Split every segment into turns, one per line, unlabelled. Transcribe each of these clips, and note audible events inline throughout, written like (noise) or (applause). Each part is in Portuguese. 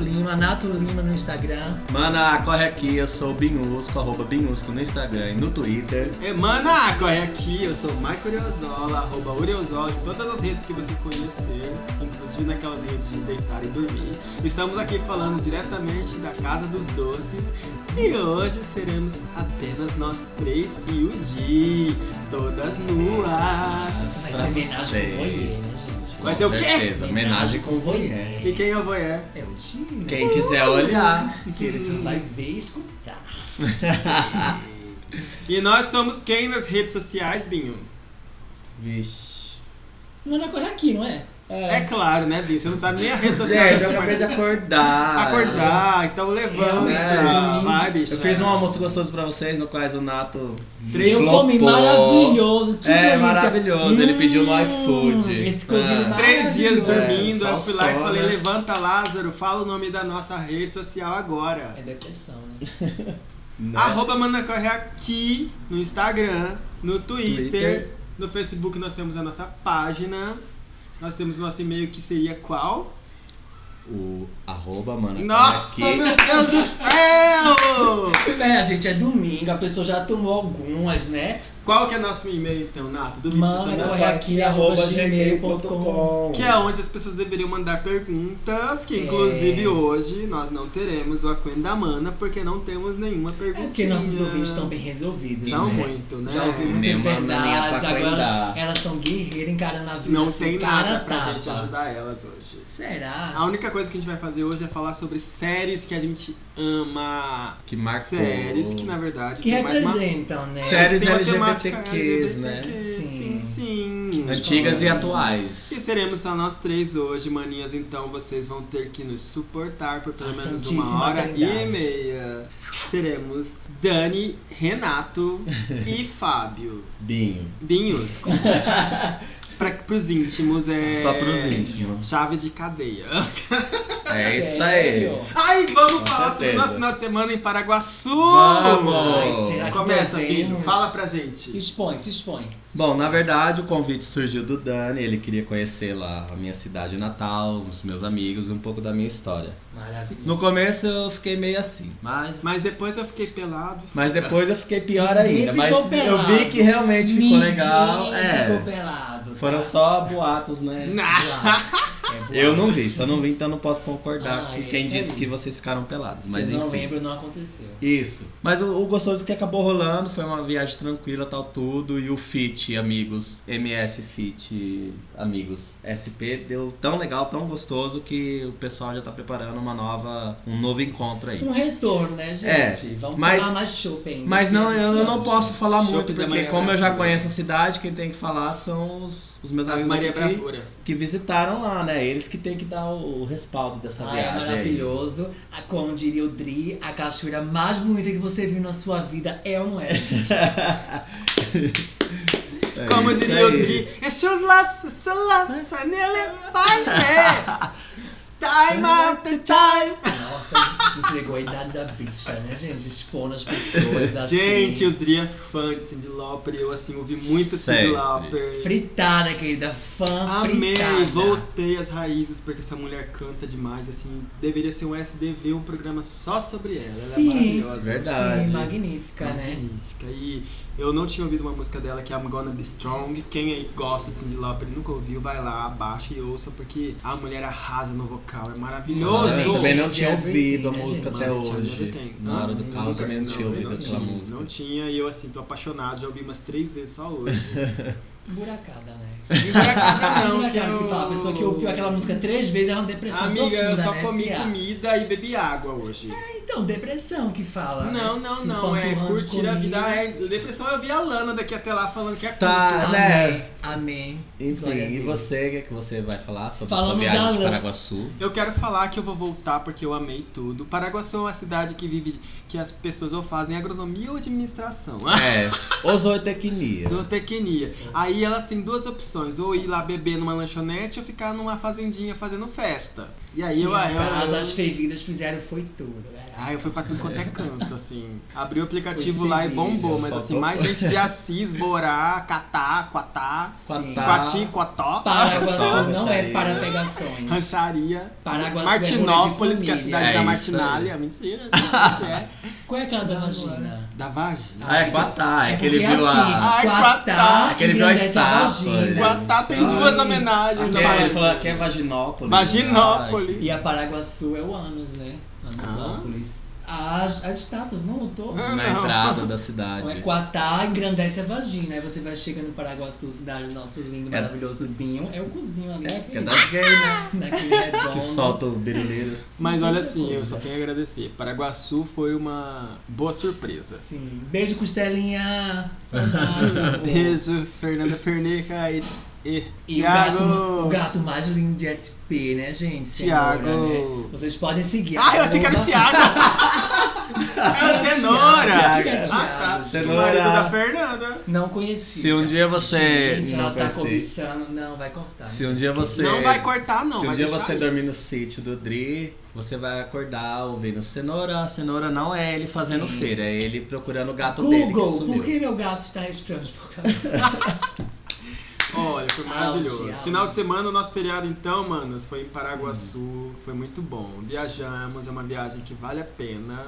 Lima, Nato Lima no Instagram.
Mana, corre aqui, eu sou o Binhusco, arroba Binhusco no Instagram e no Twitter.
E, mana, corre é aqui, eu sou o Maico Uriozola, arroba Uriozola, em todas as redes que você conhecer, inclusive naquelas redes de deitar e dormir. Estamos aqui falando diretamente da Casa dos Doces e hoje seremos apenas nós três e o Di, todas nuas.
Vai
Pra
ter homenagem
vocês.
ao voyeur, né, gente?
Vai ter o
Com
quê?
certeza, homenagem com
né,
voyeur.
E quem eu vou é?
É o time.
Quem quiser olhar.
(laughs)
Que ele só vai ver e escutar.
E nós somos quem nas redes sociais, Binho?
Vixe.
Mano, corre aqui, não é?
É claro, né, Binho? Você não sabe nem a rede social.
Gente,
que
eu
você
acabei de
participa.
acordar.
Acordar, então levanta.
Realmente, eu dormi.
vai, bicho. é.
Eu fiz um almoço gostoso pra vocês, no qual o Nato.
Três um
Eu
flopou.
comi um maravilhoso, que
é
delícia.
maravilhoso, ele pediu no
Hum,
iFood.
esse cozinho
Ah.
Três dias
Maravilhoso.
dormindo,
É,
eu fui lá e
falsona.
falei, levanta Lázaro, fala o nome da nossa rede social agora.
É depressão, né?
Né?
Arroba Manacorre aqui no Instagram, no Twitter,
Twitter.
no Facebook nós temos a nossa página. Nós temos nosso e-mail que seria qual?
O arroba, mano.
Nossa,
aqui.
meu Deus do céu!
É, gente, é domingo, a pessoa já tomou algumas, né?
qual que é nosso e-mail então, Nato? Do Vitor
Mano,
Santana?
corre aqui, arroba gmail.com.
Que é onde as pessoas deveriam mandar perguntas, que
É.
inclusive hoje nós não teremos o Aquen da Mana, porque não temos nenhuma pergunta.
É porque nossos ouvintes estão bem resolvidos,
Não
né?
muito, né?
Já ouviram
É.
muitas
Nem manda nem a
verdades,
pra
agora
cuidar.
elas estão guerreiras encarando a vida
Não
assim,
tem
cara
nada
a
pra
tapa.
gente tá- Ah, ajudar elas hoje. A
Será?
única coisa que a gente vai fazer hoje é falar sobre séries que a gente ama.
Que marcou.
Séries que, na verdade,
Que
tem mais uma...
representam, né?
Sério? Séries
tem uma temática
LGBTQs, né?
LGBTQ, Sim,
Sim.
sim.
Antigas e
E
atuais.
seremos só nós três hoje, maninhas, então vocês vão ter que nos suportar por pelo
A
menos
Santíssima
uma hora e
Trindade.
meia. Seremos Dani, Renato e Fábio.
Binho. (laughs)
Binhos. Pra, pros íntimos é.
Só pros íntimos.
Chave de cadeia.
É isso
Sério?
aí.
Ai, vamos
Com
falar sobre o
certeza.
nosso final de semana em Paraguaçu!
Vamos!
Ai, será que
Começa,
devemos?
Binho. Fala pra gente.
Expõe, se expõe.
Bom, na verdade, o convite surgiu do Dani. Ele queria conhecer lá a minha cidade natal, os meus amigos e um pouco da minha história.
Maravilhoso.
No começo eu fiquei meio assim, mas.
Mas depois eu fiquei pelado.
Mas depois eu fiquei pior
Ninguém
ainda. Mas
ficou
eu
pelado.
vi que realmente ficou
Ninguém
legal.
Ficou
É.
pelado. tá?
Foram só boatos, né? (laughs)
Nah.
Boato. É boato.
Eu não vi, só não vi, então não posso concordar
Ah,
com
é
quem
isso
disse
aí.
que vocês ficaram pelados.
Se
Mas
eu
enfim.
não lembro, não aconteceu.
Isso. Mas o, o gostoso que acabou rolando foi uma viagem tranquila, tal tudo. E o Fit, amigos, MS Fit, amigos SP, deu tão legal, tão gostoso que o pessoal já tá preparando uma nova, um novo encontro aí.
Um retorno, né, gente?
É,
Vamos
mas-
falar mais chope ainda.
Mas não, eu, eu não
Antes.
posso falar
Shopping
muito,
da
porque
Maria
como eu já
Braga.
conheço a cidade, quem tem que falar são os, os meus
As
amigos
Maria
aqui
Bravura.
que, que visitaram lá, né? Eles que tem que dar o, o respaldo dessa
Ah, é
viagem. aí.
maravilhoso. Ah, Como diria o Dri, a cachoeira mais bonita que você viu na sua vida é ou não é?
É
Como
isso
diria o
aí.
Dri, é chulaça, chulaça, nele vai é. Time after time.
Nossa, entregou a idade da bicha, né, gente? Expondo as pessoas assim.
Gente, o Dri é fã de Cyndi Lauper, eu assim, ouvi muito Cyndi
Sempre.
Lauper.
Fritada, né, querida. Fã
Amei,
fritada.
voltei às raízes, porque essa mulher canta demais, assim, deveria ser um SDV, um programa só sobre ela, ela
Sim.
é maravilhosa.
Verdade.
Sim, magnífica, né?
Magnífica. E eu não tinha ouvido uma música dela que é I'm Gonna Be Strong. Quem aí gosta de Cyndi Lauper e nunca ouviu, vai lá, baixa e ouça, porque a mulher arrasa no vocal, é maravilhoso.
Ah, eu também não tinha
Gente,
ouvido a
né,
música
gente?
até
Não, tinha,
hoje.
não tem.
Na hora do
Não,
carro eu também não tinha
não,
ouvido
não
aquela
tinha,
música.
Não tinha, e eu assim, tô apaixonado, já ouvi umas três vezes só hoje.
Buracada, né?
E não é cada não, que
Buracada
eu...
que fala. A pessoa que ouviu aquela música três vezes é uma depressão
Amiga,
profunda,
eu só
né,
comi
fiá?
comida e bebi água hoje.
Então, depressão que fala.
não,
né?
não,
Se
não. É
empanturrando de
curtir a vida.
comida.
É, depressão eu vi a Lana daqui até lá falando que é
Tá.
culto.
Né?
Amém. Amém.
Enfim,
Glória a
e
Deus.
você, o que, é que você vai falar sobre a sua
Falamos da
viagem de
lã.
Paraguaçu?
Eu quero falar que eu vou voltar porque eu amei tudo. Paraguaçu é uma cidade que vive que as pessoas ou fazem agronomia ou administração. Ah,
É, osoitecnia.
Zootecnia. Aí elas têm duas opções: ou ir lá beber numa lanchonete ou ficar numa fazendinha fazendo festa. E aí eu.
Em
eu,
casa,
eu
as fervidas fizeram foi tudo, galera.
Ah, eu fui pra tudo quanto é canto, assim. Abri o aplicativo
Fui
lá e
feliz,
bombou,
eu
mas
só
assim,
tô-
mais gente de Assis, Borá, Catá, Quatá,
Sim.
Tá.
Quati, Quató, ah,
Paraguaçu não é
Rancharia.
para pegações.
Rancharia,
Paraguaçu é
Martinópolis, que é a cidade
É
da
isso
Martinália. Mentira, não sei se é.
Qual é aquela da
Não,
vagina?
Da vagina.
Ah, é Quatá, é que ele
porque
viu
assim,
a.
Ai,
Quatá,
Quatá, é
aquele viu a
engrandece a
estátua,
vagina.
né?
Quatá tem
Ai,
duas homenagens
Aqui
na
é, ele
Bahia.
falou que é Vaginópolis.
tá Vaginópolis.
E a Paraguaçu é o Anos, né? Anusópolis. As, as estátuas, não notou?
Ah,
é Na
não.
entrada da
É,
cidade.
Quatá engrandece a vagina. Aí você vai chegando no Paraguaçu, cidade do nosso lindo,
É.
maravilhoso Binho. É o cozinho ali.
É, porque é das gays, né?
(laughs)
Naquele redondo.
Que solta o birileiro.
Mas olha assim, eu só tenho a agradecer. Paraguaçu foi uma boa surpresa.
Sim. Beijo, costelinha. Saudade, amor.
(laughs) Beijo, Fernanda Ferneca it's- e
E o gato, o
Thiago.
gato mais lindo de SP, né, gente?
Thiago.
Cenoura, né? Vocês podem seguir.
Ah, eu achei que era o
Arroba-
Thiago. É o Cenoura.
Thiago, Thiago.
Ah, tá.
Cenoura.
Marido da Fernanda.
Não conheci.
Se um dia você
Gente,
não
ela tá
conhecer,
cobiçando. Não, vai cortar.
se um dia você
Tá. Não vai cortar, não.
se um
vai
dia
deixar
você
aí.
dormir no sítio do Dri, você vai acordar ouvindo cenoura. A cenoura não é ele fazendo
Sim.
feira, é ele procurando o gato dele que
Google,
sumiu.
por que meu gato está respirando por causa
Olha, foi maravilhoso.
Auge, auge.
Final de semana, o nosso feriado, então, manos, foi em Paraguaçu. Foi muito bom. Viajamos, é uma viagem que vale a pena.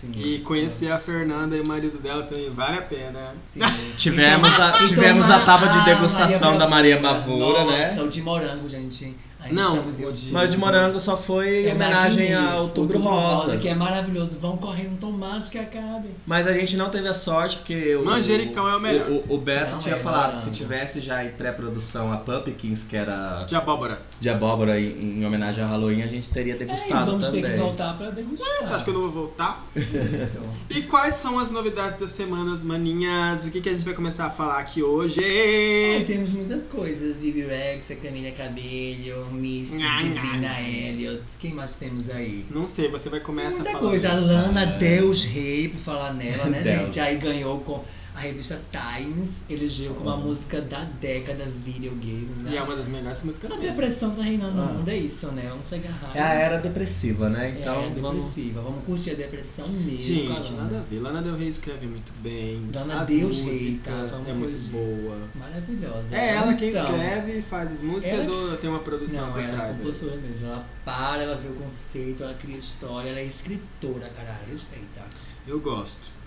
Sim.
E conhecer a Fernanda e o marido dela também vale a pena.
Sim. Então,
Tivemos
E
a,
tomar-
tivemos a tábua de
Ah,
degustação da Maria Bavura,
Bavura,
né?
Nossa, o de morango, gente. Ainda
Não,
estamos em
o de-
Mas de morango só foi em
É
homenagem a
magnífico,
Outubro
Outubro
Rosa.
Que é maravilhoso. Vão correndo tomates que acabem.
Mas a gente não teve a sorte, porque o.
Manjericão é o melhor.
O, o Beto
Não
tinha
é
falado,
morango.
se tivesse já em pré-produção a Pumpkins, que era
De abóbora.
de abóbora em, em homenagem a Halloween, a gente teria
É isso,
degustado
vamos
também.
ter que voltar pra degustar.
Você acha que eu não vou voltar?
(laughs) Isso.
E quais são as novidades das semanas, maninhas? O que, que a gente vai começar a falar aqui hoje?
Ai, É, temos muitas coisas. Vivi Rex, Camila Cabelho, Miss,
Nha,
Divina
nha.
Elliot. Quem mais temos aí?
Não sei, você vai começar a
Muita
falar.
coisa. A Lana,
É.
Deus Rei, por falar nela, né,
Deus.
gente? Aí ganhou com a revista Times, elegeu como a
Uhum.
música da década videogames, né?
E é uma das melhores músicas
A
da vida.
depressão tá reinando
Ah.
no mundo, é isso, né? Vamos se agarrar.
É a era depressiva, né?
Então,
Então
é
vamos.
depressiva. Vamos curtir a depressão mesmo. com a
Gente,
Lana.
nada a ver. Lana Del Rey escreve muito bem.
Lana
As
Del Rey,
músicas
tá? Vamos
É muito
hoje.
boa.
Maravilhosa.
É ela quem
Produção.
escreve e faz as músicas
então. Ela-
ou tem uma produção
Não,
por
ela é
trás? aí?
compositora mesmo. Ela para, ela vê o conceito, ela cria história, ela é escritora, caralho. Respeita.
Eu gosto.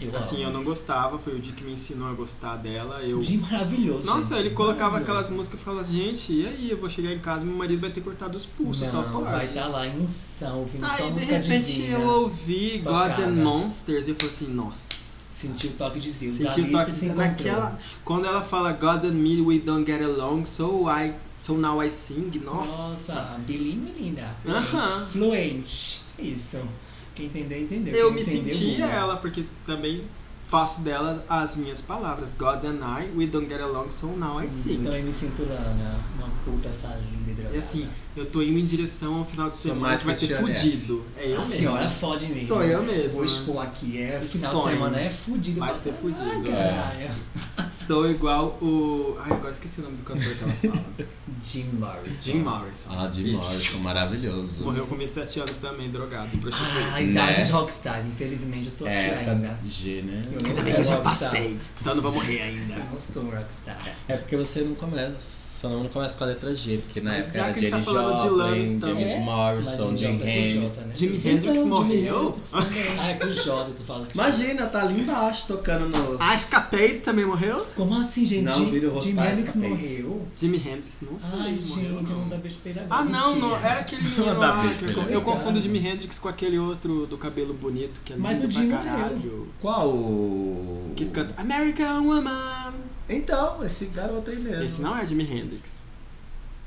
Eu
assim, eu
amo.
não gostava, foi o Di que me ensinou a gostar dela. Eu...
De maravilhoso.
Nossa,
gente,
ele colocava aquelas
maravilhoso.
músicas e falava, assim, gente, e aí? Eu vou chegar em casa e meu marido vai ter cortado os pulsos,
não,
só pode.
Vai estar lá em unção, ouvindo só
Aí de
música
repente
divina.
eu ouvi Gods
Tocada.
and Monsters e eu falei assim, nossa.
Sentiu o toque de Deus.
Senti
Ali
o
você
toque
se encontrou.
naquela. Quando ela fala God and me we don't get along, so I so now I sing, nossa.
Nossa, bilíngue linda. Fluente.
Aham.
Fluente. é Isso. Quem entendeu, entendeu.
eu
Quem
me
entendeu,
senti
Google.
ela, porque também faço dela as minhas palavras. God and I, we don't get along, so now I
Sim, então é-
sing.
Também me sinto Lana, uma puta falida e drogada.
E assim, eu tô indo em direção ao final de
Sou
semana
mais
que vai ser
Cristiane.
fudido. É eu
a
mesmo.
senhora fode mesmo.
Sou eu mesmo.
Vou expor aqui, é final de
Expõe.
semana é fudido.
Vai
pra
ser
caralho, Ah, é.
fudido, é.
caralho.
Sou igual o. Ai, agora esqueci o nome do cantor que ela fala.
(laughs) Jim Morrison.
Jim Morrison.
Ah, de
Isso.
Morrison, maravilhoso.
Morreu com 27 anos também, drogado, prostituído.
Ah, a idade
Né?
dos rockstars. Infelizmente eu tô
É,
aqui ainda.
G, né?
Eu não
Ainda
sei
bem que eu já
rockstar.
passei, então não vou morrer
Eu
ainda.
não sou um rockstar.
É porque você não começa. Seu nome não começa com a letra G, porque na
Mas
época
já
era
que a gente
Jenny
tá falando de
Joplin,
Lana, então-
James
É,
Morrison,
Mas
Jim
Jimi Hendrix é com
Hendrix.
J, né?
Jimi Hendrix
Jimi
morreu?
Hendrix.
(laughs)
Ah, é com J que tu fala assim.
Imagina, tá ali embaixo tocando no.
A Escapade também morreu?
Como assim, gente?
Não, vira o rosto
Jimi
mais
Hendrix
capaz.
morreu?
Jimi Hendrix, não sei,
Ai,
morreu
gente, eu
não.
não dá beijo pra ele agora.
Ah, não,
mentira.
não, é aquele
(laughs)
Não
menino
dá
lá,
beijo
que
pra
eu,
ele.
eu confundo o Jimi Hendrix com aquele outro do cabelo bonito, que é lindo
Mas o Jim
pra caralho.
Qual o.
Que canta American Woman.
Então, esse garoto aí mesmo.
Esse não é Jimi Hendrix.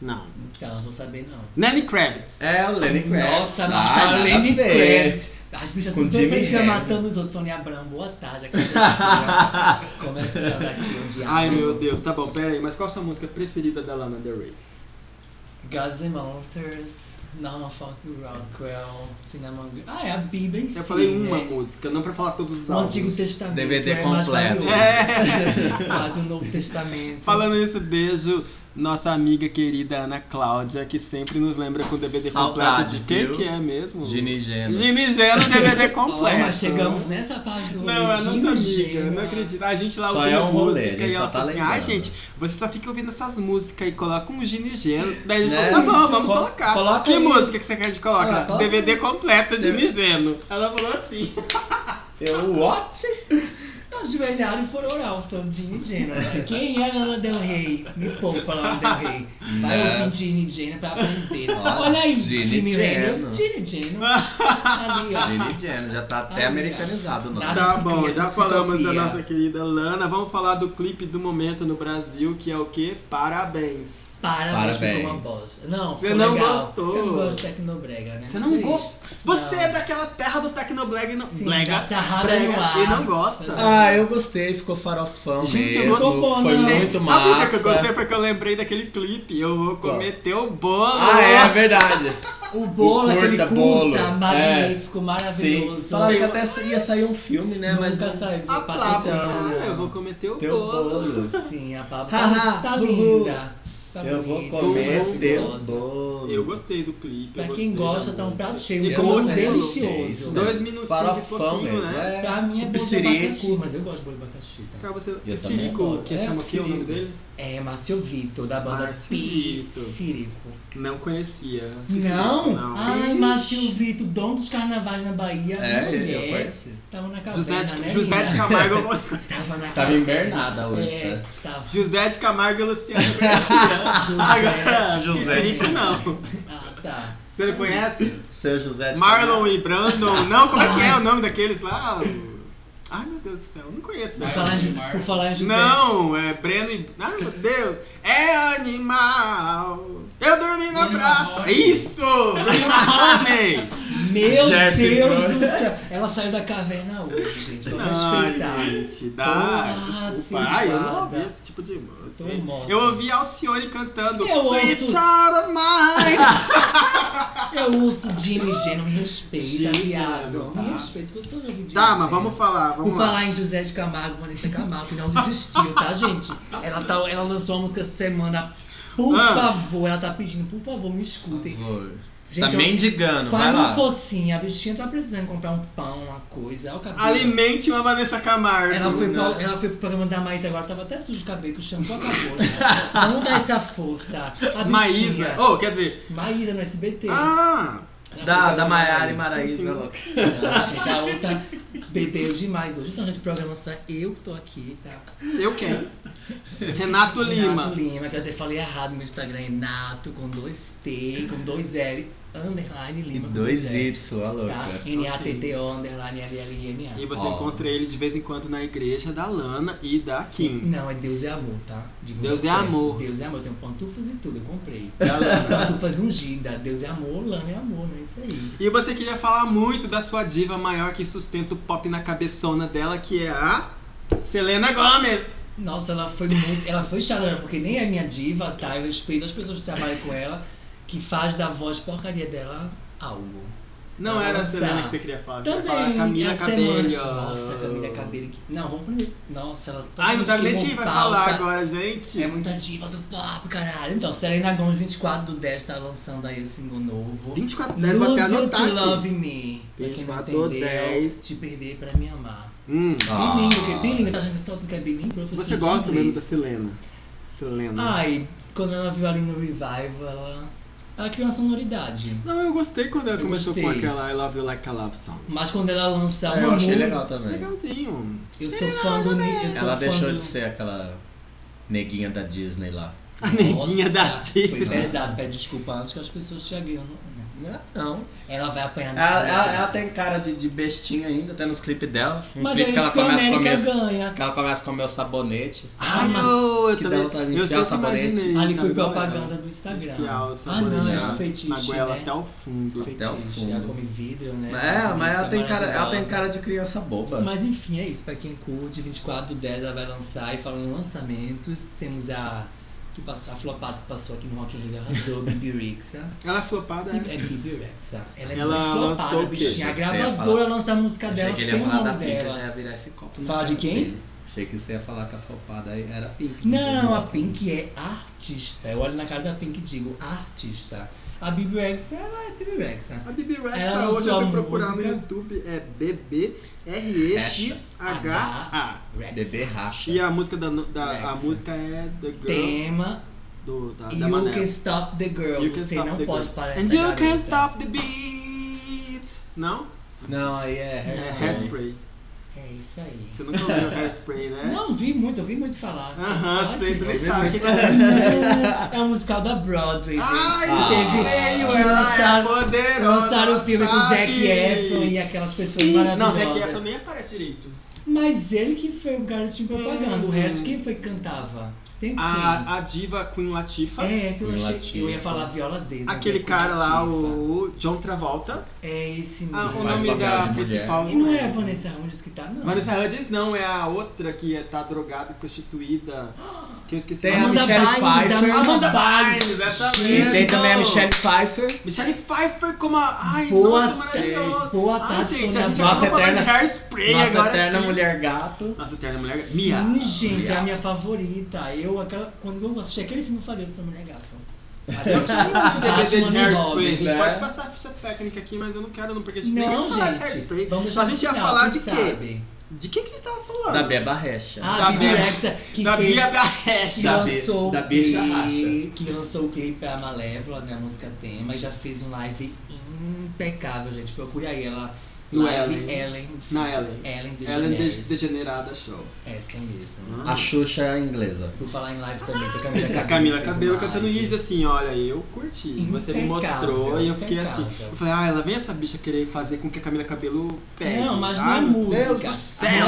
Não.
Então, não vou saber não.
Lenny Kravitz.
É o Lenny Kravitz. Ah,
Nossa,
Ai,
mata
tá nada a
Lenny
ver.
Kravitz. As bichas
Com
tudo
Jimi
pensando,
Hendrix.
matando os outros. Sônia Abrão, boa tarde. aqui da Sônia. Começando aqui um dia.
Ai meu Deus, tá bom, pera aí, mas qual a sua música preferida da Lana Del Rey?
Gods and Monsters, Norman Funk Rockwell, Cinnamon... Girl. Ah, é a Bíblia em si,
Eu falei uma
né?
música, não pra falar todos os
O
álbuns.
Antigo Testamento
DVD
é mais
completo.
valioso. (laughs)
É.
Mas o Novo Testamento...
Falando isso, beijo nossa amiga querida Ana Cláudia, que sempre nos lembra com o DVD
Saudade,
completo de quem
viu?
que é mesmo?
Gini Geno.
Ginigeno
(laughs)
DVD completo.
Toma, chegamos nessa parte do
Não, é nossa
Regina
amiga, eu
Gema.
não acredito. A gente lá
Só
ouvindo
é um rolê,
música
a gente
e ela
só tá
fala assim, ah,
lembrando."
gente, você só fica ouvindo essas músicas e coloca um Gino e Geno. Daí a gente
Né?
falou, tá bom,
Isso,
vamos
col-
colocar.
coloca
que
aí.
música que você quer que a gente coloque?
Ah,
Ela,
coloca.
DVD completo, Gino e Geno. Ela falou assim.
Eu, (laughs) what?
Ajoelharam e foram orar o seu Gene Jenner. Quem é Lana Del Rey? Me poupa, Lana Del Rey. Vai
Né?
ouvir Gene Jenner pra aprender.
Ó,
Olha aí,
Gene
Jimmy
Jenner.
Hendrix, Gene Jenner. Ali, ó.
Gini Geno, já tá até
Ah,
americanizado, não.
nada.
Tá
se
bom,
cria,
já
se
falamos da
copia.
nossa querida Lana. Vamos falar do clipe do momento no Brasil, que é o quê? Parabéns.
Parabéns,
Parabéns.
ficou uma bosta. Não,
Você
ficou
não
legal.
gostou.
Eu não gosto de Tecnobrega, né?
Você
Mas
não
é
gosta. Você
Não.
é daquela terra do Tecnoblag e não.
isso. Sim,
Blega.
tá sarrada
brega
no ar.
e não gosta.
Ah, eu gostei, ficou farofão
Gente, eu
mesmo.
gostei.
Foi
Não.
muito massa.
Sabe o que eu gostei? Porque eu lembrei daquele clipe. Eu vou
Qual?
comer teu bolo.
Ah, é, é
(laughs)
verdade.
O bolo,
O
aquele
curta,
curta,
bolo. É.
magnífico,
Sim.
maravilhoso.
Falaram que até ia sair um filme, né?
Nunca
Mas
saiu.
Aplausos.
Patrocínio,
Ah,
não.
eu vou comer teu,
Teu
bolo.
bolo.
Sim, a papo
Haha,
tá, tá
uhul.
linda. Tá
Eu vou
bonita,
comer
maravilhosa.
teu bolo.
Eu gostei do clipe.
Pra
eu
quem
gostei
gosta,
da
tá um
música.
prato cheio.
E
um
como
bolo
você falou,
delicioso.
é isso
dois
mesmo.
minutinhos e
Farofão
pouquinho,
mesmo,
né?
é.
Pra mim é bolo de
Psirico.
abacaxi, mas eu gosto de bolo de abacaxi. Tá?
Pra você.
também
Psirico,
adoro.
que
É,
chama aqui o nome
Psirico.
dele?
É Márcio Vitor, da banda
Márcio Vitor.
Psirico.
Não conhecia.
Não? Ah,
Não.
Ai,
Ixi.
Márcio Vitor, dono dos carnavais na Bahia.
É,
mulher,
eu conheci.
Tava na caverna,
José de,
né,
José de
menina?
Camargo.
Tava na
Tava
caverna.
invernada hoje,
É,
né?
tava.
José de Camargo e Luciano Garcia. Agora,
José.
Psirico não.
Ah, tá.
Você não conhece?
Seu José de
Marlon
Camargo.
e Brandon. Não, como é que é o nome daqueles lá? O- Ai, meu Deus do céu, eu não conheço.
Por
Vai,
falar, em,
Gilmar.
por falar em José.
Não, é Breno e. Ai, meu Deus! É animal! Eu dormi na
Breno
praça! É
Marrone.
Isso! Breno Marrone!
Meu
Gerson
Deus
Brown.
do céu. Ela saiu da caverna hoje, gente. Vamos respeitar.
Ai, gente, dá.
Porra,
Desculpa. Ai, eu não
cilada.
ouvi esse tipo de música.
Tô morta.
Eu ouvi Alcione cantando
Eu
Sweet
ouço-
Child of
(laughs)
Mine!
Eu uso Jimmy um G, não me respeita,
Jimmy
viado.
Geno,
Me
tá.
respeita, que eu sou novo
tá, mas vamos falar, vamos
Por
lá.
falar em José de Camargo, Vanessa Camargo, que não desistiu, tá, gente? Ela, tá, ela lançou uma música essa semana. Por
Ah.
favor, ela tá pedindo, por favor, me escutem.
Tá
Gente, eu-
mendigando, vai
faz um
lá.
focinho, a bichinha tá precisando comprar um pão, uma coisa, o cabelo.
Alimente uma Vanessa Camargo.
Ela foi, pro,
Não.
ela foi pro programa da Maísa agora, tava até sujo o cabelo, que o shampoo acabou. gente. Vamos dar essa força. A
Maísa.
bichinha.
Oh, quer dizer.
Maísa no SBT.
Ah!
Ela
Da,
foi
da
pra
Maiara tá e
Maísa.
Maraísa,
Sim, sim.
louca.
Não, gente, a outra bebeu demais hoje. Então, gente, programação, eu que tô aqui, tá?
Eu quero. Renato Lima.
Renato Lima, que eu até falei errado no meu Instagram. Renato com dois T, com dois L, underline
E
Lima. com
dois
L,
Y, a louca.
Tá? N-A-T-T-O, underline L-L-I-M-A.
E você
Ó.
encontra ele de vez em quando na igreja da Lana e da Kim.
Não, é Deus é amor, tá? Divulga
tá Deus é
certo.
amor.
Deus é amor. Eu tenho pantufas e tudo, eu comprei. (laughs)
Da Lana.
Pantufas ungida, Deus é amor, lama é amor, não é isso aí.
E você queria falar muito da sua diva maior que sustenta o pop na cabeçona dela, que é a Selena Gomes.
Nossa, ela foi muito. Ela foi chorando, porque nem é minha diva, tá? Eu respeito as pessoas que trabalham com ela, que faz da voz porcaria dela algo.
Não
Vai
era a
lançar.
Selena que você queria falar, você ia falar
Também,
Camila
a
Cabello.
semana. Nossa, Camila Cabello. que- Não, vamos primeiro. Nossa, ela tá.
Ai, não sabe nem quem vai falar agora,
É
gente.
muita diva do pop, caralho. Então, Selena Gomes, 24 do 10, tá lançando aí o single novo.
24 10, vou até
Lose You
anotar
to
aqui.
Love Me. Pra quem não
24
entendeu,
do 10.
te perder é pra me amar.
Hum.
Ah.
Bilingue, porque bilingue, tá gente só tu que é bilingue, professor
Você
de
gosta mesmo
inglês.
da Selena? Selena.
Ai, quando ela viu ali no Revival, ela, ela criou uma sonoridade.
Não, eu gostei quando ela
Eu
começou com
gostei.
aquela I Love You Like a Love Song.
Mas quando ela lança
Tá.
uma
É, Eu achei
música-
legal também.
Legalzinho.
Eu sou fã do Ni- eu sou
Ela
fã
deixou
do...
de ser aquela neguinha da Disney lá.
A neguinha da
Nossa, Foi
diva.
pesado, pede desculpa antes que as pessoas te agridam. né?
Não.
Ela vai apanhar na
Ela,
cara.
ela- ela tem cara de, de bestinha ainda, até nos clipes dela. Um
Mas é
clipe
isso
que ela
que a
começa a
América
comer.
ganha.
Que ela começa a comer o sabonete.
Ai,
Ah,
eu, eu
que
também.
dá vontade de
eu
enfiar
sempre
o sabonete.
imaginei.
Ali
tá
foi
ligado?
propaganda do Instagram.
Enfiar o
ah, não,
sabonete
é
na-
um feitiço,
Na goela
né?
até o fundo.
Feitiço.
um Até o fundo.
Ela come vidro, né?
É, mas ela
Fica
tem, cara, ela tem
maravilhosa.
cara de criança boba.
Mas enfim, é isso. Pra quem curte, 24 do 10 ela vai lançar. E falando em lançamentos, temos a. Que passou, a flopada que passou aqui no Rock in Rio,
(laughs)
arrasou, Bibi Rexa.
Ela é flopada, é?
É Bibi Rexa. Ela é
Ela
muito
lançou o
flopada,
quê?
bichinha. A
Você ia falar-
gravadora lança a música
Achei
dela,
que
tem
ele ia
o
falar
nome
da Pink, né?
dela.
já ia virar esse copo. na
Fala de
cara
quem?
dele. Achei que você ia falar que a flopada aí era Pink.
Não, a Pink é artista. Eu olho na cara da Pink e digo, artista. A Bibi Rexa, ela é Bibi Rexa.
A Bibi Rex
Ela lançou
hoje eu
a
fui procurar no
música.
YouTube, é BBREXHA.
Rexa.
Bebê racha.
E a música da, da a
Rex.
música é The Girl
Tema
do, da, da
You Can
Mané.
Stop the Girl.
You Can
Você
Stop
não
the
pode
Girl.
parar
And
essa
you can
garota.
stop the beat. Não?
Não, aí é
É
hairspray.
Hairspray.
É isso aí.
Você nunca
(laughs)
ouviu Hairspray, né?
Não, vi muito, ouvi muito falar.
Aham,
Só
sei,
que-
você nem sabe o que que
É um musical da Broadway, gente.
Ai,
Ah.
teve
Que
veio, ela é
lançaram-
poderosa.
Lançaram o filme com o Zac
sabe?
Efron e aquelas pessoas
Sim. Não,
maravilhosas.
Zac Efron nem aparece direito.
Mas ele que foi o garotinho propaganda.
Hum. Ah,
O resto, quem foi que cantava? Tem quem?
A, a diva Queen Latifah.
É, esse eu,
Queen
achei,
Latifah.
eu ia falar viola Davis. mas
ah, Aquele
é Queen
cara lá,
Latifah.
o John Travolta.
É esse mesmo.
Ah, o
faz
nome
papel
da
de mulher.
principal.
E não é a Vanessa Hudgens que tá, não.
Vanessa Hudgens não, é a outra que é, tá drogada e prostituída. Que eu esqueci
Tem
o nome.
a Michelle Pfeiffer.
Amanda
Amanda Bynes,
Bynes.
essa
E
mesmo.
tem também a Michelle Pfeiffer.
Michelle Pfeiffer como a. Ai,
Boa
nossa,
série.
maravilhosa.
Boa
Ai,
tarde,
gente,
Sônia
a gente
Abrão.
Nossa
acabou falando de
eterna-
hairspray
Nossa
agora.
eterna
aqui.
mulher gato.
Nossa eterna mulher.
Sim,
Mia.
gente, é
Mia.
a minha favorita. Eu, aquela, quando eu assisti aquele filme, eu falei, eu sou mulher gata.
Eu tinha
Tá
um DVD
Batman
de
e
hairspray.
Robin,
A gente
né?
pode passar a ficha técnica aqui, mas eu não quero, não, porque a gente nem
(laughs) Não,
vai falar de
gente.
hairspray.
Vamos
Só a gente ia falar de quê?
quê?
De que que eles estavam falando?
Da Beba Recha.
A Ah, Bibi
Bia-
Rexa, que
da
fez...
Bia
Que
Barrecha.
Da Bi-
lançou,
da
o
Bicha
clipe, que lançou o clipe A Malévola, né? A música tema, e já fez um live impecável, gente. Procure aí ela.
Do
live
Ellen.
Ellen.
Na Ellen.
Ellen
Ellen de-
É, DeGeneres. É,
Degenerada Show.
Essa mesmo.
A Xuxa inglesa.
Por falar em live também, tem
(laughs)
Camila Cabello.
É A Camila
fez um
Cabelo
live.
cantando Easy assim, olha, eu curti. Você me
Impecável,
mostrou e eu fiquei assim.
impecável.
Eu falei, ah, ela vem essa bicha querer fazer com que a Camila Cabelo pegue.
Não, mas não
ah,
é
meu
música.
Deus do céu!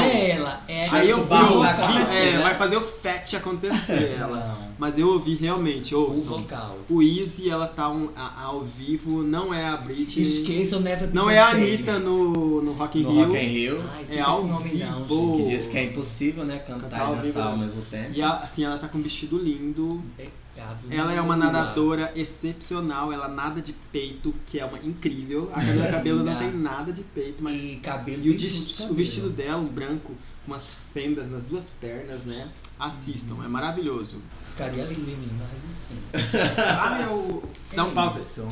Não é ela. É
Aí eu
que
vi,
vai
eu
lá
ouvi,
acontecer,
é,
né?
vai fazer o fat
(laughs)
acontecer ela.
Não.
Mas eu ouvi realmente,
O
é, ouçam.
vocal.
O Easy, ela tá um- a- ao vivo, não é a Britney.
Esqueçam, Never Be
Não é a
the Same.
Anitta no, no Rock in
No
Rio.
Rock in Rio.
Ai,
É
esse
ao
nome não,
vivo.
Que
gente.
diz que é impossível, né? Cantar
Cantar ao
e
vivo,
dançar ao
né?
mesmo tempo.
E a- assim, ela tá com um vestido lindo.
Impecável.
Ela é uma
Maravilhosa.
nadadora excepcional, ela nada de peito, que é uma incrível. A Camila Cabelo não
Linda.
tem nada de peito, mas
E cabelo
E o,
tem
des-
tudo de
o vestido
cabelo.
dela, um branco, com umas fendas nas duas pernas, né? Assistam, é maravilhoso.
Ficaria lindo em mim, mas enfim.
Ah, eu... Dá um
É
pausa.
isso.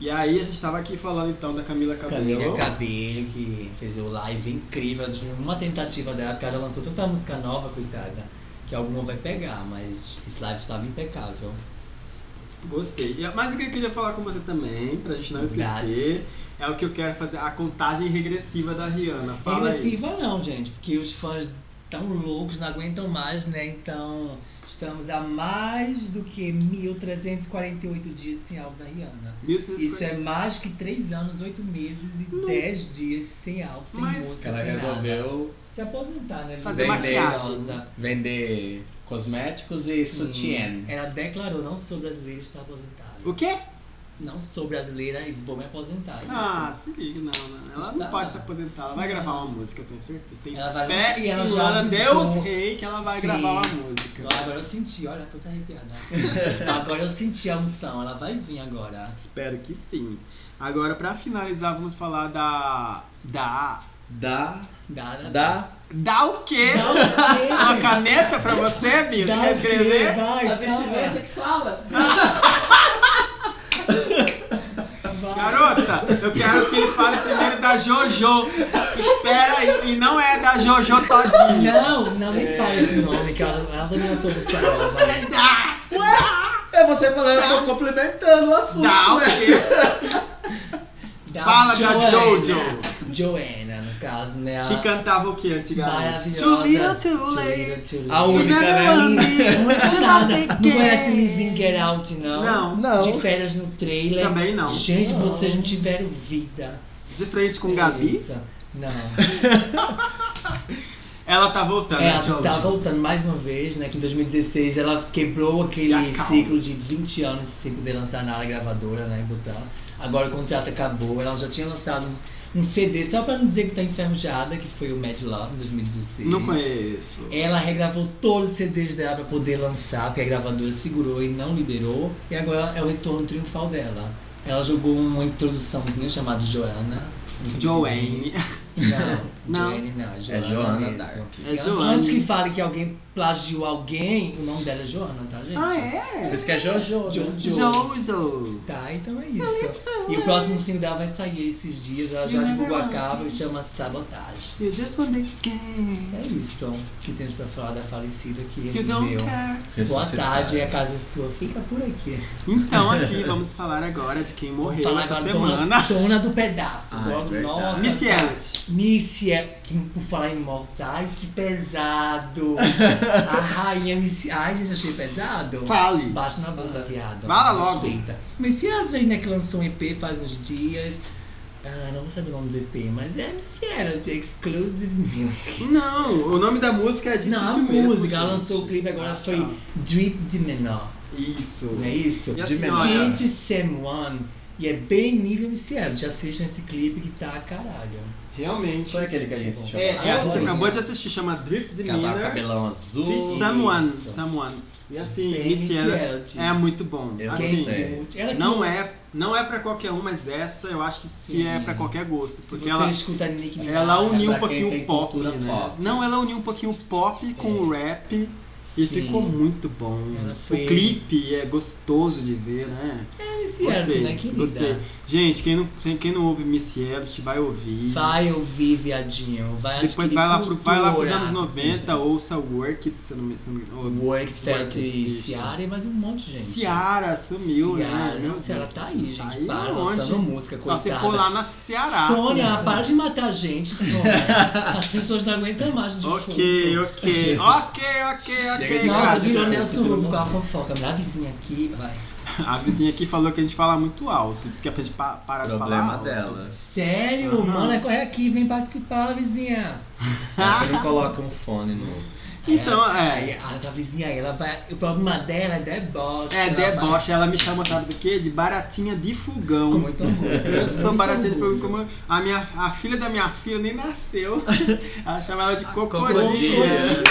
E aí a gente tava aqui falando então da Camila Cabello.
Camila Cabello, que fez o live incrível de uma tentativa dela, porque ela já lançou tanta música nova, coitada, que alguma vai pegar, mas esse live estava impecável.
Gostei. E- Mas o que eu queria falar com você também, pra gente não
Obrigado.
esquecer, é o que eu quero fazer, a contagem regressiva da Rihanna. Fala aí.
Regressiva não, gente, porque os fãs tão loucos, não aguentam mais, né? Então, estamos a mais do que 1.348 dias sem álbum da Rihanna. Isso é mais que 3 anos, 8 meses e
Não.
10 dias sem álbum, sem
Mas-
música,
Ela
sem nada.
resolveu
Se aposentar, né?
Fazer
Linda,
maquiagem.
maravilhosa.
vender cosméticos e
Sim.
sutiã.
Ela declarou, não sou brasileira, está aposentada.
O quê?
Não sou brasileira e vou me aposentar. Isso.
Ah, se liga, não, não. Ela não
Está.
pode se aposentar, ela vai gravar uma música, eu tenho certeza. Tem
Ela vai-
fé
e ela
em
já
Lana, Deus
avisou.
rei que ela vai
Sim.
gravar uma música.
Ah, Agora eu senti, olha, tô toda arrepiada. agora eu senti a unção, ela vai vir agora.
Espero que sim. Agora, pra finalizar, vamos falar da. Da.
Da.
Dá, dá, dá.
Da.
Da o quê?
Dá o quê?
Uma caneta pra você, Bia? Você
Dá
quer
o quê?
escrever?
Vai, fala.
que fala.
Vai.
Garota, eu quero que ele fale primeiro da Jojo. Espera aí, e não é da Jojo Todinho.
Não, não, nem fala esse nome, que ela, ela também é lançou música nova.
É você falando, eu tô complementando o assunto.
Da o
né?
quê?
Da
Fala da
Joanna.
Jojo.
Joanna, no caso, né?
Que
Ela
cantava o que antigamente?
maravilhosa.
Too little, too
Too
late.
little, too
A
late.
única, né?
Muito nada. Não conhece
é
Living Get Out, não?
Não.
Não.
De férias no trailer.
Também não.
Gente,
Não.
vocês não tiveram vida.
De frente com Gabi,
Beleza.
(laughs)
Não. É,
ela tá voltando. né,
Ela
Jojo?
tá voltando mais uma vez, né? Que em 2016 ela quebrou
Já
aquele
calma.
ciclo de 20 anos sem poder lançar nada na gravadora, né? Botar. Agora o contrato acabou. Ela já tinha lançado um, um CD só pra não dizer que tá enferrujada, que foi o Mad Love em 2016.
Não conheço.
Ela regravou todos os CDs dela pra poder lançar, porque a gravadora segurou e não liberou. E agora é o retorno triunfal dela. Ela jogou uma introduçãozinha chamada Joana.
Joanne.
Não,
(laughs) Não.
Jane não, é
É
Joana.
Joana
mesmo.
Dark.
É
E an-
Joana.
Antes que fale que alguém plagiou alguém, o nome dela é Joana, tá, gente?
Ah, é?
Por isso que é Jojo.
Jo-
né?
Jo-
Jojo.
Tá, então é isso. E o próximo single dela vai sair esses dias, ela já
You
divulgou a
never know.
capa e chama Sabotagem.
You just want to care.
É isso que temos pra falar da falecida que
You don't
deu.
care.
Boa
Ressuscitar.
tarde, a casa é sua fica por aqui.
Então aqui vamos falar agora de quem
Vamos
morreu essa
agora
semana.
Dona, dona do pedaço.
Ah, é
dona,
verdade.
nossa,
Miss Elliot.
Missy é, que por falar em mortos, ai que
(laughs)
pesado. a rainha Missy, ai gente, achei pesado.
Fale.
Baixa na bunda, viado.
Fala logo.
Respeita. Missy Elliott aí, né, que lançou um EP faz uns dias. Ah, não vou saber o nome do EP, mas é Missy Elliott, Exclusive Music.
Não, o nome da música é difícil
Não, a
mesmo,
música, ela
gente.
lançou o clipe agora,
Ah,
foi
tá.
Drip de Menor,
Isso.
não é isso?
E a
de
senhora?
memória.
Gente, Someone. E é bem nível Missy Elliott, assistam esse clipe que tá a caralho.
Realmente.
Foi aquele que a gente chamou.
É,
Ah,
ela
adorei.
acabou de assistir, chama Drip the
Que ela tava com
Miller.
cabelão azul.
Fit Someone.
Isso.
Someone. E assim,
Bem
Missy Elliott
Elliott.
é muito bom.
Eu
assim,
gostei.
curte- ela que
não é, não é pra qualquer um, mas essa eu acho que, que é
Sim.
pra qualquer gosto.
Se
Porque
você é
ela,
escuta Nick Minaj,
ela uniu um
pra quem
pouquinho
tem
o pop,
cultura
né?
pop.
Não, ela uniu um pouquinho o pop com
É.
o rap. E
sim.
ficou muito bom.
Ela foi-
O clipe é gostoso de ver, né?
É Miss
Gostei,
Elliott, né, querida?
gostei. Gente, quem não, quem não ouve Miss Elliott vai ouvir.
Vai ouvir, viadinho. Vai
Depois
adquirir
vai lá, pro, vai lá pros
cultura.
anos 90, ouça Work, it, se eu não me se eu não me engano. ou-
Work, Felt e
Isso.
Ciara e mais um monte de gente.
Ciara sumiu,
Ciara,
né? Meu
Ciara
Deus,
tá aí, gente.
Tá aí
para,
longe.
lançando música,
Só
coitada.
se for lá na Ceará.
Sônia,
né?
para de matar a gente, Sônia.
(laughs)
As pessoas não aguentam mais de
Ok,
defunto. (laughs)
ok. Ok, ok,
Chega
ok.
de
Nossa,
cara,
virou
já.
Nelson Rubio com a fofoca. Minha vizinha aqui, vai.
A vizinha aqui falou que a gente fala muito alto. Disse que é pra gente pa- parar de falar.
Problema
alto.
dela.
Sério,
Aham.
mano, é corre aqui, vem participar, vizinha.
Ah.
Ela não coloca um fone no.
Então,
Aí,
é.
a tua vizinha aí, ela vai. O problema dela é deboche.
É
ela
deboche. Ela me chama, sabe do quê? De baratinha de
vai- Com
é
fogão.
muito orgulho.
(laughs) Eu sou
muito
baratinha de
orgulho.
fogão. Como a, minha, a filha da minha filha nem
(laughs)
nasceu. Ela chama ela
Ah,
de
Crocodilo.
cocodinha.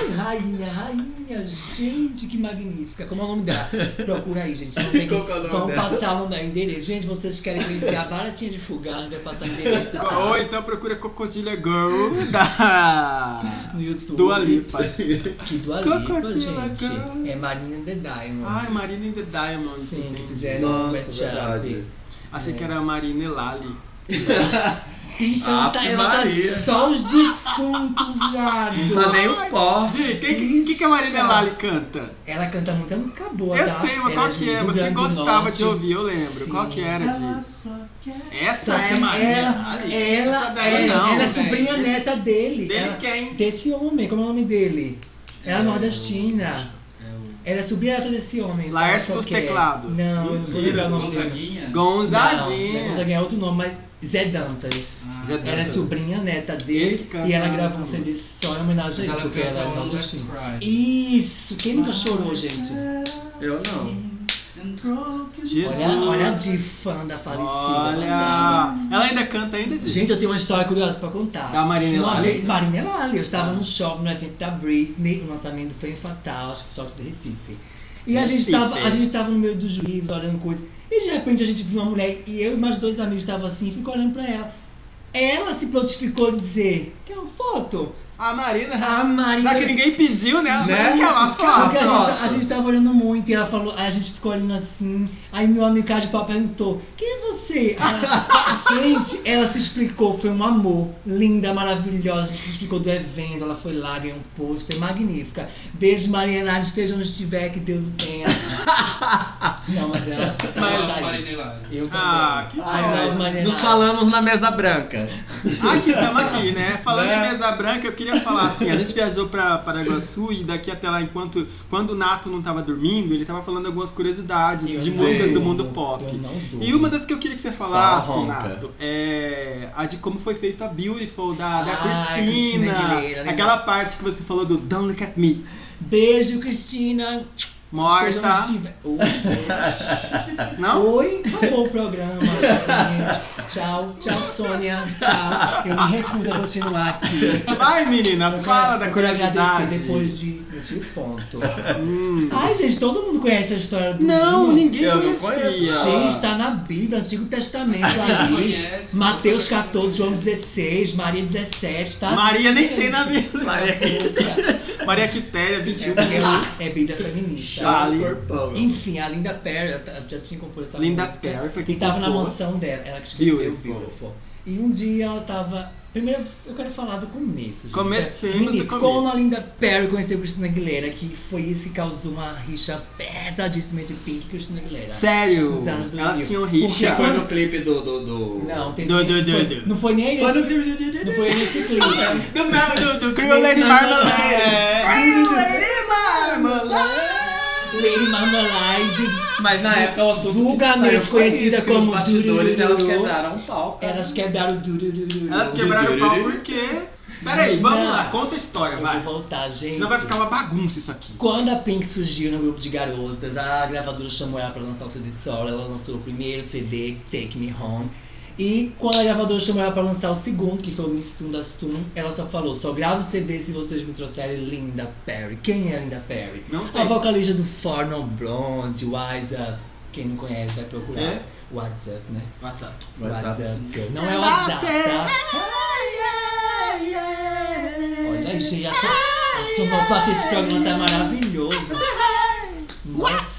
Ai, Rainha, rainha, gente, que magnífica. Como é o nome
(laughs)
dela? Procura aí, gente. Não tem que...
Qual que é o nome
Vamos
dela?
passar o nome, o endereço. Gente, vocês querem conhecer a baratinha de fugar, a gente vai passar o endereço
Ou então procura Cocodilha Girl (laughs) da
no YouTube.
Dua Lipa.
Que Dua Lipa,
Crocodila, girl.
gente. É Marina and the Diamond.
(laughs) Ai, Marina in the Diamond.
Sim, que
entendi.
fizeram um
Nossa,
matchup.
verdade.
Achei que era a Marina Elali.
Ixi,
Ah,
ela tá,
Ave
ela tá
Maria.
só os defuntos, viado.
Não tá nem o pó.
Di, o que, que, que a Marina Elali canta?
Ela canta muita música boa,
Eu
tá?
sei, mas
Ela
qual que
de
é?
Rio
Você
Grande do
gostava
Norte.
de ouvir, eu lembro.
Sim.
Qual que era, Di? Essa
Só
é
que
Marina
ela,
Elali? Essa
ela,
daí
é,
não,
ela é
velho.
sobrinha
Esse-
neta dele.
Dele
Ela-
quem?
desse homem, como é o nome dele? Ela é
É,
nordestina. Ela é sobrinha neta desse homem. sabe
Laércio
só
dos
que é?
Teclados.
Não, eu não vou lembrar o nome dele.
Gonzaguinha?
Não, não é
Gonzaguinha.
Gonzaguinha é outro nome, mas Zé Dantas.
Ah,
Já
Ela é
canta.
sobrinha neta
Ele
dele
que canta
e ela
essa
gravou um CD só em homenagem a
Mas
isso,
ela
porque
canta
ela é
One Last
nordestina.
Cry.
Isso! Quem nunca chorou, gente?
é
Eu não.
Jesus.
Olha, olha de fã da falecida. é.
Olha. Ela ainda canta ainda, Di?
Gente, eu tenho uma história curiosa pra contar.
Da Marina
Uma
Elali? Ah.
vez, Marina Elali, eu estava no shopping no evento da Britney, o lançamento foi em Fatal, acho que shopping de Recife. E a gente,
Recife.
estava, a gente tava no meio dos livros, olhando coisas, e de repente a gente viu uma mulher, e eu e mais dois amigos estavam assim, e ficou olhando pra ela. Ela se prontificou a dizer, quer uma foto?
A Marina.
A Marina...
Só que ninguém pediu, né?
Né?
Mas Aquela
Porque a gente,
foto.
ta- a gente tava olhando muito e ela falou, aí a gente ficou olhando assim, aí meu amigo cara de pau perguntou, quem é você? Ela,
(laughs)
gente, ela se explicou, foi um amor, linda, maravilhosa, se explicou do evento, ela foi lá, ganhou um pôster, magnífica. Beijo, Maria Nara, esteja onde estiver, que Deus o tenha.
(laughs)
Não, mas ela... tá
Mas
aí,
Marina Elali.
Eu também.
Ah, que
Ai,
bom.
vai, Maria
Nos
Nara.
falamos na mesa branca.
Aqui, estamos aqui, né? Falando
Né?
em mesa branca, eu queria falar assim, a gente viajou pra Paraguaçu e daqui até lá, enquanto quando o Nato não tava dormindo, ele tava falando algumas curiosidades
Eu
de
não
músicas do
durmo,
mundo pop.
eu não durmo.
E uma das que eu queria que você
Só
falasse,
ronca.
Nato, é a de como foi feito a Beautiful da, da
Ah,
Cristina.
Christina Aguilera, legal.
aquela parte que você falou do Don't Look at Me.
Beijo, Cristina.
Morta.
um
Não?
Oi, acabou o programa. gente. Tchau, tchau, Sônia. Tchau. Eu me recuso a continuar aqui.
Vai, menina,
Eu
fala
quero-
da
eu quero agradecer
curiosidade.
depois de, de ponto.
Hum.
Ai, gente, todo mundo conhece a história do
Não,
Lima.
ninguém
Eu não
conhecia.
conheço.
Gente, tá na Bíblia, Antigo Testamento ali.
Conhece.
Mateus 14, João 16, Maria 17, tá?
Maria nem tem na Bíblia.
Maria
Maria Quitéria, 21.
(laughs) É, é Bíblia feminista.
Tipo, Chá. Ali.
corpão.
Enfim, a Linda Perry, ela tá, já tinha composto essa
Linda
música.
Perry foi
Que
quem
tava na
compôs.
mansão dela, ela que escreveu
Beautiful.
Beautiful. Beautiful. E um dia ela tava. Primeiro eu quero falar do começo. Gente. né?
Comecemos do
Início,
começo.
Como a Linda Perry conheceu Cristina Aguilera, que foi isso que causou uma rixa pesadíssima entre Pink e Cristina Aguilera.
Sério?
Nos anos 2000.
Elas tinham
Que
rixa.
foi no clipe do. do, do...
Não, teve,
Do- do- do-
foi-
do.
não foi nem esse.
Foi no clipe do.
Não foi nesse clipe.
Do, Mel- do, do Creole Lady Marmalade.
É.
Creole Lady Marmalade.
Lady Marmalade,
Mas na época o assunto que
Vulgarmente
saiu foi isso,
conhecida
que nos
como
bastidores elas
Dururu.
quebraram o pau, cara.
elas quebraram o durururu.
Elas quebraram o pau por quê? Peraí, vamos
Não.
lá, conta a história,
Eu
vai.
vou voltar, gente.
Senão vai ficar uma bagunça isso aqui.
Quando a Pink surgiu no grupo de garotas, a gravadora chamou ela pra lançar o CD solo. Ela lançou o primeiro CD, Take Me Home. E quando a gravadora chamou ela pra lançar o segundo, que foi o Miss Tum das Tum, ela só falou: só gravo o CD se vocês me trouxerem Linda Perry. Quem é Linda Perry?
Não sei.
A vocalista do Forno Blonde, Wise Up. Quem não conhece vai procurar.
É?
What's Up, né?
WhatsApp.
What's
What's
Up.
Up Girl. Não é WhatsApp, tá? Olha aí, gente, a, so a sonoplastia desse programa tá maravilhoso. Nossa.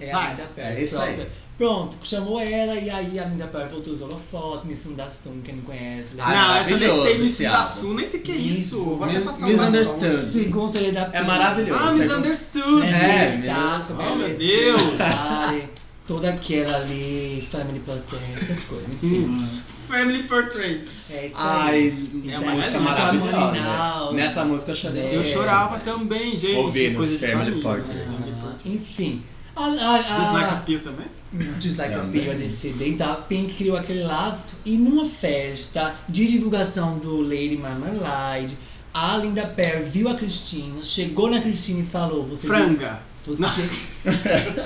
É a
Vai,
Linda Perry.
é isso
própria.
aí.
Pronto, chamou ela e aí a Linda Perry voltou os holofotes, Miss Mundastum, quem não conhece.
Ah,
não, essa nem sei
maravilhoso
Miss
esse álbum.
Dasu, nem sei o que é isso.
Miss-
Vai
Miss-
passar
Misunderstood.
mal.
Segundo ele da Pink.
É maravilhoso.
Ah, Misunderstood.
É.
Misunderstood,
Oh, meu
tá, Beleza,
Deus.
Party, Toda aquela ali, Family Plantain, essas coisas, enfim.
Hum. Family Portrait.
É isso
Ai,
aí.
é
Isso
uma
aí,
música
Marca
maravilhosa.
Marinal.
Nessa música eu chorei.
É.
Eu chorava também, gente.
Ouvindo
coisa de
Family
família,
Portrait.
né? Family
Ah,
Portrait. Ah.
Enfim. A, a,
Just Like a
a,
Pill também?
Just Like a
Também.
Pill desse CD. Então a Pink criou aquele laço e numa festa de divulgação do Lady Marmalade, a Linda Perry viu a Cristina, chegou na Cristina e falou: Você,
Franga.
você (laughs)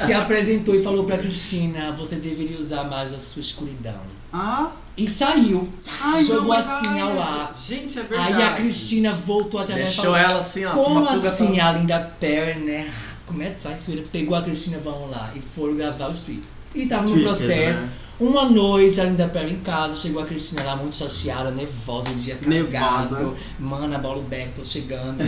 se apresentou e falou pra Cristina: Você deveria usar mais a sua escuridão.
Ah,
E saiu.
ai,
Jogou
não, mas
assim
ai,
ao ar.
Gente, é verdade.
Aí a Cristina voltou atrás dela e
Deixou
falou:
ela assim, ó, com
Como
uma pulga
assim
atrás.
a Linda Perry, né? Como é que faz isso? Ele Pegou a Cristina, vamos lá. E foram gravar o strip. E tava no
Striptease,
processo.
né?
Uma noite, a Linda Perry em casa, chegou a Cristina lá muito chateada, nervosa, o dia
Nevada.
cagado. Mana, Paulo Beck, tô chegando.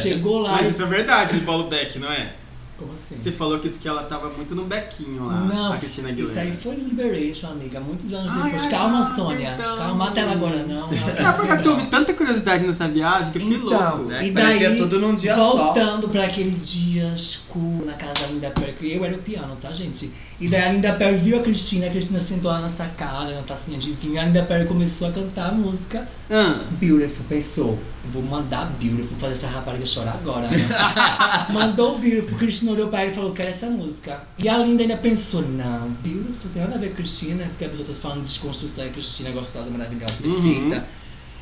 Chegou lá
Mas
e...
isso é verdade, de Paulo Beck, não é?
Como assim?
Você falou que, disse que ela tava muito no bequinho lá,
Não,
a Cristina Aguilera.
isso aí foi Liberation, amiga. Muitos anos
Ai,
depois.
ai,
Calma,
ai,
Sônia.
perdão.
Calma, até ela agora não.
É por causa que eu ouvi tanta curiosidade nessa viagem que eu fiquei
Então,
louco.
Né?
E
Que Parecia
daí,
tudo num dia só.
Voltando pra aquele dia escuro na casa da Linda Perry, que eu era o piano, tá, gente? E daí a Linda Perry viu a Cristina, a Cristina sentou lá na sacada, na tacinha de vinho, a Linda Perry começou a cantar a música.
Ah,
Beautiful pensou, eu vou mandar Beautiful fazer essa rapariga chorar agora.
(laughs)
né? Mandou o Beautiful, Cristina olhou pra ele e falou, quero essa música. E a Linda ainda pensou, não, Beautiful, tem nada a ver com Cristina, porque a pessoa tá falando de desconstrução e a Cristina é gostosa, maravilhosa,
Uhum.
perfeita.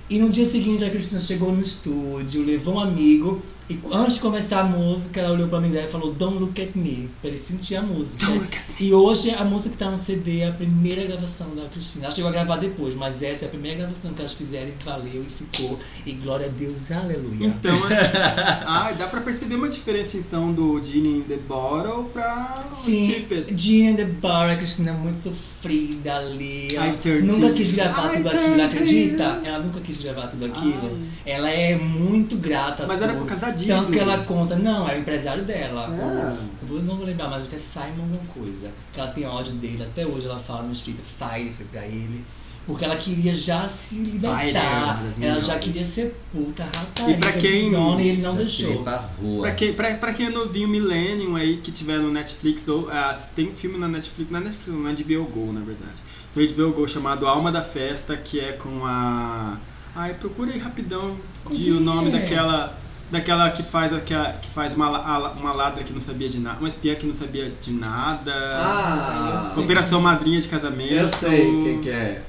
E no dia seguinte a Cristina chegou no estúdio, levou um amigo, e antes de começar a música, ela olhou pra amigo dela e falou, Don't look at me, pra ele sentir a música.
Don't look at
E hoje a música que tá no CD é a primeira gravação da Cristina. Ela chegou a gravar depois, mas essa é a primeira gravação que elas fizeram e valeu e ficou. E glória a Deus, aleluia.
então, é... Ai, dá pra perceber uma diferença então do Genie in the Bottle pra
Sim,
Stripped.
Gina and the Bar, a Cristina é muito sofrida ali. Ela
I turned
nunca
you.
quis gravar
I
tudo aquilo,
turned
acredita?
you.
Ela nunca quis gravar tudo aquilo. Ela é muito grata a
Mas era
tudo.
por causa da Disney.
Tanto que ela conta, não, era o empresário dela.
Ah.
Eu vou- não vou lembrar mais, acho que é Simon alguma coisa. Que ela tem ódio dele, até hoje ela fala no strip, Fire foi pra ele. Porque ela queria já se
Fire era uma
libertar.
das
ela já
melhores.
queria ser puta,
E
rapariga,
pra quem- tá.
de zona, e ele não
Já tirei
deixou.
pra rua.
Pra quem, pra, pra quem é novinho, Millennium aí, que tiver no Netflix, ou ah, se tem um filme na Netflix, na Netflix, não é de Go, na verdade. Tem de Go chamado Alma da Festa, que é com a. Ai, procura aí rapidão
Com
de,
quem
o nome
é?
daquela. Daquela que faz aquela. que faz uma, la- a- uma ladra que não sabia de nada. Uma espiã que não sabia de nada.
Ah, eu sei.
Operação Madrinha de Casamento.
Né?
Eu sei quem que é.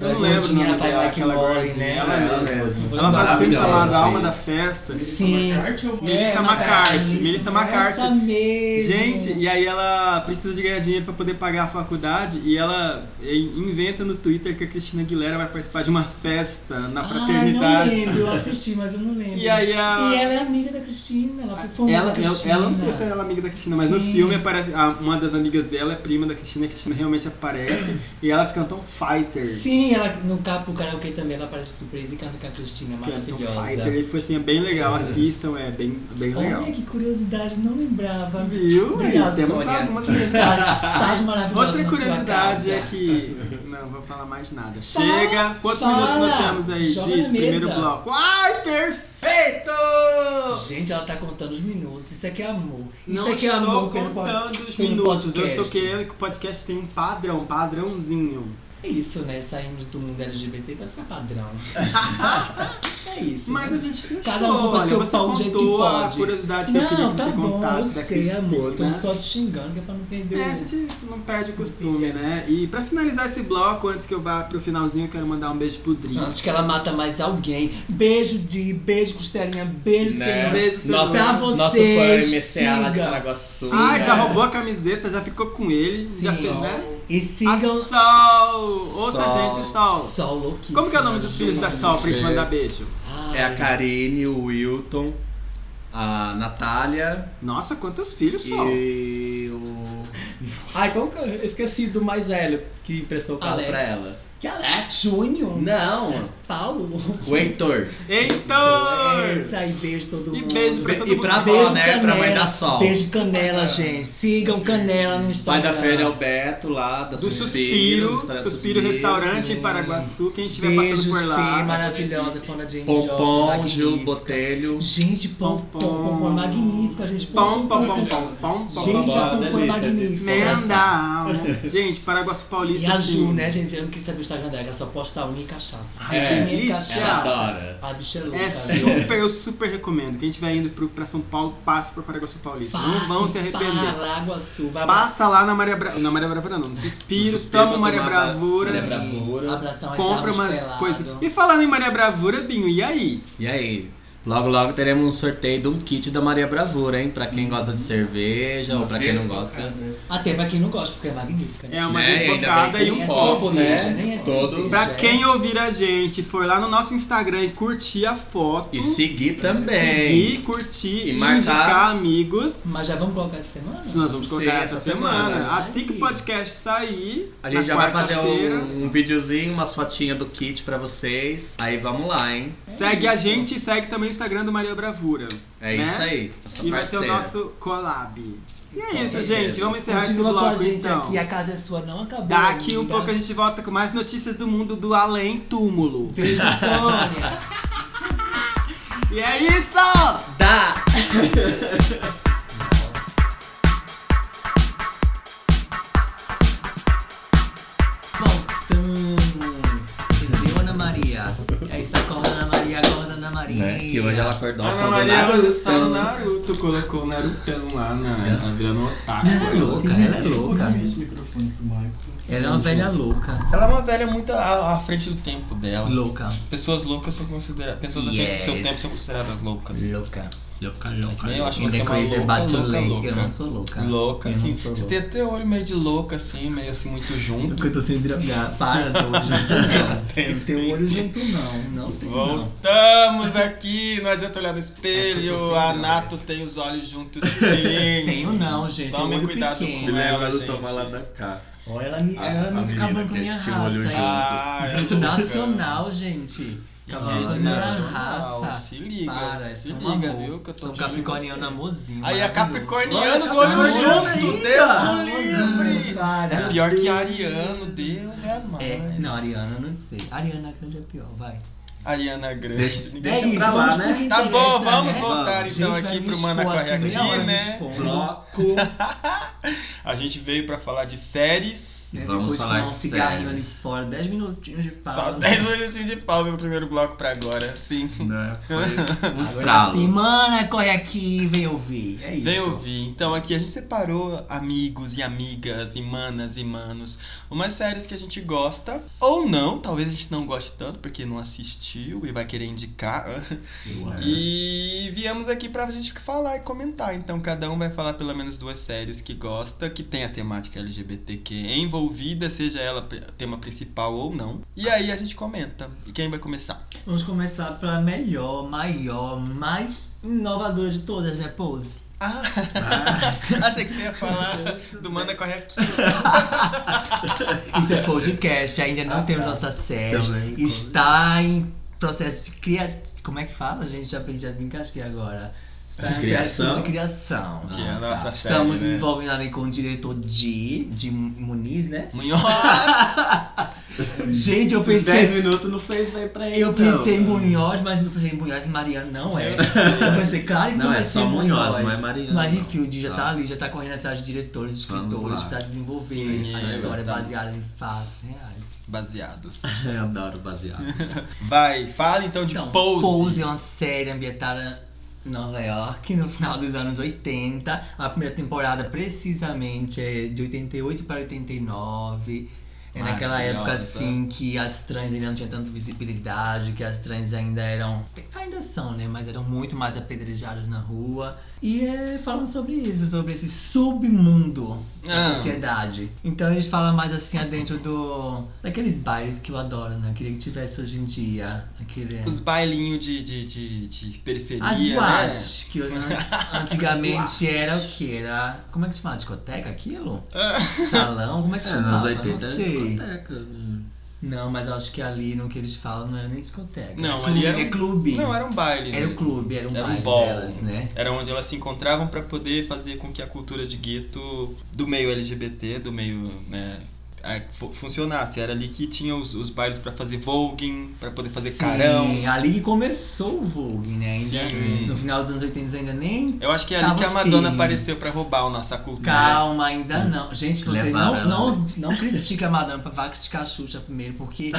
Eu não lembro o
Gordinha,
nome
ela faz
dela,
Mike
aquela
Molly,
gordinha.
né?
Ela
Ela
mesma.
mesma.
Ela faz um filme
Maravilhosa
chamado A Alma da
atriz.
Festa. assim.
Sim.
Arte ou
Melissa
É,
McCarthy, Melissa McCarthy.
Essa mesmo.
Gente, e aí ela precisa de ganhar dinheiro pra poder pagar a faculdade e ela in- inventa no Twitter que a Cristina Aguilera vai participar de uma festa na
Ah, não
fraternidade.
lembro, eu assisti, mas eu não lembro.
e aí
E
a
ela é amiga da Cristina, ela foi amiga
ela, ela,
da Cristina.
ela- não sei se ela é amiga da Cristina, mas no
Sim.
filme aparece a- uma das amigas dela é prima da Cristina, e a Cristina
(coughs)
realmente aparece e elas cantam Fighter.
Sim, ela no capo karaokê também, ela aparece surpresa e canta com a Cristina,
Cantam
maravilhosa.
um Fighter, e foi assim, é bem legal, assistam, é bem, bem legal.
Olha que curiosidade, não lembrava.
Viu?
Obrigado,
Temos
Sônia.
algumas
Estás maravilhosa
Outra
na sua
curiosidade
casa.
é que. Não vou falar mais nada. Chega! Quantos
fala.
minutos nós temos aí,
Joga
Dito?
na
Primeiro
mesa.
bloco. Ai, perfeito!
Gente, ela tá contando os minutos. Isso aqui é amor. Isso
Não
aqui é
estou
amor. pelo pod-
contando os
pelo
minutos. Eu
podcast.
estou querendo que o podcast tenha um padrão, um padrãozinho.
É isso, né? Saímos do mundo LGBT pra ficar
(laughs)
padrão. é isso.
Mas
né?
a gente fechou.
Cada um ocupa
Olha,
seu
você
pau do
contou
jeito que
a
pode.
curiosidade que eu queria
Não,
que
tá
você
bom,
contasse da
eu sei,
Cristina. né?
amor. Tô só te xingando que é pra não perder
É, a
o...
gente não perde o costume, né? E pra finalizar esse bloco, antes que eu vá pro finalzinho, eu quero mandar um beijo pro Dri.
Antes que ela mata mais alguém. Beijo, Di. Beijo, Costelinha. Beijo,
Né?
Senhor.
Beijo, Senhor.
nosso,
Pra
nosso
vocês,
fã MCA lá de
siga.
Paraguaçu.
Ah,
né?
já roubou a camiseta, já ficou com ele, já
Sim.
fez, né?
E
A
sigam...
Sol! Ouça a gente, Sol!
Sol louquíssimo.
Como que é o nome dos filhos da Sol pra gente
Sim.
mandar beijo?
É a Karine, o Wilton, a Natália
Nossa, quantos filhos, Sol!
e o. (laughs) Ai, como que eu eu esqueci do mais velho que emprestou o carro
Alex.
pra ela?
Que Alex. Júnior.
Né?
Não,
Paulo.
o Heitor.
Heitor!
Essa, e beijo todo
E
mundo.
beijo pra
Be-
todo
e
mundo.
pra
Beijo,
avó, né? Pra mãe da Sol.
Beijo Canela, gente. Sigam Canela no
Pai
Instagram.
da Feira Alberto lá, da
Do
Suspiro.
Suspiro,
História
Suspiro, Restaurante em Paraguaçu, quem estiver
Beijos,
passando por
Fê,
lá.
maravilhosa, fã da Jane
Pompom,
Jones,
Gil,
magnífica.
Botelho.
Gente, Pompom,
Pompom.
Pompom é magnífica, gente.
Pom, pom, pom, pom, pom, pom,
Gente,
Pompom é
a
uma
pom.
Pompom é magnífica.
delícia,
Menda! Gente, Paraguaçu Paulista.
E a
sim.
Ju, né, gente? Eu não quis saber o Instagram dela, ela só posta unha e cachaça.
Ai,
É,
unha e
delícia.
Ela
cachaça.
adora.
A bicha é louca.
É super, eu super recomendo. Quem estiver indo pro, pra São Paulo, passe pro Paraguaçu Paulista. Não vão se arrepender.
Paraguaçu, vai
Passa lá na Maria Bravura. Na Maria Bravura não, no Suspiro,
No Suspiro,
toma Maria
toma uma
Bravura,
Maria Bravura.
Abração às
compra
árvores
umas
um pelado.
coisas. E falando em Maria Bravura, Binho, e aí?
E aí? Logo, logo teremos um sorteio de um kit da Maria Bravura, hein? Pra quem gosta de cerveja ou pra quem não gosta.
Até pra quem não gosta, porque é magnífica. né?
É uma
Né? E ainda
desbocada
bem
e
que
um
Nem é
copo.
cerveja,
né?
nem é
Todo-
cerveja,
Pra
é.
quem ouvir a gente, for lá no nosso Instagram e curtir a foto,
E seguir também.
seguir, curtir
E
e
marcar.
indicar amigos.
Mas já vamos colocar essa semana?
Isso nós vamos
Sim,
colocar essa
essa
semana.
semana. né?
Assim que o podcast sair,
A gente
na
já vai fazer
quarta-feira,
um, um videozinho, umas fotinhas do kit pra vocês. Aí vamos lá, hein?
Segue a
isso.
gente e segue também o Instagram do Maria Bravura.
É
Né?
isso aí. Nossa
E vai ser o
parceira.
nosso collab. E é isso,
Com
gente.
certeza.
Vamos encerrar esse
Continua com a
bloco
gente
então.
aqui, a casa é sua, não acabou.
Daqui um
ainda.
pouco a gente volta com mais notícias do mundo do além túmulo.
Beijo, Sônia.
E é isso!
Dá!
Voltamos. Entendeu, Ana Maria? É isso, acorda Ana Maria, acorda Ana Maria.
Né? Que hoje ela acordou
Ana
só do
Maria
nada.
tá
Naruto, Naruto colocou o Narutão lá na. Tá virando um otaku.
Ela é louca, ela é louca.
esse microfone pro Michael.
Ela é uma velha louca.
Ela é uma velha muito à, à frente do tempo dela.
Louca.
Pessoas loucas são consideradas. Pessoas à frente do seu
Yes.
tempo são consideradas loucas.
Louca. Louca, louca.
Eu acho
Ainda
você é uma
coisa
louca,
bate
louca,
leite,
louca.
Eu não sou louca.
Louca,
Eu
assim.
não sou
Você
louca.
tem até olho meio de louca, assim, meio assim, muito junto.
Porque eu tô sem drogar. Para,
(laughs)
tô olho junto não. Não tem olho junto não. Não tem não.
Voltamos aqui, não adianta olhar no
É porque eu
espelho.
sei
a
que não,
Nato tem os olhos juntos sim.
Tenho não, gente.
Tome
Tem olho
cuidado com
pequeno.
ele. Lembra do
tomar lá
Tomalada
da cá.
Olha, ela me,
A-
ela
a
me
menina
acabou com a
que
minha
tinha o
raça.
olho
hein?
um Ah, é
Rede
louca.
nacional, gente.
Rede
Olha,
nacional.
raça.
Se liga.
Para,
se
são um
liga,
amor.
viu? Que eu tô
são
de olho em
capricorniano
você.
amorzinho.
Aí, a
maravilhoso.
capricorniano do
Olha,
olho
capricorniano
junto,
ainda.
Deus o livre.
Para.
É pior que Ariano, Deus é mais.
É, não, Ariana, eu não sei. Ariana Grande é pior, vai.
Ariana Grande, ninguém
É
chama
isso,
pra lá,
vamos
né?
pro que
Tá
interessa,
bom, vamos
né?
voltar então
Gente, vai
aqui
me
pro Mana
expor
Corre
assim,
aqui,
meia hora me
né?
expondo.
Bloco.
A gente veio pra falar de séries
né?
Vamos
Depois de
falar
fumar um
de
cigarrinho ali
séries.
fora, 10 minutinhos de pausa.
Só 10 minutinhos de pausa no primeiro bloco pra agora, sim.
Né? Foi um
Agora,
estralo.
semana, corre aqui, vem ouvir. É isso.
Vem ouvir. Então aqui a gente separou amigos e amigas, e manas e manos, umas séries que a gente gosta ou não, talvez a gente não goste tanto porque não assistiu e vai querer indicar. E viemos aqui pra gente falar e comentar. Então cada um vai falar pelo menos duas séries que gosta, que tem a temática LGBTQ envolvida, seja ela pe- tema principal ou não. E aí a gente comenta. E quem vai começar? (laughs)
Vamos começar pela melhor, maior, mais inovadora de todas, né, Pose?
Ah, achei que você ia falar do Manda Corre Aqui.
Isso é podcast, ainda não
Ah,
temos
tá.
nossa série.
Também.
Está em processo de criação. Como é que fala, gente? Já perdi, já me encasquei agora. Está
De
em
criação?
processo de criação.
Que é a
Ah,
nossa
tá.
série,
Estamos
né?
desenvolvendo ali com o diretor de, de Muniz,
(laughs)
né?
Munhoz!
Gente, eu
Esses 10
pensei.
minutos não fez bem
Então.
pra então. ele.
Eu pensei em
não.
Munhoz, mas eu pensei em Munhoz e Mariana não é.
Eu sei.
Eu pensei, claro que não,
Não,
vai
é
ser
só Munhoz, não é Mariana.
Mas
não.
enfim, o Di já tá
Tá.
ali, já tá correndo atrás de diretores,
Vamos
escritores
lá. é,
pra desenvolver
Sim,
a
sim,
história
tá.
baseada em fatos reais.
Baseados.
É, Eu
(laughs)
adoro baseado. É,
Vai, fala então de
Então,
Pose.
é uma série ambientada em Nova York no final dos anos 80. A primeira temporada, precisamente, é de 88 para 89. É naquela época
Maravilhosa.
assim que as trans ainda não tinham tanta visibilidade, que as trans ainda eram. Ainda são, né? Mas eram muito mais apedrejadas na rua. E é falando sobre isso, sobre esse submundo da
Ah.
sociedade. Então eles falam mais assim adentro do. Daqueles bailes que eu adoro, né? Eu queria que tivesse hoje em dia. Aquele.
Os bailinhos de, de, de, de periferia,
As
né?
boates, que eu- antigamente era o que? Era. Como é que se chama? Discoteca aquilo?
Ah.
Salão? Como é que
É,
chamava?
nos 80
não sei.
era discoteca. né?
Não, mas acho que ali no que eles falam não era nem discoteca.
Não,
é clube, É
ali era um-
clube.
Não, era um baile.
Era um
mesmo.
clube, era um
Era um
baile
ball.
delas, né?
Era onde elas se encontravam pra poder fazer com que a cultura de gueto do meio LGBT, do meio, né, a- fu- funcionasse. Era ali que tinha os, os bailes pra fazer voguing, pra poder fazer
Sim,
carão.
ali que começou o Vogue, né? Ainda
Sim.
no final dos anos 80 ainda nem
Eu acho que é ali
Tava
que a Madonna
feio.
apareceu pra roubar a nossa cultura.
Calma, ainda não. Gente, você
Né? Levaram
não,
ela, né?
não, não critica a Madonna, vai criticar a Xuxa primeiro,
(laughs)
porque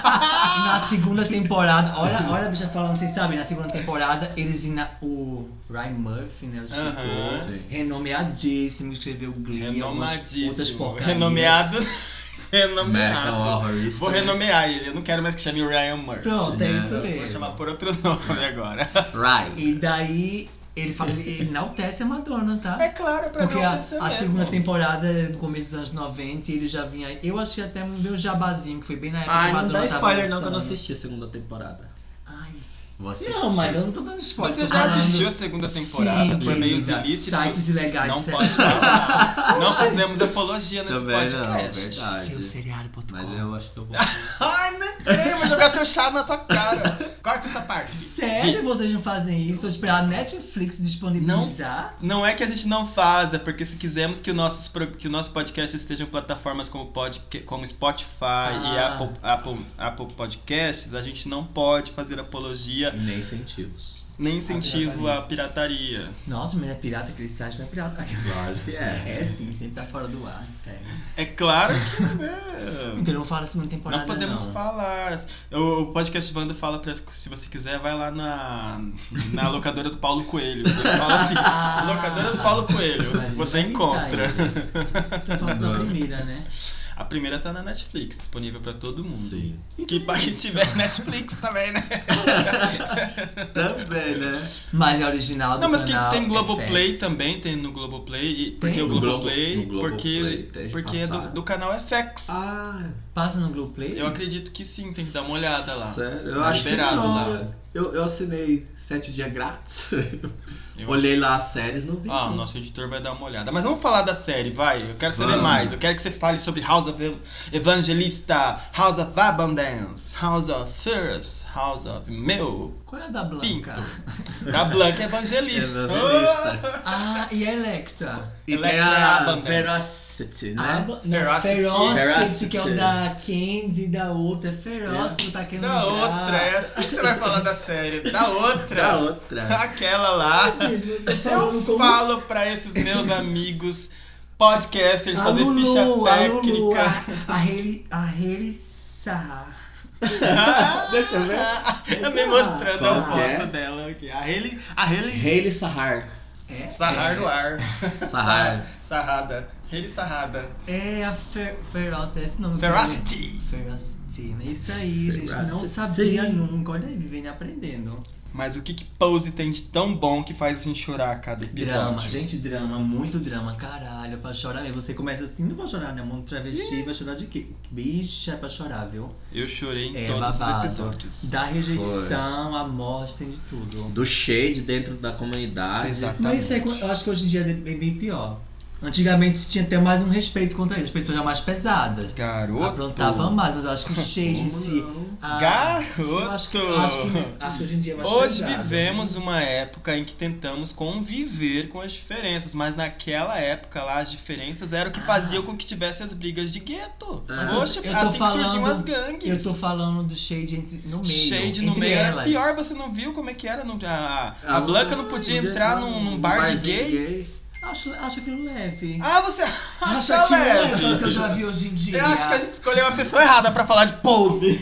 na segunda temporada, olha, olha a bicha falando, vocês sabem, na segunda temporada eles ina o Ryan Murphy, né, o escritor,
Aham.
Sim.
renomeadíssimo, escreveu Glee, algumas outras
Renomadíssimo.
porcarias.
Renomeado. (laughs)
American
Renomeado.
Horror Story.
Vou renomear ele, eu não quero mais que chame Ryan Murphy.
Pronto, é
Né?
isso
Vou
mesmo. Ah.
chamar por outro (laughs) nome agora.
Right.
E daí ele fala, ele enaltece a Madonna, tá?
É claro, é pra
Porque
não
a,
acontecer
a
mesmo.
segunda temporada, no começo dos anos 90, ele já vinha. Eu achei até um meu jabazinho, que foi bem na época que
Ai,
a
não
Madonna
dá
tava
spoiler não, que eu não
lançando.
assisti a segunda temporada.
Ai.
Vou assistir.
Não, mas eu não tô dando spoiler.
Você
tô
já
falando-
assistiu a segunda temporada?
Sim,
Foi meio
querida.
ilícito.
Sites ilegais. é.
Não
se-
pode falar. Não fazemos apologia nesse
Também não,
podcast.
verdade.
(laughs) Seu seriado.com.
Mas eu acho que
(laughs)
eu vou.
Ai, não creio, vou jogar seu chá na sua cara. Corta essa parte.
Sério, vocês não fazem isso? Vou esperar a Netflix disponibilizar.
Não é que a gente não faça, porque se quisermos que o, nossos, pro- que o nosso podcast esteja em plataformas como, podca- como Spotify e
Ah.
Apple, Apple, Apple Podcasts, a gente não pode fazer apologia
Nem incentivos.
nem incentivo à pirataria.
Nossa, mas é pirata aquele site, não é pirata.
Lógico que é.
É sim, sempre tá fora do ar, sério.
É claro que né? não.
(laughs)
Então não fala a segunda temporada.
Nós podemos
não.
falar. O o podcast Banda fala pra, se você quiser, vai lá na, na locadora do Paulo Coelho. Ele fala assim:
Ah.
locadora do Paulo Coelho,
Mas
você
tá
vai
encontra.
evitar isso. Então faço na primeira, né?
A primeira tá na Netflix, disponível pra todo mundo.
Sim.
Que pra quem tiver Netflix também, né?
Também, né?
Mas é original do
Não, mas que
canal
tem Globoplay
FX.
também, tem no Globoplay. E por
Tem?
que o
No Globo-
Globoplay?
no Globoplay,
porque
tem de
porque é do,
passar.
do canal FX.
Ah,
Passa no Globoplay?
Eu acredito que sim, tem que dar uma olhada lá.
Sério? Eu
Tá
acho
liberado
que não.
lá.
Eu, eu assinei sete dias grátis.
Eu-
(laughs) Olhei lá as séries, não vi.
Ah, o nosso editor vai dar uma olhada. Mas vamos falar da série, vai. Eu quero saber
Vamos.
mais. Eu quero que você fale sobre House of Evangelista, House of Abundance, House of Thirst, House of Meu,
Qual é a da Blanca?
da Blanca Evangelista.
Evangelista.
Ah, e a Electra?
É e tem
Electra
a
Abundance.
Veracity,
Ah,
né?
bo- não,
Ferocity.
Ferocity,
Ferocity.
que é o da Candy, da outra. É Ferocity, tá querendo
Oh, Da outra, é assim que você vai falar da série. Da outra.
Da
(laughs)
outra.
Aquela lá.
Ah, Gente, eu tô falando
Eu
como...
falo pra esses meus amigos. podcasters,
A
fazer
Lulu,
ficha
a Lulu,
técnica. (laughs)
a, a, Reli, a Relissá.
Deixa eu ver.
Eu Tá me mostrando a
Qual que é?
foto dela aqui. A Haley. A Haley
Haile Sahar.
É,
Sarrar no
(laughs)
ar.
Sahar.
Sarrada. Haley Sarrada.
É, é a Fer, Feroz, é esse nome.
Veracity.
Ferocity, né? Isso aí, gente. Não
Ferocity.
sabia nunca. Olha aí, vivendo e aprendendo.
Mas o que que Pose tem de tão bom que faz a gente chorar a cada episódio?
Drama, gente, drama, muito drama, caralho. Pra chorar mesmo. Você começa assim, não vou chorar, né? Mundo travesti, vai chorar de quê? Bicha, é pra chorar, viu?
Eu chorei em
É
todos
babado.
os episódios.
Da rejeição, a morte, tem de tudo.
Do shade dentro da comunidade.
Exatamente.
Mas isso é, eu acho que hoje em dia é bem, bem pior. Antigamente tinha até mais um respeito contra eles. As pessoas eram mais pesadas.
Garoto.
Aprontavam mais, mas eu
(laughs)
acho que o shade em
Como
si.
não?
a- Eu acho que,
Garoto.
eu acho, que, acho que hoje em dia é mais
Hoje
pesado.
vivemos uma época em que tentamos conviver com as diferenças, mas naquela época lá as diferenças eram o que
Ah.
faziam com que tivesse as brigas de gueto.
Ah.
Poxa,
Eu tô
assim que surgiam
falando-
as gangues.
Eu tô falando do shade entre, no meio.
Shade no
entre
meio era
elas.
pior, você não viu como é que era. Não, a, a
Ah,
Blanca
um
não podia entrar num, num bar de
um barzinho
gay.
Acho, acho aquilo leve.
Ah, você (laughs)
acho
acha
aquilo leve.
leve.
que eu já vi hoje em dia.
Eu acho que a gente escolheu a pessoa errada pra falar de pose.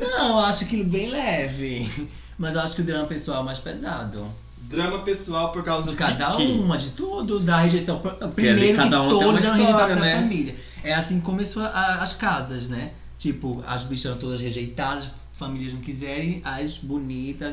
Não, eu acho aquilo bem leve. Mas eu acho que o drama pessoal é mais pesado.
Drama pessoal por causa
De
de
cada um.
quê?
uma, de tudo, da rejeição. Pr-
ali
Primeiro
cada
que
um tem uma
todos eram rejeitados
história,
pela
né?
família. É assim que começou a- as casas, né? Tipo, as bichas eram todas rejeitadas, famílias não quiserem, as bonitas.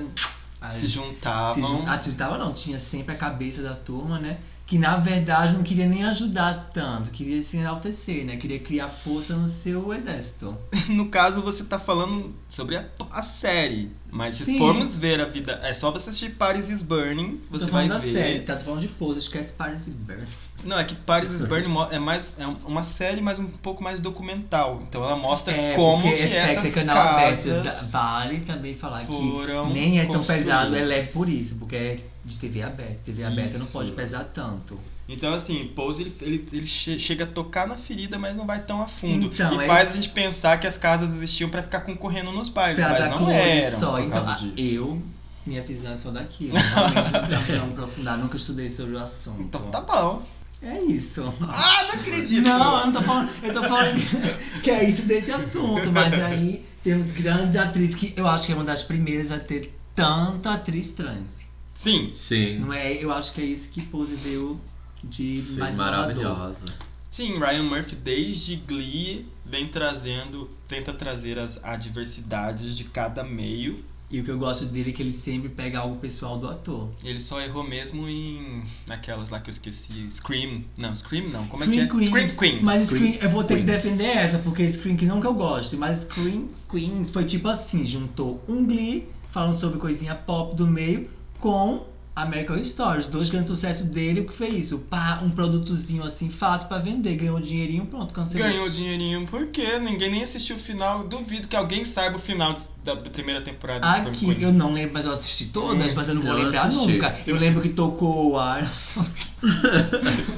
As
Se
se
juntavam.
jun- atitava não, tinha sempre a cabeça da turma, né? Que na verdade não queria nem ajudar tanto, queria se enaltecer, né? Queria criar força no seu exército.
No caso, você tá falando sobre a, a série. Mas se
Sim.
formos ver a vida. É só você assistir Paris is Burning, você
Tô
vai
falando da
ver.
série, tá? Tô falando de pose, esquece Paris e Burn.
Não, é que Paris is Burning mo- é mais é uma série, mas um pouco mais documental. Então ela mostra como que
porque é sexo é
essas
canal aberto.
casas
Da- Vale também falar que
foram.
Nem é tão
construídas.
pesado, é leve por isso, porque é de TV aberta. TV aberta não
Isso.
pode pesar tanto.
Então, assim, Pose ele, ele, ele che- chega a tocar na ferida, mas não vai tão a fundo.
Então,
e
é-
faz a gente pensar que as casas existiam pra ficar concorrendo nos bairros,
Pra
mas
dar
não
close
eram.
só.
por
Então,
causa
ah,
disso.
eu, minha visão é só daquilo. Realmente não tenho visão aprofundada, nunca estudei sobre o assunto.
Então tá bom.
É isso.
Ah, não acredito!
Não, eu não tô falando. Eu tô falando (laughs) que- que é isso desse assunto. Mas aí temos grandes atrizes que eu acho que é uma das primeiras a ter tanta atriz trans.
Sim,
Sim.
Não é? Eu acho que é isso que Pose deu de
Sim,
mais inovador.
maravilhosa.
Sim, Ryan Murphy desde Glee vem trazendo, tenta trazer as a diversidades de cada meio.
E o que eu gosto dele é que ele sempre pega algo pessoal do ator.
Ele só errou mesmo em naquelas lá que eu esqueci, Scream. Não, Scream não. Como é
Scream
que é?
Queens.
Scream Queens.
Mas
Scream
Scream, eu vou ter que
Queens.
defender essa, porque Scream Queens não que eu goste, mas Scream Queens foi tipo assim, juntou um Glee falando sobre coisinha pop do meio com American Story, os dois grandes sucessos dele, o que foi isso? Pá, um produtozinho assim fácil pra vender, ganhou um dinheirinho, pronto, cancelou.
Ganhou né, dinheirinho porque ninguém nem assistiu o final. Duvido que alguém saiba o final de- da, da primeira temporada de Scream
Aqui,
Queens. É,
eu não lembro, mas eu assisti todas, mas eu não vou
eu
lembrar
assisti.
nunca. Eu lembro que tocou o ar (laughs)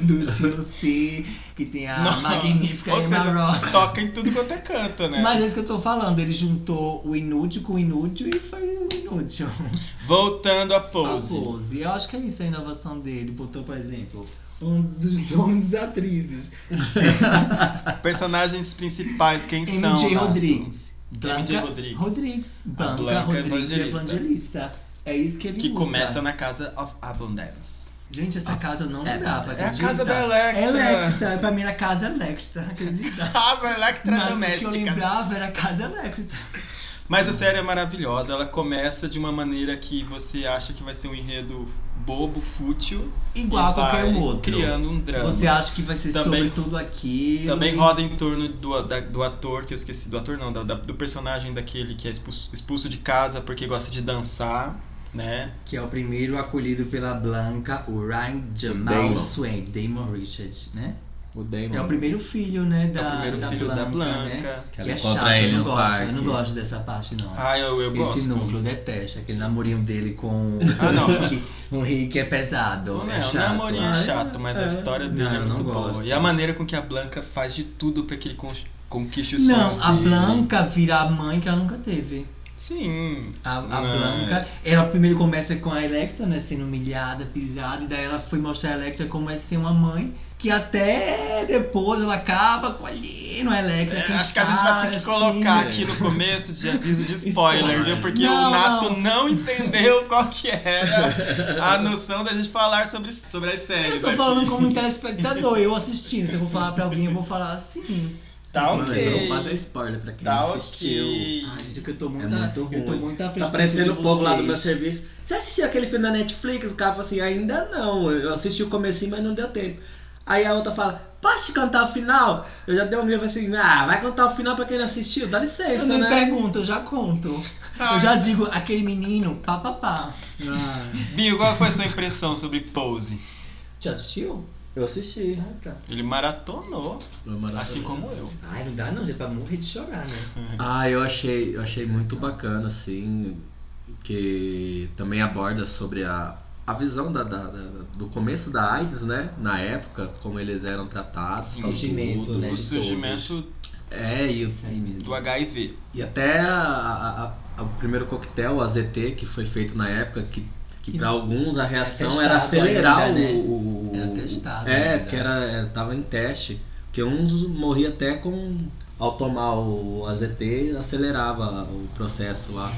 do Tio C, que tem a
Não.
magnífica
Ou
Emma
seja,
Rock.
Toca em tudo quanto é canto, né?
Mas é isso que eu tô falando, ele juntou o inútil com o inútil e foi o inútil.
Voltando à
A
pose.
pose. Eu acho que é isso a inovação dele. Botou, por exemplo, um dos (laughs) nomes das atrizes. Ah,
Personagens principais, quem são?
MJ
Nato?
Rodrigues.
MJ Rodrigues.
Rodrigues. Blanca,
Blanca
Rodrigues
Evangelista.
Evangelista. É isso que ele
Que
usa.
começa na Casa of Abundance.
Gente, essa casa eu não lembrava.
É a
acredita?
casa da Electra. (laughs)
Electra. Pra mim era casa Electra, acredita?
Casa Electra é
Mas O que eu
Doméstica.
lembrava era casa Electra.
Mas a série é maravilhosa. Ela começa de uma maneira que você acha que vai ser um enredo bobo, fútil.
Igual
e
a qualquer
vai
um outro.
Criando um drama.
Você acha que vai ser
Também-
sobre tudo aquilo.
Também roda em torno do, da- do ator, que eu esqueci, do ator não, da- da- do personagem daquele que é expulso, expulso de casa porque gosta de dançar, né?
Que é o primeiro acolhido pela Blanca, o Ryan Jamal
Damon.
Swain, Damon Richards, né?
O Damon.
É o primeiro filho, né? Da,
é o primeiro
da
filho
Blanca,
da
Né?
Blanca.
Que,
Que ela
é
encontra
chato,
ele
eu não
no
gosto,
parque.
eu não gosto dessa parte, não.
Ah, eu, eu gosto.
Esse núcleo detesta, aquele namorinho dele
(laughs)
com o
Ah, não.
Rick. O Rick é pesado,
Não,
é
o
chato.
namorinho é chato, mas a
é.
história dele
Não,
é
eu não
muito boa.
gosto.
E a maneira com que a Blanca faz de tudo pra que ele con- conquiste os
Não,
sonhos
a
dele.
Blanca vira a mãe que ela nunca teve.
Sim.
A, a
Não.
Blanca, ela primeiro começa com a Electra, né, sendo humilhada, pisada, e daí ela foi mostrar a Electra como é ser uma mãe, que até depois ela acaba colhendo a Electra.
É,
quem
Acho que a gente vai ter
sabe,
que colocar
assim.
aqui no começo de aviso de spoiler,
Spoiler.
viu? Porque
Não,
o Nato
não.
não. entendeu qual que era
(laughs)
a noção da gente falar sobre, sobre as
Eu
séries. né?
tô
é
aqui.
falando como um telespectador, eu assistindo, se eu vou falar pra alguém, eu vou falar assim.
Tá
Mano, eu
ok.
vou dar spoiler pra quem
Tá
não assistiu.
ok.
Ai, gente, é que eu tô muito,
É muito
eu tô
ruim.
muito à frente
Tá
do
aparecendo
de
o povo lá do meu
vocês.
serviço. Você assistiu aquele filme da Netflix? O cara fala assim, ainda não. Eu assisti o comecinho, mas não deu tempo. Aí a outra fala, posso te cantar o final? Eu já dei um grito assim, ah, vai cantar o final pra quem não assistiu? Dá
Eu
licença,
nem
né?
pergunto, eu já conto. Eu já digo, aquele menino, pá, pá, pá. Ah,
Binho, qual foi a sua impressão sobre Pose?
Já assistiu?
Eu assisti.
Ah, tá.
Ele maratonou, assim como eu.
Ai, não dá não, gente, pra morrer de chorar, né?
Ah, eu achei, eu achei muito bacana, assim, que também aborda sobre a, a visão da, da- da- do começo da AIDS, né? Na época, como eles eram tratados.
Sim.
tal,
Surgimento,
tudo.
né?
O surgimento
É, e,
Isso aí mesmo.
do HIV.
e até a- a- a- o primeiro coquetel, o AZT, que foi feito na época, que, que
Que
para alguns a reação
é testado
era acelerar
ainda,
o,
né?
o-
Era
o-
testado
É,
ainda.
porque era, é, tava em teste. Porque uns morria até com. Ao tomar o AZT, acelerava o processo lá.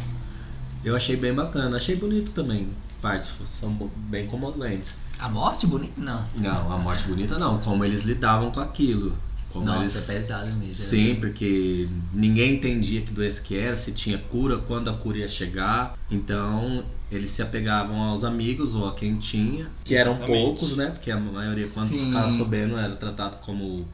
Eu achei bem bacana, achei bonito também. Partes são bo- bem comoventes.
A morte é bonita? Não.
Não, a morte bonita não, como eles lidavam com aquilo. Como
Nossa,
eles...
é pesado mesmo.
Sim, porque ninguém entendia que doença que era, se tinha cura, quando a cura ia chegar. Então, eles se apegavam aos amigos ou a quem tinha, que eram
Exatamente.
poucos, né? Porque a maioria, quando
Sim.
ficava sabendo, era tratado como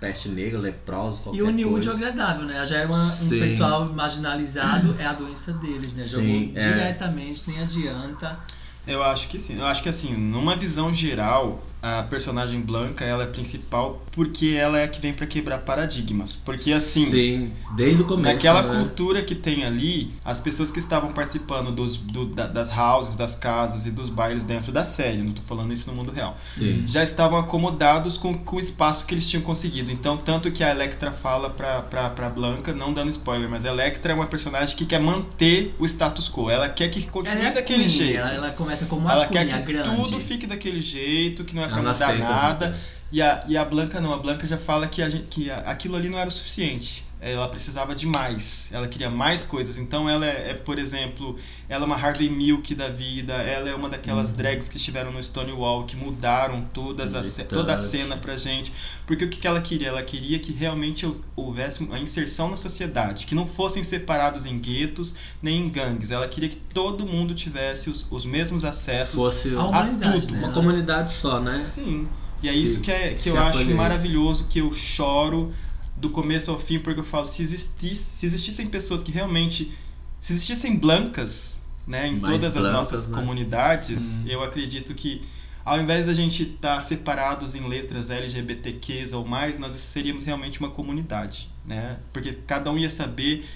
peste negra, leproso, qualquer
E o New
coisa.
é agradável, né? Já era uma- um
Sim.
pessoal marginalizado, é a doença deles, né? Jogou
Sim, é.
diretamente, nem adianta.
Eu acho que sim. Eu acho que assim, numa visão geral, a personagem Blanca, ela é principal porque ela é a que vem pra quebrar paradigmas. Porque assim,
Sim, desde o começo.
naquela
né?
cultura que tem ali, as pessoas que estavam participando dos, do- da- das houses, das casas e dos bailes dentro da série, não tô falando isso no mundo real,
Sim.
já estavam acomodados com, com o espaço que eles tinham conseguido. Então, tanto que a Electra fala pra, pra, pra Blanca, não dando spoiler, mas a Electra é uma personagem que quer manter o status quo. Ela quer que continue
Ela é
daquele
queen,
jeito
Ela, ela começa como uma
ela
cunha
quer que
grande.
tudo fique daquele jeito, que não é pra
Ela não
mudar
aceita.
nada. E a, e a Blanca não, a Blanca já fala que, a gente- que a- aquilo ali não era o suficiente. Ela precisava de mais, ela queria mais coisas. Então ela é, é, por exemplo, ela é uma Harley Milk da vida, ela é uma daquelas drags que estiveram no Stonewall, que mudaram todas as, ce- toda a
Verdade.
cena pra gente. Porque o que, que ela queria? Ela queria que realmente houvesse a inserção na sociedade, que não fossem separados em guetos, nem em gangues. Ela queria que todo mundo tivesse os, os mesmos acessos.
Fosse
A humanidade,
tudo,
né?
uma
Ela-
comunidade só, né?
Sim. E é isso que, é, que,
Se
eu acho
acolhesse.
maravilhoso, que eu choro do começo ao fim, porque eu falo, se, existisse, se existissem pessoas que realmente. Se existissem blancas, né, em
Mais
todas as
blancas,
nossas
né? Uhum.
comunidades,
Sim.
eu acredito que ao invés da gente estar separados em letras LGBTQs ou mais, nós seríamos realmente uma comunidade, né? Porque cada um ia saber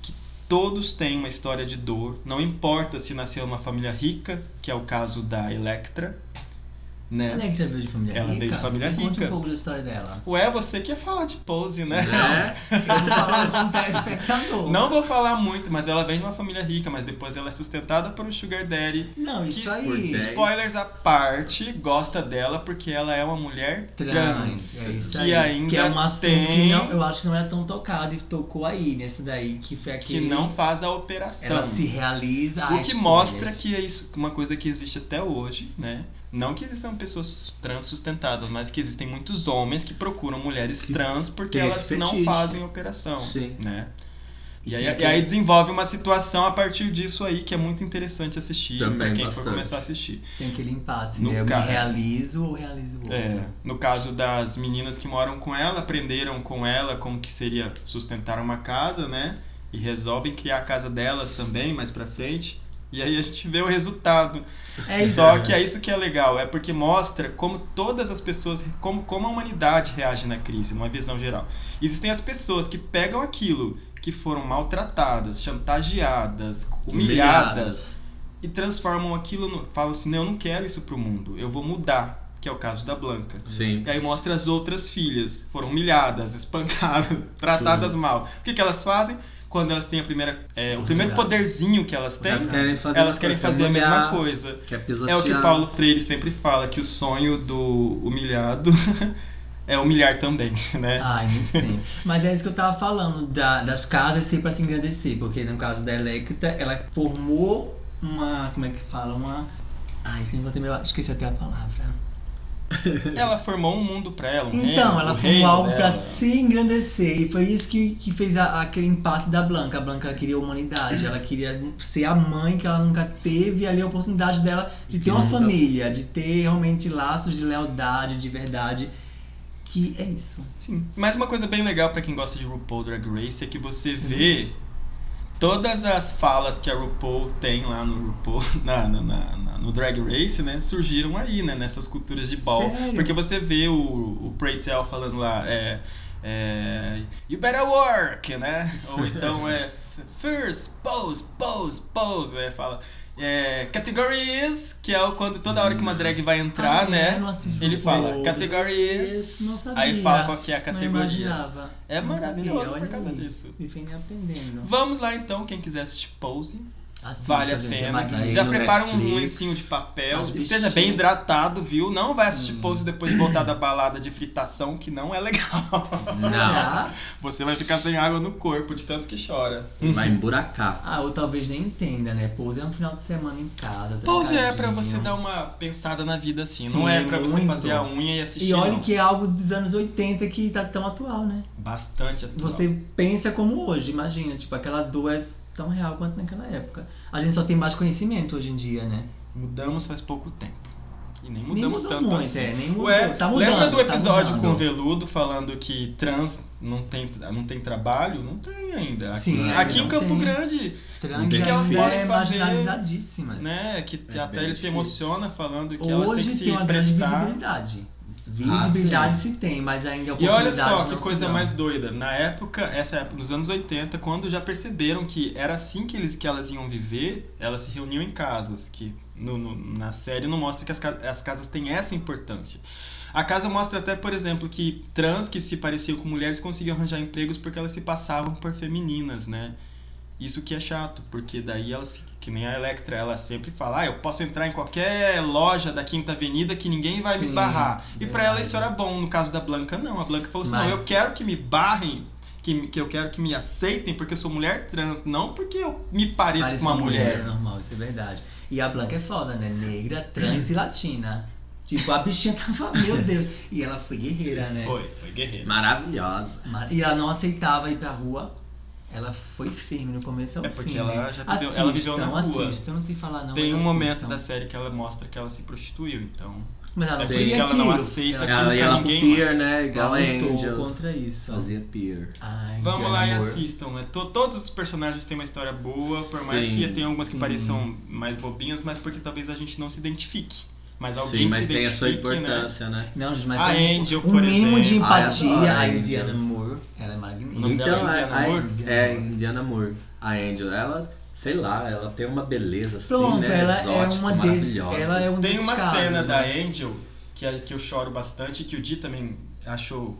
que todos têm uma história de dor, não importa se nasceu numa família rica, que é o caso da Electra, né?
Ela é que já veio de família
Ela
rica?
veio de família
Conte
rica.
um pouco da história dela.
Ué, você quer falar de pose, né?
Né?
Eu vou falar como telespectador.
Não vou falar muito, mas ela vem de uma família rica, mas depois ela é sustentada por um sugar daddy.
Não, É isso
Que
aí.
por É
Spoilers
isso.
à parte, gosta dela porque ela é uma mulher trans.
trans. É isso
que
aí.
ainda
que é um assunto
tem,
que não, eu acho que não é tão tocado e tocou aí nesse daí, que foi
que
aquele.
não faz a operação.
Ela se realiza.
O
as
que mostra
escolhas.
que é isso, uma coisa que existe até hoje, né? Não que existam pessoas trans sustentadas, mas que existem muitos homens que procuram mulheres
Que
trans porque
tem
elas
esse
não
fetiche.
fazem operação,
Sim.
né? E aí,
E aquele-
e aí desenvolve uma situação a partir disso aí que é muito interessante assistir
Também,
pra quem for
bastante.
começar a assistir.
Tem aquele impasse,
No
né? Eu me
ca-
realizo ou realizo o outro.
É, no caso das meninas que moram com ela, aprenderam com ela como que seria sustentar uma casa, né? E resolvem criar a casa delas também mais pra frente. E aí a gente vê o resultado.
É isso.
Só que é isso que é legal, é porque mostra como todas as pessoas, como, como a humanidade reage na crise, numa visão geral. Existem as pessoas que pegam aquilo que foram maltratadas, chantageadas, humilhadas, e transformam aquilo, no, falam assim, não, eu não quero isso pro mundo, eu vou mudar, que é o caso da Blanca.
Sim.
E aí mostra (laughs) as outras filhas, foram humilhadas, espancadas, tratadas mal. O que, que elas fazem? quando elas têm a primeira, é, o
É
primeiro
verdade.
poderzinho que elas têm,
Elas querem fazer,
elas querem fazer a mesma coisa.
Que é,
É o que
pisotear.
Paulo Freire sempre fala, que o sonho do humilhado (laughs) é humilhar também, né?
Ai, não sei. Mas é isso que eu tava falando, da- das casas ser pra se engrandecer, porque no caso da Electra, ela formou uma. Como é que fala? Uma. Ai, gente, vou ter meu. Esqueci até a palavra.
Ela formou um mundo pra ela, um
Então,
reino,
ela
o
formou
reino
algo pra
dela.
se engrandecer. E foi isso que, que fez a- aquele impasse da Blanca. A Blanca queria a humanidade, ela queria ser a mãe que ela nunca teve, e ali a oportunidade dela de ter uma
Nunca-
família, de ter realmente laços de lealdade, de verdade. Que é isso.
Sim. Mas uma coisa bem legal pra quem gosta de RuPaul Drag Race é que você
Uhum.
vê todas as falas que a RuPaul tem lá no RuPaul, (laughs) na, na- na- na- no Drag Race, né? Surgiram aí, né? Nessas culturas de ball.
Sério?
Porque você vê o, o Pray Tell falando lá, é, é, You better work, né? Ou então é First, pose, pose, pose, né? Fala. É, categories, que é o quando toda hora que uma drag vai entrar,
Ah,
né?
eu não assisto
Ele fala
RuPaul.
categorias,
Não sabia.
aí fala qual que é a
Não
categoria.
imaginava.
É
Não
maravilhoso
sabia,
por
olha
causa
aí.
disso.
Vivendo e aprendendo.
Vamos lá então, quem quiser assistir Pose,
Assista,
vale a
gente, é
pena.
bacana.
Já
no
prepara um
Netflix,
lencinho de papel,
faz
esteja
bichinho.
bem hidratado, viu? Não vai assistir
Sim.
Pose depois de voltar da balada de fritação, que não é legal. (laughs)
Não,
Será?
Você vai ficar sem água no corpo de tanto que chora.
vai emburacar.
Ah, ou talvez nem entenda, né? Pose é um final de semana em casa.
Pose é pra
trancadinho.
você dar uma pensada na vida assim,
Sim,
não é pra você
muito.
fazer a unha e assistir.
E olha
não.
que é algo dos anos 80 que tá tão atual, né?
Bastante atual.
Você pensa como hoje, imagina, tipo, aquela dor é tão real quanto naquela época. A gente só tem mais conhecimento hoje em dia, né?
Mudamos faz pouco tempo. E
nem
nem mudamos
mudou
tanto
muito,
assim.
é, nem mudou.
Ué,
tá mudando,
lembra do
tá
episódio com o
mudando.
Veludo falando que trans não tem, não tem trabalho? Não tem ainda. Aqui,
Sim, ainda
aqui em
não
Campo
tem.
Grande,
Trans
O que que
elas
ainda
podem
é
fazer,
marginalizadíssimas.
né? Que
É
até
bem
ele se
difícil.
emociona falando que elas têm que
Hoje
se
tem uma grande
prestar.
visibilidade.
Ah,
Visibilidade se tem, mas ainda é
E olha
oportunidade
só
não
que
se
coisa
dá.
mais doida. Na época, essa época, nos anos 80, quando já perceberam que era assim que, eles, que elas iam viver, elas se reuniam em casas, que no- no- na série não mostra que as, ca- as casas têm essa importância. A casa mostra até, por exemplo, que trans que se pareciam com mulheres conseguiam arranjar empregos porque elas se passavam por femininas, né? Isso que é chato, porque daí elas, que nem a Electra, ela sempre fala, ah, eu posso entrar em qualquer loja da Quinta Avenida que ninguém vai me
Sim,
barrar. E pra ela
verdade.
isso era Tá bom, no caso da Blanca não. A Blanca falou assim,
Mas-
não, eu quero que me barrem, que, que eu quero que me aceitem porque eu sou mulher trans, não porque eu me pareço
Parece
com uma mulher.
É normal, isso é verdade. E a Blanca é foda, né? Negra, trans e latina. Tipo, a bichinha tava,
(laughs)
meu Deus. E ela foi guerreira,
É.
né?
Foi, foi guerreira.
Maravilhosa.
Mas- E ela não aceitava ir pra rua. Ela foi firme no começo ao
É porque
fim.
ela
né?
já viveu- ela viveu na
Assistam,
rua.
assistam, não sei falar não.
Tem
mas então.
um momento
assistam.
da série que ela mostra que ela se prostituiu, então...
Mas ela
é
não
por
queria
isso que ela não
aquilo.
aceita
Ela,
que-
Ela
pra
ia lá pro
ninguém
peer,
mais.
né? Igual a
lutou
Angel.
contra isso.
Fazia peer.
Ai,
Vamos
Angel,
lá e
é amor.
assistam, né? To- Todos os personagens têm uma história boa, por mais
Sim,
que tenha algumas que
sim.
pareçam mais bobinhas, mas porque talvez a gente não se identifique. Mas alguém
Sim,
que
mas
se
tem a sua
identifique, né?
importância, né?
Não, gente, mas
A
tem um-
Angel,
um
por
mínimo de
exemplo.
Ai,
empatia.
eu adoro
a
a
Indiana
Angel.
Moore, ela é
O nome
magnífica.
dela
Então,
é
a,
Indiana
a-
Moore?
é Indiana Moore. A Angel, ela, sei lá, ela tem uma beleza assim,
Pronto,
né?
ela
Exótica,
é uma des...
maravilhosa.
Ela é um
Tem
dos
uma
casos,
cena
né?
da Angel que, é- que eu choro bastante, que o Di também achou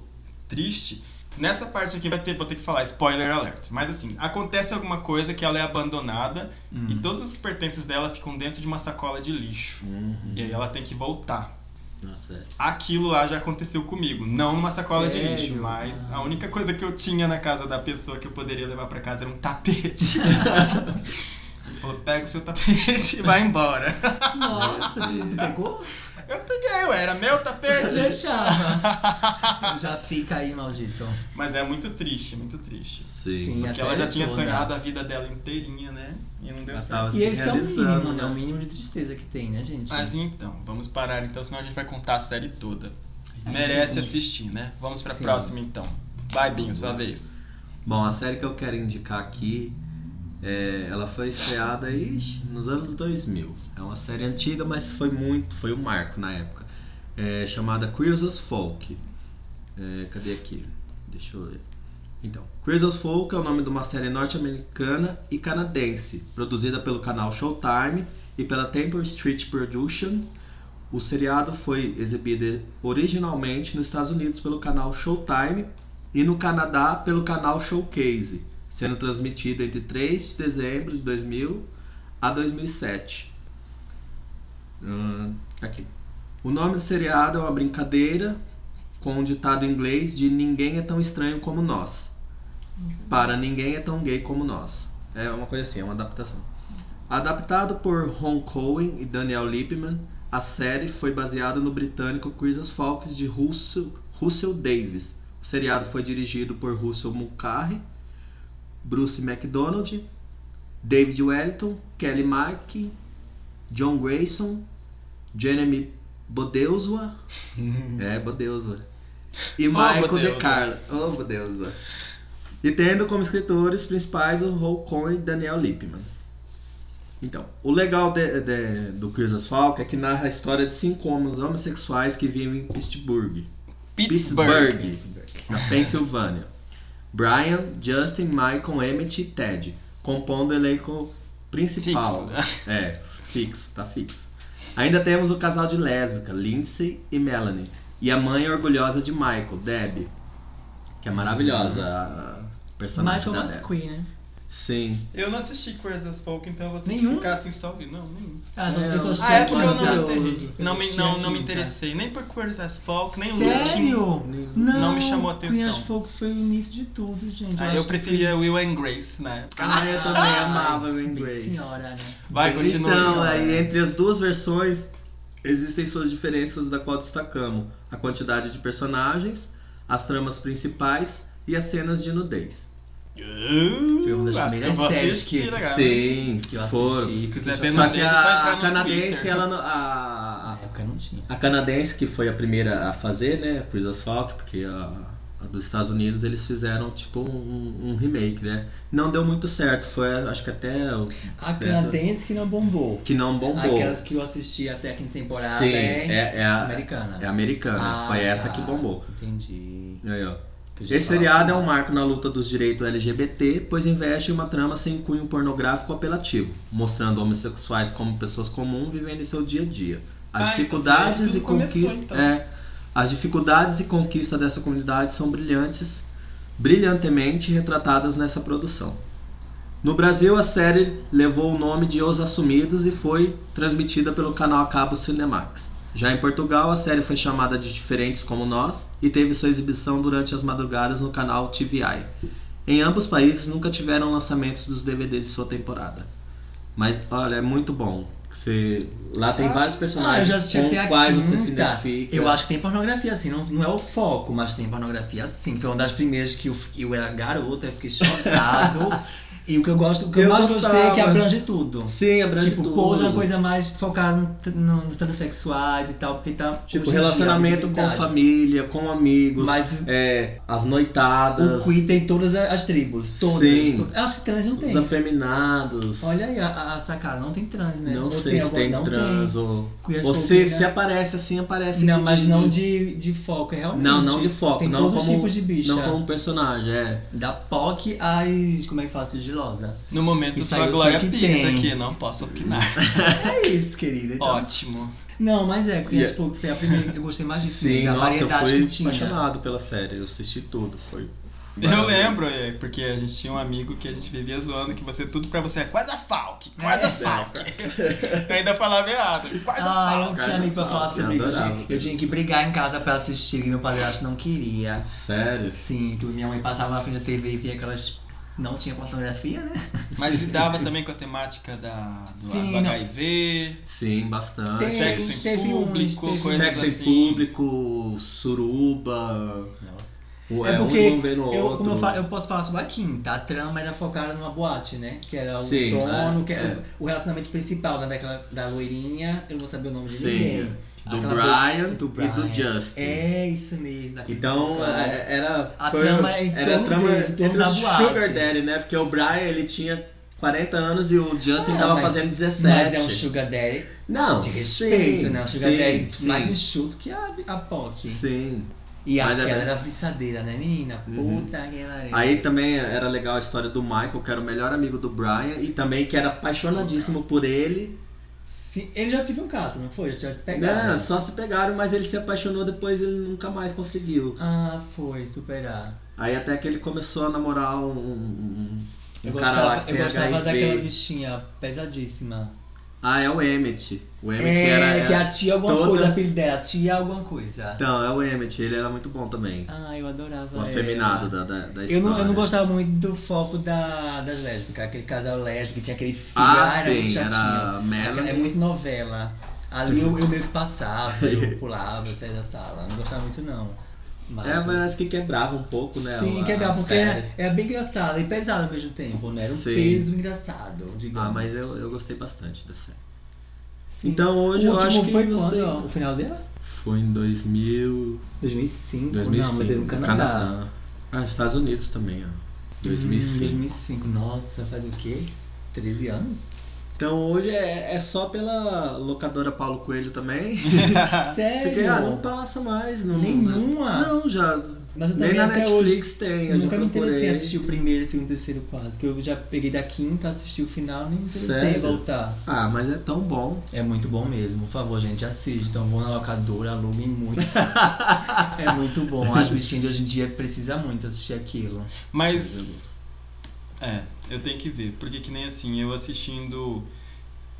triste. Nessa parte aqui vai ter, vou ter que falar, spoiler alert. Mas assim, acontece alguma coisa que ela é abandonada
Hum.
e todos os pertences dela ficam dentro de uma sacola de lixo.
Uhum.
E aí ela tem que voltar.
Nossa, é.
Aquilo lá já aconteceu comigo, não numa sacola
Sério? Ah.
de lixo, mas a única coisa que eu tinha na casa da pessoa que eu poderia levar pra casa era um
(laughs)
tapete. Ele falou: pega o seu tapete e vai embora.
Nossa, tu, tu pegou?
Eu peguei, ué, era meu
Eu (laughs)
tapete.
deixava. (laughs) Já fica aí, maldito.
Mas é muito triste, muito triste.
Sim.
Sim,
Porque
a
ela
série
já tinha
toda.
sonhado a vida dela inteirinha, né? E não deu
Ela
certo.
tava
E
se
esse é o mínimo,
realizando,
né? O
né?
mínimo de tristeza que tem, né, gente?
Mas então, vamos parar então, senão a gente vai contar a série toda. Merece assistir, né? Vamos pra
Sim.
próxima então. Vai, Binho, sua vez.
Bom, a série que eu quero indicar aqui, é, ela foi estreada aí ixi, nos anos 2000. É uma série antiga, mas foi muito, foi um marco na época. É, chamada Cruises Folk. É, cadê aqui? Deixa eu ver. Então, Cruises Folk é o nome de uma série norte-americana e canadense, produzida pelo canal Showtime e pela Temple Street Production. O seriado foi exibido originalmente nos Estados Unidos pelo canal Showtime e no Canadá pelo canal Showcase, sendo transmitido entre 3 de dezembro de 2000 a 2007. Hum, aqui. O nome do seriado é uma brincadeira com um ditado em inglês de ninguém é tão estranho como nós. Para ninguém é tão gay como nós. É uma coisa assim, é uma adaptação. Adaptado por Ron Cohen e Daniel Lippman, a série foi baseada no britânico Chris Fawkes de Russell, Russell Davis. O seriado foi dirigido por Russell Mulcahy, Bruce MacDonald, David Wellington, Kelly Mack, John Grayson, Jeremy Bodeuswa, é, Bodeuswa, e
Oh,
Michael
Bodeuswa.
De Carlo. Oh, Bodeuswa. E tendo como escritores principais o Ron Cohen e Daniel Lippman. Então, o legal de- de- do Chris Asfalk é que narra a história de cinco homens homossexuais que vivem em Pittsburgh.
Pittsburgh.
na Pensilvânia. Brian, Justin, Michael, Emmett e Ted, compondo o elenco
né?
principal. É, fixo, tá fixo. Ainda temos o casal de lésbica, Lindsay e Melanie. E a mãe orgulhosa de Michael, Debbie. Que é maravilhosa a personagem
Michael
da Debbie.
McQueen, né?
Sim.
(laughs) Eu não assisti Queers as Folk, então eu vou ter
Nenhum?
que ficar assim só ouvindo. Não, nenhum.
Ah, só
É,
eu só assisti
Ah, é
aqui
porque
no
eu não,
Brasil.
me- não, me-
assisti
não,
aqui,
não me
tá?
interessei nem por Queers as Folk, nem Looking.
Sério? Não,
Não me chamou atenção.
Queen of Folk foi o início de tudo, gente.
Ah,
acho
eu
que-
preferia Will and Grace né? na época.
Ah, eu também amava o
Bem
inglês.
senhora, né?
Vai, continua.
Então, aí, entre as duas versões, existem suas diferenças, da qual destacamos a quantidade de personagens, as tramas principais e as cenas de nudez.
Uh,
Foi uma das
acho que eu
primeiras
vou
séries
assistir,
que-
legal.
Sim,
Que eu
foram.
assisti.
quiser
que
ver
eu
no
Só
só...
que
Nudez é só entrar
a
no
canadense,
Twitter.
ela não- a,
Na
a-
época Ah, não tinha.
a canadense que foi a primeira a fazer, né, Chris Asfalk, porque a, a dos Estados Unidos eles fizeram tipo um, um remake, né? Não deu muito certo, foi acho que até o
A canadense que não bombou.
que não bombou.
Aquelas que eu assisti até a quinta temporada
Sim,
é,
é, é a,
americana.
É americana,
Ah,
foi essa
tá.
que bombou.
Entendi.
Aí, ó.
Que eu já
Esse
falo.
seriado é um marco na luta dos direitos LGBT, pois investe em uma trama sem cunho pornográfico apelativo, mostrando homossexuais como pessoas comuns vivendo em seu dia a dia. As
Ah, então
dificuldades
foi aí
e
que tudo começou,
conquistas.
então.
é, as dificuldades e conquista dessa comunidade são brilhantes, brilhantemente retratadas nessa produção. No Brasil, a série levou o nome de Os Assumidos e foi transmitida pelo canal a cabo Cinemax. Já em Portugal, a série foi chamada de Diferentes Como Nós e teve sua exibição durante as madrugadas no canal TVI. Em ambos os países, nunca tiveram lançamentos dos DVDs de sua temporada. Mas, olha, é muito bom. Você- Lá tem
Ah,
vários
Ah, eu
personagens
já assisti
com
até a
quais
quinta.
você se identifica.
Eu acho que tem pornografia, assim, não, não é o foco, mas tem pornografia, sim. Foi uma das primeiras que eu, fi- eu era garota, eu fiquei
(laughs)
chocado. e o que eu gosto, o que eu,
Eu
mais gostei é que
gostava.
abrange tudo.
Sim, abrange
tipo,
tudo.
pose é uma coisa mais focada no t- no- nos transexuais e tal, porque tá.
Tipo,
hoje em dia,
relacionamento com
visibilidade.
família, com amigos,
Mas
é, as
o
noitadas,
Queen tem todas a- as tribos, todas.
Sim.
to- Eu acho que trans não
os
tem.
afeminados.
Olha aí a, a sacada, não tem trans, né?
não
Ou
sei se
algum-
tem
não
trans ou.
Queer as
Ou
folk,
se,
né?
se aparece assim, aparece
Não,
de-
mas
de-
não
de-
de, de foco, é realmente.
Não, não de foco,
Tem
não
todos os
como-
tipos de bicha.
Não como personagem, é.
Da POC às. Como é que fala? Sigilosa.
No momento,
Isso
só
aí
a
eu
Glória
sei que
Pires
tem.
aqui, não posso opinar.
É isso, querida. (laughs) Então.
Ótimo.
Não, mas é, Queer as
Yeah.
Folk foi a primeira. Eu gostei
(laughs)
mais disso,
Sim,
da
nossa, eu
variedade
fui
que tinha.
apaixonado pela série, eu assisti tudo. Foi
Eu lembro, é, porque a gente tinha um amigo que a gente vivia zoando que você tudo pra você é quase asfalque, quase asfalque. (laughs) Eu ainda falava errado, quase
É. Ah, eu não
asfalque.
tinha amigo pra falar
Asfalto,
sobre
eu
isso. Eu
adorava.
tinha, né, eu tinha que brigar em casa pra assistir e meu padrasto não queria.
Sério?
Sim, que minha mãe passava na frente da TV e via aquelas. Não tinha pornografia, né?
Mas lidava também com a temática da, do,
Sim,
do
não.
HIV,
Sim, bastante.
Tem-
sexo em
teve uns,
público,
teve-
coisas
Sexo
assim.
em público, suruba. o-
É
É, um
porque
envolvendo o
Eu,
outro.
como eu, falo, eu posso falar sobre a quinta. A trama era focada numa boate, né? Que era o
Sim,
dono,
é,
que era
é.
o relacionamento principal né? Daquela, da loirinha. Eu não vou saber o nome de
Sim,
ninguém.
Do
Aquela
Brian,
do
e do
Brian.
Justin.
É isso mesmo. daquele
Então,
cara.
é- era.
A trama é em
era a
torno
trama
deles, em torno
entre
da
o
boate.
Sugar Daddy, né? Porque o Brian ele tinha 40 anos e o Justin
Ah,
tava
mas-
fazendo 17.
Mas é um sugar daddy
Não.
de respeito,
sim,
né? Um sugar
sim,
daddy
sim,
mais um enxuto que a, a POC.
Sim.
E
Mas é
aquela
bem-
era viçadeira, né, menina?
Uhum.
Puta que pariu.
Aí também era legal a história do Michael, que era o melhor amigo do Brian e também que era apaixonadíssimo por ele.
Sim, ele já teve um caso, não foi? Já tinha se pegado.
Não, só se pegaram, mas ele se apaixonou depois ele nunca mais conseguiu.
Ah, foi, superar.
Aí até que ele começou a namorar um, um, um
Eu
cara lá
gostava,
que
eu
tem
gostava
HIV.
daquela bichinha pesadíssima.
Ah, é o Emmett. O Emmett
É,
era,
que
era-
a tia alguma
toda-
coisa, o apelido dela, tia alguma coisa.
Então, é o Emmett, ele era muito bom também.
Ah, eu adorava
Um
ela.
afeminado da, da, da
É, Eu
história.
não, eu não gostava muito do foco da, das lésbicas, aquele casal lésbico que tinha aquele filho,
Ah,
era muito
sim,
chatinho.
era
Aquela-
Melanie.
É muito novela. Ali eu, eu meio que passava,
(laughs)
eu pulava, eu saía da sala. Não gostava muito não. Mas,
É, parece que quebrava um pouco, né?
Sim,
a-
quebrava,
a
porque é
série.
era, era bem engraçado e pesado ao mesmo tempo, né? Era um
Sim.
peso engraçado, digamos.
Ah, mas eu, eu gostei bastante da série.
Sim.
Então hoje
o
eu
último
acho que
foi
você...
quando? O final dela?
Foi em 2000...
2005,
2005.
não, mas era no Canadá.
Canadá. Ah, Estados Unidos também, ó.
Hum,
2005.
2005, nossa, faz o quê? 13 anos?
Então hoje é, é só pela locadora Paulo Coelho também.
Sério?
Porque, ah, não passa mais. Não,
Nenhuma?
Não, já.
Mas eu
Nem na
também até hoje
Netflix tem. Eu já
nunca me interessei
procurei.
em assistir o primeiro, segundo, terceiro, quarto. Porque eu já peguei da quinta, assisti o final, nem me interessei em
Sério?
voltar.
Ah, mas é tão bom.
É muito bom mesmo, por favor, gente, assistam. Vão na locadora,
(laughs)
aluguem muito. é muito bom. As bichinhas de hoje em dia precisam muito assistir aquilo.
Mas. É, eu tenho que ver. Porque que nem assim, eu assistindo.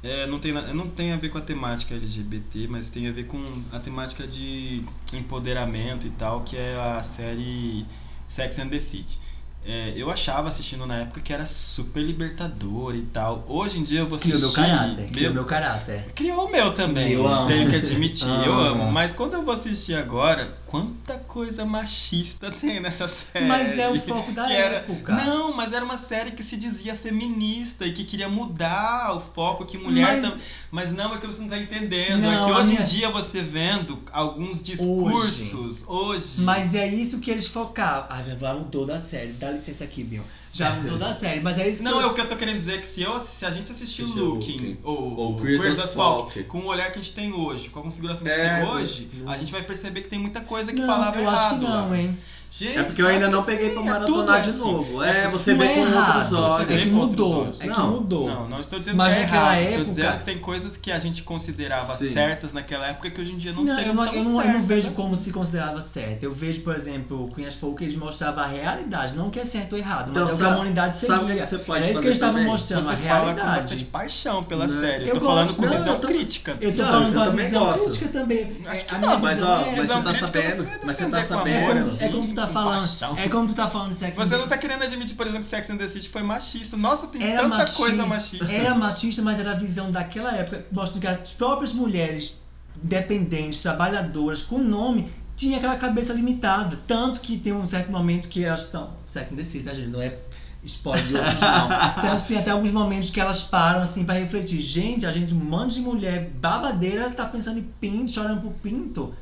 é, não, tem, na- não tem a ver com a temática LGBT, mas tem a ver com a temática de empoderamento e tal, que é a série Sex and the City. É, eu achava assistindo na época que era super libertador e tal. Hoje em dia eu vou assistir.
Criou meu caráter, criou
meu-
meu caráter.
Criou o meu também.
Eu amo.
Tenho que admitir, eu
Amo.
amo. Mas quando eu vou assistir agora, quanta coisa machista tem nessa série.
Mas é o foco da
que era-
época.
Não, mas era uma série que se dizia feminista e que queria mudar o foco que mulher
Mas-
tam- Mas não, é que você não tá entendendo.
Não,
é que
a
hoje
minha-
em dia você vendo alguns discursos hoje.
Mas é isso que eles focaram. Ah, já já mudou da série. Dá licença aqui, Bill.
(laughs)
Já mudou da série, mas é isso
Não,
que
é o que eu tô querendo dizer é que se, eu, se a gente assistir
Assistir o
Looking
Looking.
ou,
Ou
ou
Queers
Queers
as
as Folk,
Folk.
com o olhar que a gente tem hoje, com a configuração que a gente
É,
tem hoje,
não.
a gente vai perceber que tem muita coisa que
Não,
falava
eu
errado.
acho que não,
lá.
hein?
Gente,
É porque eu ainda não
claro que
peguei pra
sim, é
maratonar
tudo
de
assim.
novo. É, você
Não
vê
é
com outros
errado,
você
olhos.
vê
É que
com outros
mudou.
olhos.
É que
Não,
mudou.
Não, não estou dizendo
Mas
que é
naquela
errado. Estou
época-
dizendo que tem coisas que a gente considerava
Sim.
certas naquela época que hoje em dia não,
Não,
sejam
eu, não,
tão
eu não- eu não
certas
vejo
assim.
como se considerava certo. Eu vejo, por exemplo, Cunhas Folk, eles mostravam a realidade, não o que é certo ou errado,
Então,
mas é o que
sabe-
a humanidade
sabe o que
seguia.
você pode
Era É isso
fazer
que eles estavam
também?
mostrando,
Você
a
fala com bastante
realidade.
paixão pela
Não.
série. Eu,
Eu
tô falando
gosto,
com
não,
visão
eu tô-
crítica.
Eu tô
Não, eu
falando da
também
visão
gosto.
crítica também.
Acho
É,
que
a
não,
minha
mas,
visão
ó,
é
mas
essa.
Visão
você tá
crítica, você
sabendo-
vai
mas você tá
defender com
É
sabendo-
amor,
como,
assim,
é como tu tá
com
falando.
paixão.
É como tu tá falando de sexo.
Você não tá querendo admitir, por exemplo, que Sex and the City foi machista. Nossa, tem
Era
tanta
machi-
coisa machista.
Era machista, mas era a visão daquela época, mostrando que as próprias mulheres dependentes, trabalhadoras, com nome, tinha aquela cabeça limitada. Tanto que tem um certo momento que elas estão. Sex and the City, tá, gente? Não é spoiler de outros, não. Tanto que tem até alguns momentos que elas param assim pra refletir. Gente, a gente, um monte de mulher babadeira, tá pensando em pinto, chorando pro pinto.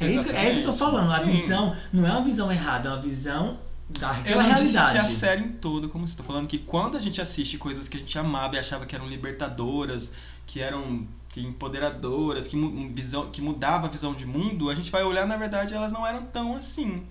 É isso, que- é isso que eu tô
Exatamente.
falando. A
Sim.
visão não é uma visão errada, é uma visão
Eu
daquela
não disse que
realidade.
a série em todo, como você tá falando, que quando a gente assiste coisas que a gente amava e achava que eram libertadoras, que eram que empoderadoras, que, mu- um visão, que mudava a visão de mundo, a gente vai olhar, na verdade, elas não eram tão assim.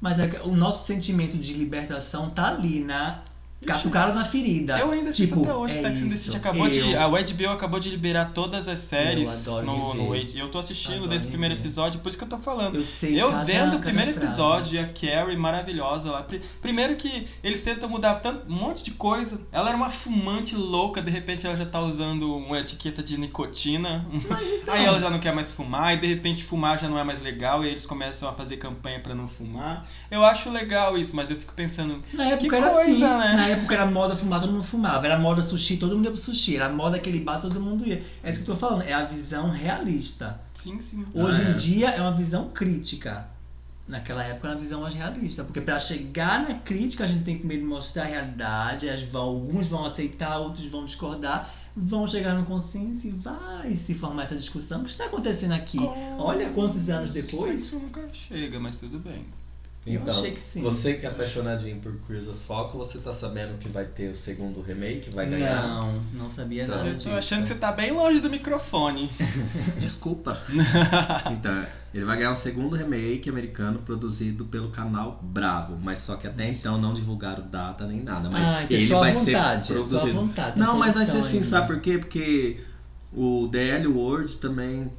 Mas é que o nosso sentimento de libertação tá ali, né? Catucaram na ferida.
Eu ainda assisto
tipo,
até hoje,
é
Sex and the
isso.
City acabou de.
Eu-
A HBO acabou de liberar todas as séries
adoro
no, no
rever.
H- Eu tô assistindo
Adoro
desse primeiro
rever.
episódio, por isso que eu tô falando.
Eu sei
Eu
cada- né?
vendo
cada
o primeiro
frase.
episódio e a Carrie maravilhosa lá. Pri- Primeiro que eles tentam mudar tanto, um monte de coisa. Ela era uma fumante louca, de repente ela já tá usando uma etiqueta de nicotina.
Mas então,
Aí ela já não quer mais fumar, e de repente fumar já não é mais legal, e eles começam a fazer campanha pra não fumar. Eu acho legal isso, mas eu fico pensando.
na época
que
era
coisa,
assim.
né?
Na época era moda fumar, todo mundo fumava. Era moda sushi, todo mundo ia pro sushi. Era moda aquele bar, todo mundo ia. É isso que eu tô falando, é a visão realista.
Sim, sim.
Hoje
Ah, é.
em dia é uma visão crítica. Naquela época era uma visão mais realista. Porque pra chegar na crítica, a gente tem que primeiro mostrar a realidade. As vão, alguns vão aceitar, outros vão discordar. Vão chegar no consenso e vai se formar essa discussão. O que está acontecendo aqui? Olha quantos anos depois.
Isso nunca chega, mas tudo bem.
Eu
Então,
achei que sim.
você que é apaixonadinho por Queers as Folk, você tá sabendo que vai ter o segundo remake? Vai ganhar?
Não, não sabia
Tá.
nada
Eu
disso.
tô achando que você tá bem longe do microfone.
(laughs) (laughs) Desculpa. então, ele vai ganhar um segundo remake americano produzido pelo canal Bravo, mas só que até então não divulgaram data nem nada, mas
Ah, então é
ele
só
vai
à vontade,
ser
é só à
produzido.
vontade.
não, mas vai ser
produção
assim,
ainda.
sabe por quê? Porque o DL World também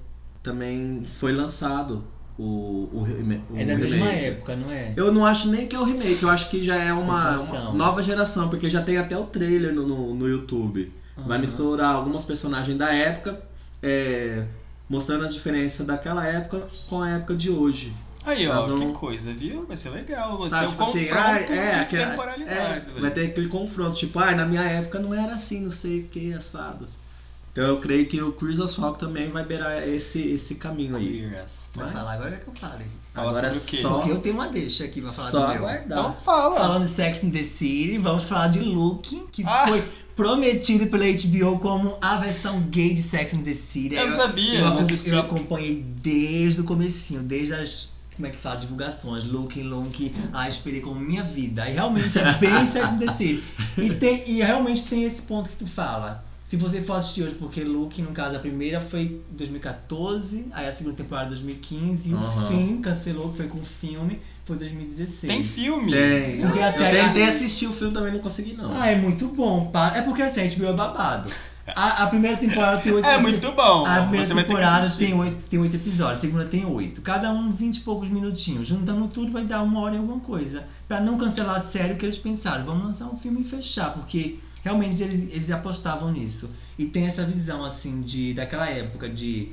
também foi lançado o, o, reme- o
É da mesma
remake.
época, não é?
Eu não acho nem que é o remake, eu acho que já é uma,
Continuação.
uma nova geração, porque já tem até o trailer no, no, no YouTube. Vai
Aham.
misturar algumas personagens da época, é, mostrando a diferença daquela época com a época de hoje.
Aí, ó,
Nós vamos-
que coisa, viu? Vai ser legal. Vai
Sabe,
ter um
tipo assim,
confronto
ah, é,
de
aquela-
temporalidades.
É,
aí.
vai ter aquele confronto, tipo, ah, na minha época não era assim, não sei o que, assado. Então eu creio que o Chris Oswald também vai beirar esse, esse caminho aí.
Queers.
Vai
Vai
Mas-
falar agora que eu falo.
Fala
Agora
sobre o quê?
só,
Porque eu tenho uma deixa aqui pra falar
só
do meu.
Então
aguardar.
fala.
Falando de Sex and the City, vamos falar de Luke, que
Ah.
foi prometido pela HBO como a versão gay de Sex and the City.
Eu
Aí
não
eu,
sabia.
eu,
desse
eu
tipo.
acompanhei desde o comecinho, desde as. Como é que fala? Divulgações, Luke, Luke, a esperei como minha vida. E realmente é
(laughs)
bem Sex and the City. E, tem, e realmente tem esse ponto que tu fala. Se você for assistir hoje, porque Luke, no caso, a primeira foi 2014, aí a segunda temporada 2015, e o
Aham.
fim cancelou, que foi com o filme, foi 2016.
Tem filme.
Tem.
Porque a
Eu
série- é-
tentei assistir o filme também, não consegui não.
Ah, é muito bom. pa- É porque assim, a HBO é babado. A, a primeira temporada tem oito
É muito bom.
A primeira
Você vai ter que
temporada
assistir.
tem um oito, tem oito episódios, a segunda tem oito. Cada um vinte e poucos minutinhos. Juntando tudo vai dar uma hora e alguma coisa. Pra não cancelar a série, o que eles pensaram? Vamos lançar um filme e fechar, porque realmente eles, eles apostavam nisso. E tem essa visão, assim, de daquela época de.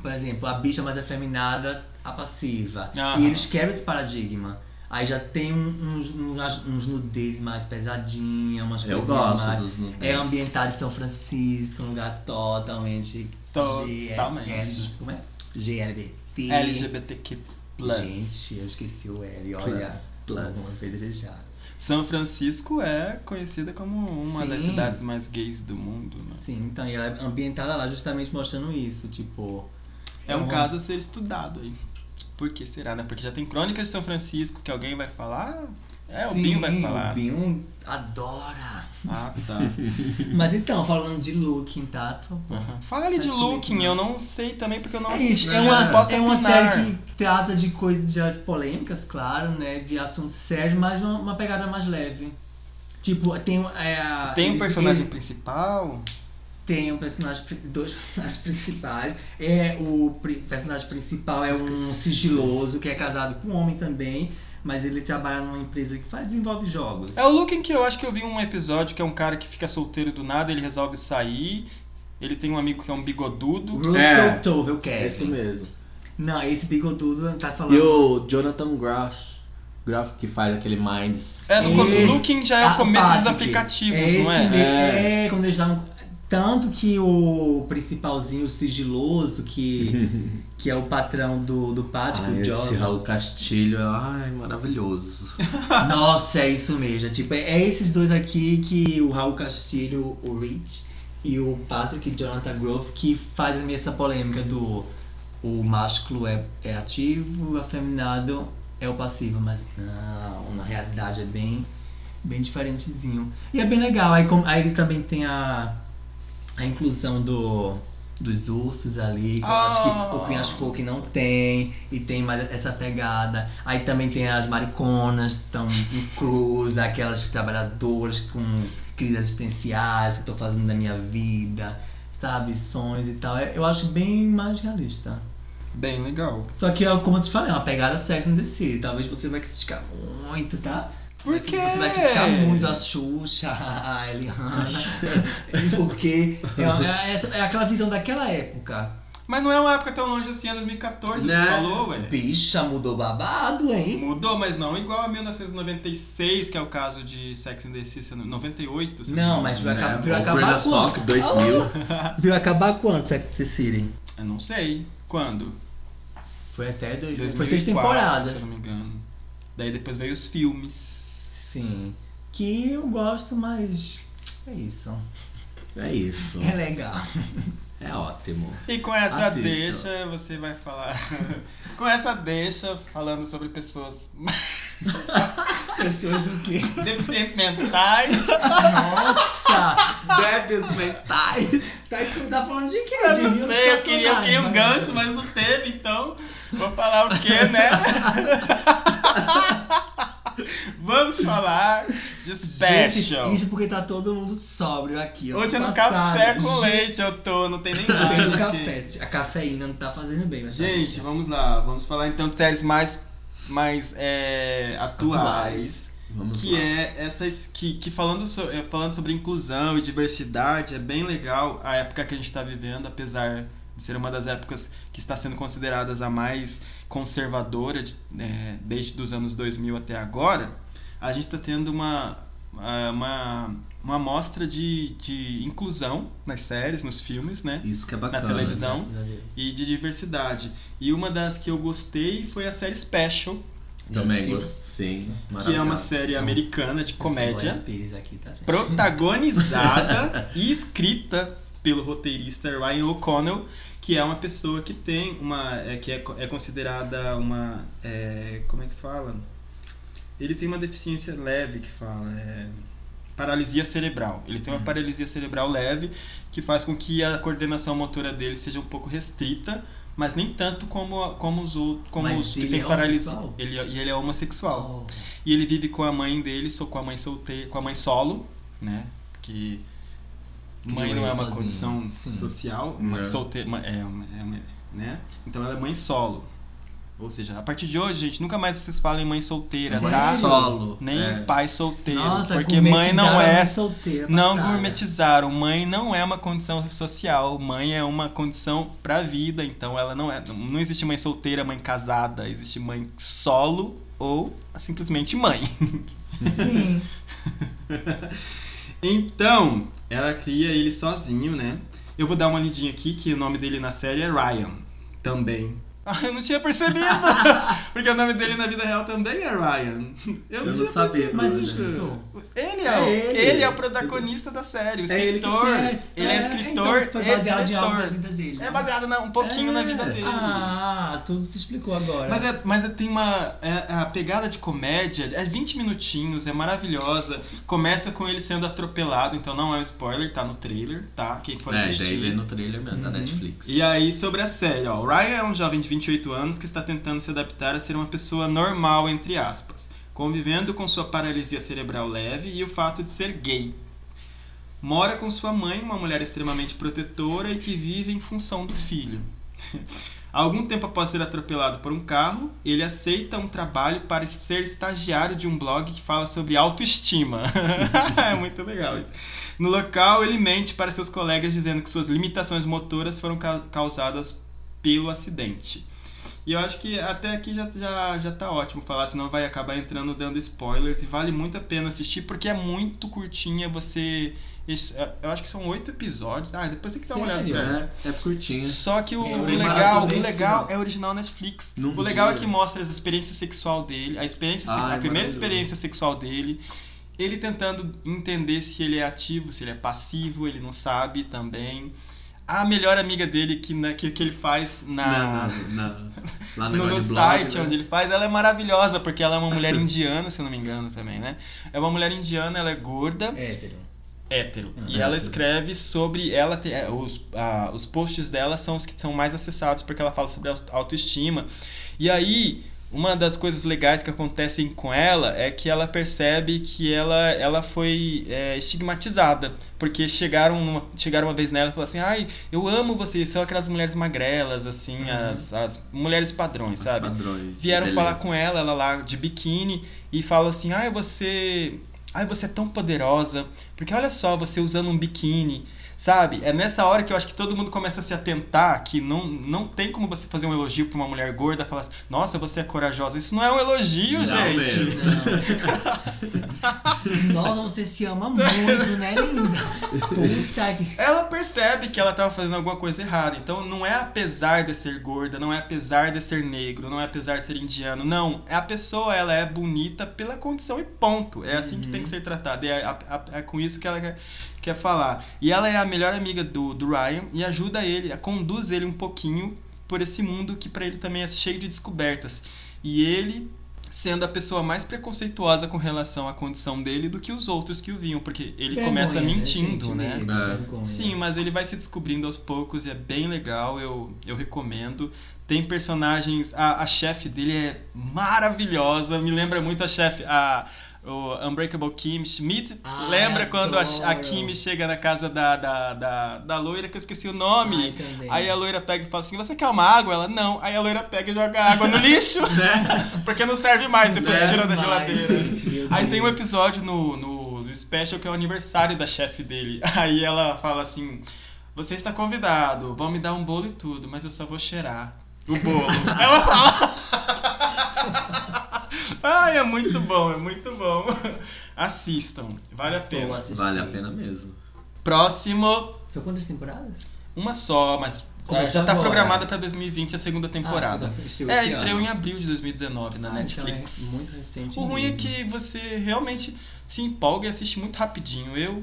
Por exemplo, a bicha mais afeminada, a passiva.
Aham.
E eles quebram esse paradigma. Aí já tem um- uns, uns, uns nudez mais pesadinha, umas
Eu
coisas
gosto
mais.
dos nudes.
É ambientado em São Francisco, um lugar totalmente.
Totalmente.
GL, Como é?
É
GLBT.
LGBTQ.
Gente, eu esqueci o L, olha.
Plus.
Vamos apedrejar.
São Francisco é conhecida como uma das
Sim.
cidades mais gays do mundo, né?
Sim, então, e ela é ambientada lá justamente mostrando isso, tipo.
É um
Então,
caso a ser estudado aí. Por que será, né? Porque já tem Crônicas de São Francisco que alguém vai falar. É, o
sim,
Binho vai falar.
O Binho adora.
Ah,
(laughs)
tá.
Mas então, falando de looking, tá? Por favor.
Aham. Fale de
Faz
Looking,
também.
eu não sei também porque eu não
É
assisti.
isso, é
eu
uma,
não posso
é uma
opinar.
série que trata de coisas de polêmicas, claro, né? De assuntos sérios, mas uma, uma pegada mais leve. Tipo, tem é, a-
Tem um
eles-
personagem principal?
Tem um personagem, pri- dois personagens principais. É, o pri- personagem principal é um sigiloso que é casado com um homem também, mas ele trabalha numa empresa que faz, desenvolve jogos.
É o Looking que eu acho que eu vi um episódio que é um cara que fica solteiro do nada, ele resolve sair. Ele tem um amigo que é um bigodudo.
Russell
É.
Tove, eu quero.
É isso mesmo.
Não, esse bigodudo tá falando.
E o Jonathan Groff, Groff que faz aquele Minds.
É, no co-
Esse-
(laughs)
Looking já é o
Ah,
começo dos
Patrick.
aplicativos,
É
não
esse
é?
me- É, quando eles estavam. Tanto que o principalzinho, o sigiloso, que, que é o patrão do, do Patrick,
Ai,
o
Ah, esse
Joss.
Raul Castilho, ai, maravilhoso.
Nossa, é isso mesmo. é Tipo, é, é esses dois aqui que o Raul Castilho, o Rich, e o Patrick Jonathan Grove que fazem essa polêmica do o másculo é, é ativo, o afeminado é o passivo, mas não, na realidade é bem, bem diferentezinho. E é bem legal. Aí, com- aí ele também tem a, a inclusão do. Dos ursos ali, que eu acho que
Ah.
o Cunhas Folk não tem, e tem mais essa pegada. Aí também tem as mariconas, estão inclusas, aquelas trabalhadoras com crises existenciais, que eu tô fazendo da minha vida, sabe? Sonhos e tal. É, Eu acho bem mais realista.
Bem legal.
Só que, ó, como eu te falei, é uma pegada Sex and the City. Talvez você vai criticar muito, tá?
Por quê?
Você vai criticar muito a Xuxa, a (laughs) Eliana. porque é, é- é aquela visão daquela época.
Mas não é uma época tão longe assim, é 2014, você
Né?
falou, ué.
Bicha, mudou babado, hein?
Mudou, mas não igual a 1996, que é o caso de Sex and the City, se não- 98. se
Não,
me
mas vai
engano.
acabar,
O
vai acabar
Chris Rock
quando?
2000.
Viu acabar quando Sex and the City?
Eu não sei. Quando?
Foi até dois, Foi seis
2004, se eu
temporadas.
não me engano. Daí depois veio os filmes.
Sim. Que eu gosto, mas é isso.
É isso.
É legal.
É ótimo.
E com essa
Assista.
deixa, você vai falar. (laughs) com essa deixa, falando sobre pessoas (laughs)
Pessoas é o quê?
deficientes mentais.
Nossa!
(laughs)
Débios mentais.
Tá, tu tá falando de quê?
Eu
De mil
não sei, eu queria, eu queria um
personagens,
gancho, mas não teve,
(laughs)
então vou falar o quê, né? Vamos falar de Special.
Gente, isso porque tá todo mundo sóbrio aqui. ó.
Hoje é no
Passada.
café com leite, eu tô, não tem nem
Gente,
nada.
gente, o
aqui.
café. A cafeína não tá fazendo bem. mas tá
Gente,
bom.
vamos lá. Vamos falar então de séries mais, mais é, atuais.
Vamos
Que
lá.
é essas. Que, que falando, so- é, falando sobre inclusão e diversidade, é bem legal a época que a gente tá vivendo, apesar de ser uma das épocas que está sendo consideradas a mais conservadora de- é, desde os anos 2000 até agora. A gente está tendo uma, a- uma, uma amostra de, de inclusão nas séries, nos filmes, né?
Isso que é bacana.
na televisão
Graças a Deus.
e de diversidade. E uma das que eu gostei foi a série Special,
Também gosto. Sim.
que é uma
maravilhoso.
série americana de
Esse
comédia,
Glória Pires aqui, tá, gente?
protagonizada e escrita pelo roteirista Ryan O'Connell, que é uma pessoa que tem uma é, que é, co- é considerada uma é, como é que fala? Ele tem uma deficiência leve que fala é, paralisia cerebral. Ele tem uma
Uhum.
paralisia cerebral leve que faz com que a coordenação motora dele seja um pouco restrita, mas nem tanto como, a- como os outros, como
Mas
os que
ele
têm
é
paralisia.
homossexual?
Ele, é- e ele é homossexual.
Oh,
E ele vive com a mãe dele, só com a mãe solteira, com a mãe solo, né? Que mãe
Criou
não é
ele
uma
sozinho,
condição
sim.
social,
Não.
mãe solteira, mãe- é, uma- é uma- né? Então ela é mãe solo. Ou seja, a partir de hoje, gente, nunca mais vocês falem mãe solteira,
Mãe
tá?
É solo.
Nem
é.
pai solteiro,
Nossa,
porque mãe não
gourmetizaram a
é
mãe solteira.
não
passada.
gourmetizaram. Mãe não é uma condição social. Mãe é uma condição pra vida. Então ela não é. Não existe mãe solteira, mãe casada. Existe mãe solo ou simplesmente mãe.
Sim.
Então, ela cria ele sozinho, né? Eu vou dar uma lidinha aqui que o nome dele na série é Ryan. Também. Ah, eu não tinha percebido! (laughs) Porque o nome dele na vida real também é Ryan. Eu não,
Eu não
tinha
sabia,
percebido.
mas
o
escritor.
escritor?
Ele é, o-
É ele.
ele é o protagonista da série, o
É ele que
escritor.
É,
Ele é escritor
então, foi
e
baseado em algo da
diretor.
vida dele.
É baseado na- um pouquinho na vida
É.
dele.
Ah, tudo se explicou agora.
Mas, é, mas é- tem uma. é- a pegada de comédia é 20 minutinhos, é maravilhosa. Começa com ele sendo atropelado, então não é um spoiler, tá no trailer, tá? Quem for
É, já
assistir.
ele é no trailer mesmo, da
Uhum.
Netflix.
E aí, sobre a série, ó. O Ryan é um jovem de 28 anos que está tentando se adaptar a ser uma pessoa normal, entre aspas, convivendo com sua paralisia cerebral leve e o fato de ser gay. Mora com sua mãe, uma mulher extremamente protetora e que vive em função do filho. (laughs) Algum tempo após ser atropelado por um carro, ele aceita um trabalho para ser estagiário de um blog que fala sobre autoestima. (laughs) é muito legal isso. No local, ele mente para seus colegas dizendo que suas limitações motoras foram ca- causadas pelo acidente. E eu acho que até aqui já, já, já tá ótimo falar, senão vai acabar entrando dando spoilers. E vale muito a pena assistir, porque é muito curtinha. Você. isso- Eu acho que são oito episódios. Ah, depois tem que dar uma olhada.
Sério,
certo.
é, é curtinho.
Só que o,
É,
o
o
legal,
Maratona
o
é
legal
assim,
né?
é original Netflix.
Não
o legal é
diga.
que mostra as experiências sexual dele, a experiência, se-
Ah, é
a primeira
maravilhoso.
experiência sexual dele, ele tentando entender se ele é ativo, se ele é passivo, ele não sabe também. A melhor amiga dele que na- que, que ele faz
Na,
na,
na,
(laughs)
na, lá
no,
negócio de
no
blog,
site
né?
onde ele faz, ela é maravilhosa porque ela é
(laughs)
uma mulher indiana, se eu não me engano também, né? É uma mulher indiana, ela é gorda,
Hétero.
hétero.
Ah,
e ela
hétero.
escreve sobre ela tem, é, os, ah, os posts dela são os que são mais acessados porque ela fala sobre auto- autoestima. E aí, uma das coisas legais que acontecem com ela é que ela percebe que ela, ela foi é, estigmatizada. Porque chegaram uma, chegaram uma vez nela e falaram assim, ai, eu amo vocês, são aquelas mulheres magrelas, assim, as, as mulheres padrões,
Os
sabe?
padrões de
vieram
beleza.
falar com ela, ela lá de biquíni, e falam assim: ai, você. Ai, você é tão poderosa, porque olha só, você usando um biquíni, sabe? É nessa hora que eu acho que todo mundo começa a se atentar que não, não tem como você fazer um elogio pra uma mulher gorda e falar assim, nossa, você é corajosa. Isso não é um elogio,
Não
gente.
mesmo.
Nossa, você se ama muito, né, linda? Puta que.
Ela percebe que ela tava fazendo alguma coisa errada. Então não é apesar de ser gorda, não é apesar de ser negro, não é apesar de ser indiano. Não, é a pessoa, ela é bonita pela condição e ponto. É assim que tem que ser tratada. É, a- a- é com isso que ela quer, quer falar. E ela é a melhor amiga do, do Ryan e ajuda ele, conduz ele um pouquinho por esse mundo que pra ele também é cheio de descobertas. E ele sendo a pessoa mais preconceituosa com relação à condição dele do que os outros que o vinham, porque ele
É
Vergonha,
começa
né,
mentindo,
gente,
né?
nele,
É.
vergonha.
Sim, mas ele vai se descobrindo aos poucos e é bem legal, eu, eu recomendo. Tem personagens. A, a chefe dele é maravilhosa, me lembra muito a chefe. A, O Unbreakable Kim Schmidt.
Ai,
Lembra quando a, a
adoro.
Kim chega na casa da, da, da, da loira, que eu esqueci o nome?
Ai, também.
Aí a loira pega e fala assim: Você quer uma água? Ela não. Aí a loira pega e joga a água no (laughs) lixo. Porque não serve mais depois que tira da
Ai,
geladeira.
gente, meu
Aí tem um
Deus.
episódio no, no, no Special que é o aniversário da chefe dele. (laughs) Aí ela fala assim: Você está convidado, vão me dar um bolo e tudo, mas eu só vou cheirar o
(laughs)
bolo. ela fala. (laughs) Ai, é muito bom, é muito bom. Assistam, vale a
Vou
pena.
assistir.
Vale a pena mesmo.
Próximo,
São quantas temporadas? Ah,
uma só, mas
Começa
já tá
agora.
programada pra 2020 a segunda temporada.
Ah, então estreou
é,
esse
estreou
ano.
em abril de 2019 na
Ah, então
Netflix.
é muito recente.
O ruim é
mesmo.
que você realmente se empolga e assiste muito rapidinho. Eu.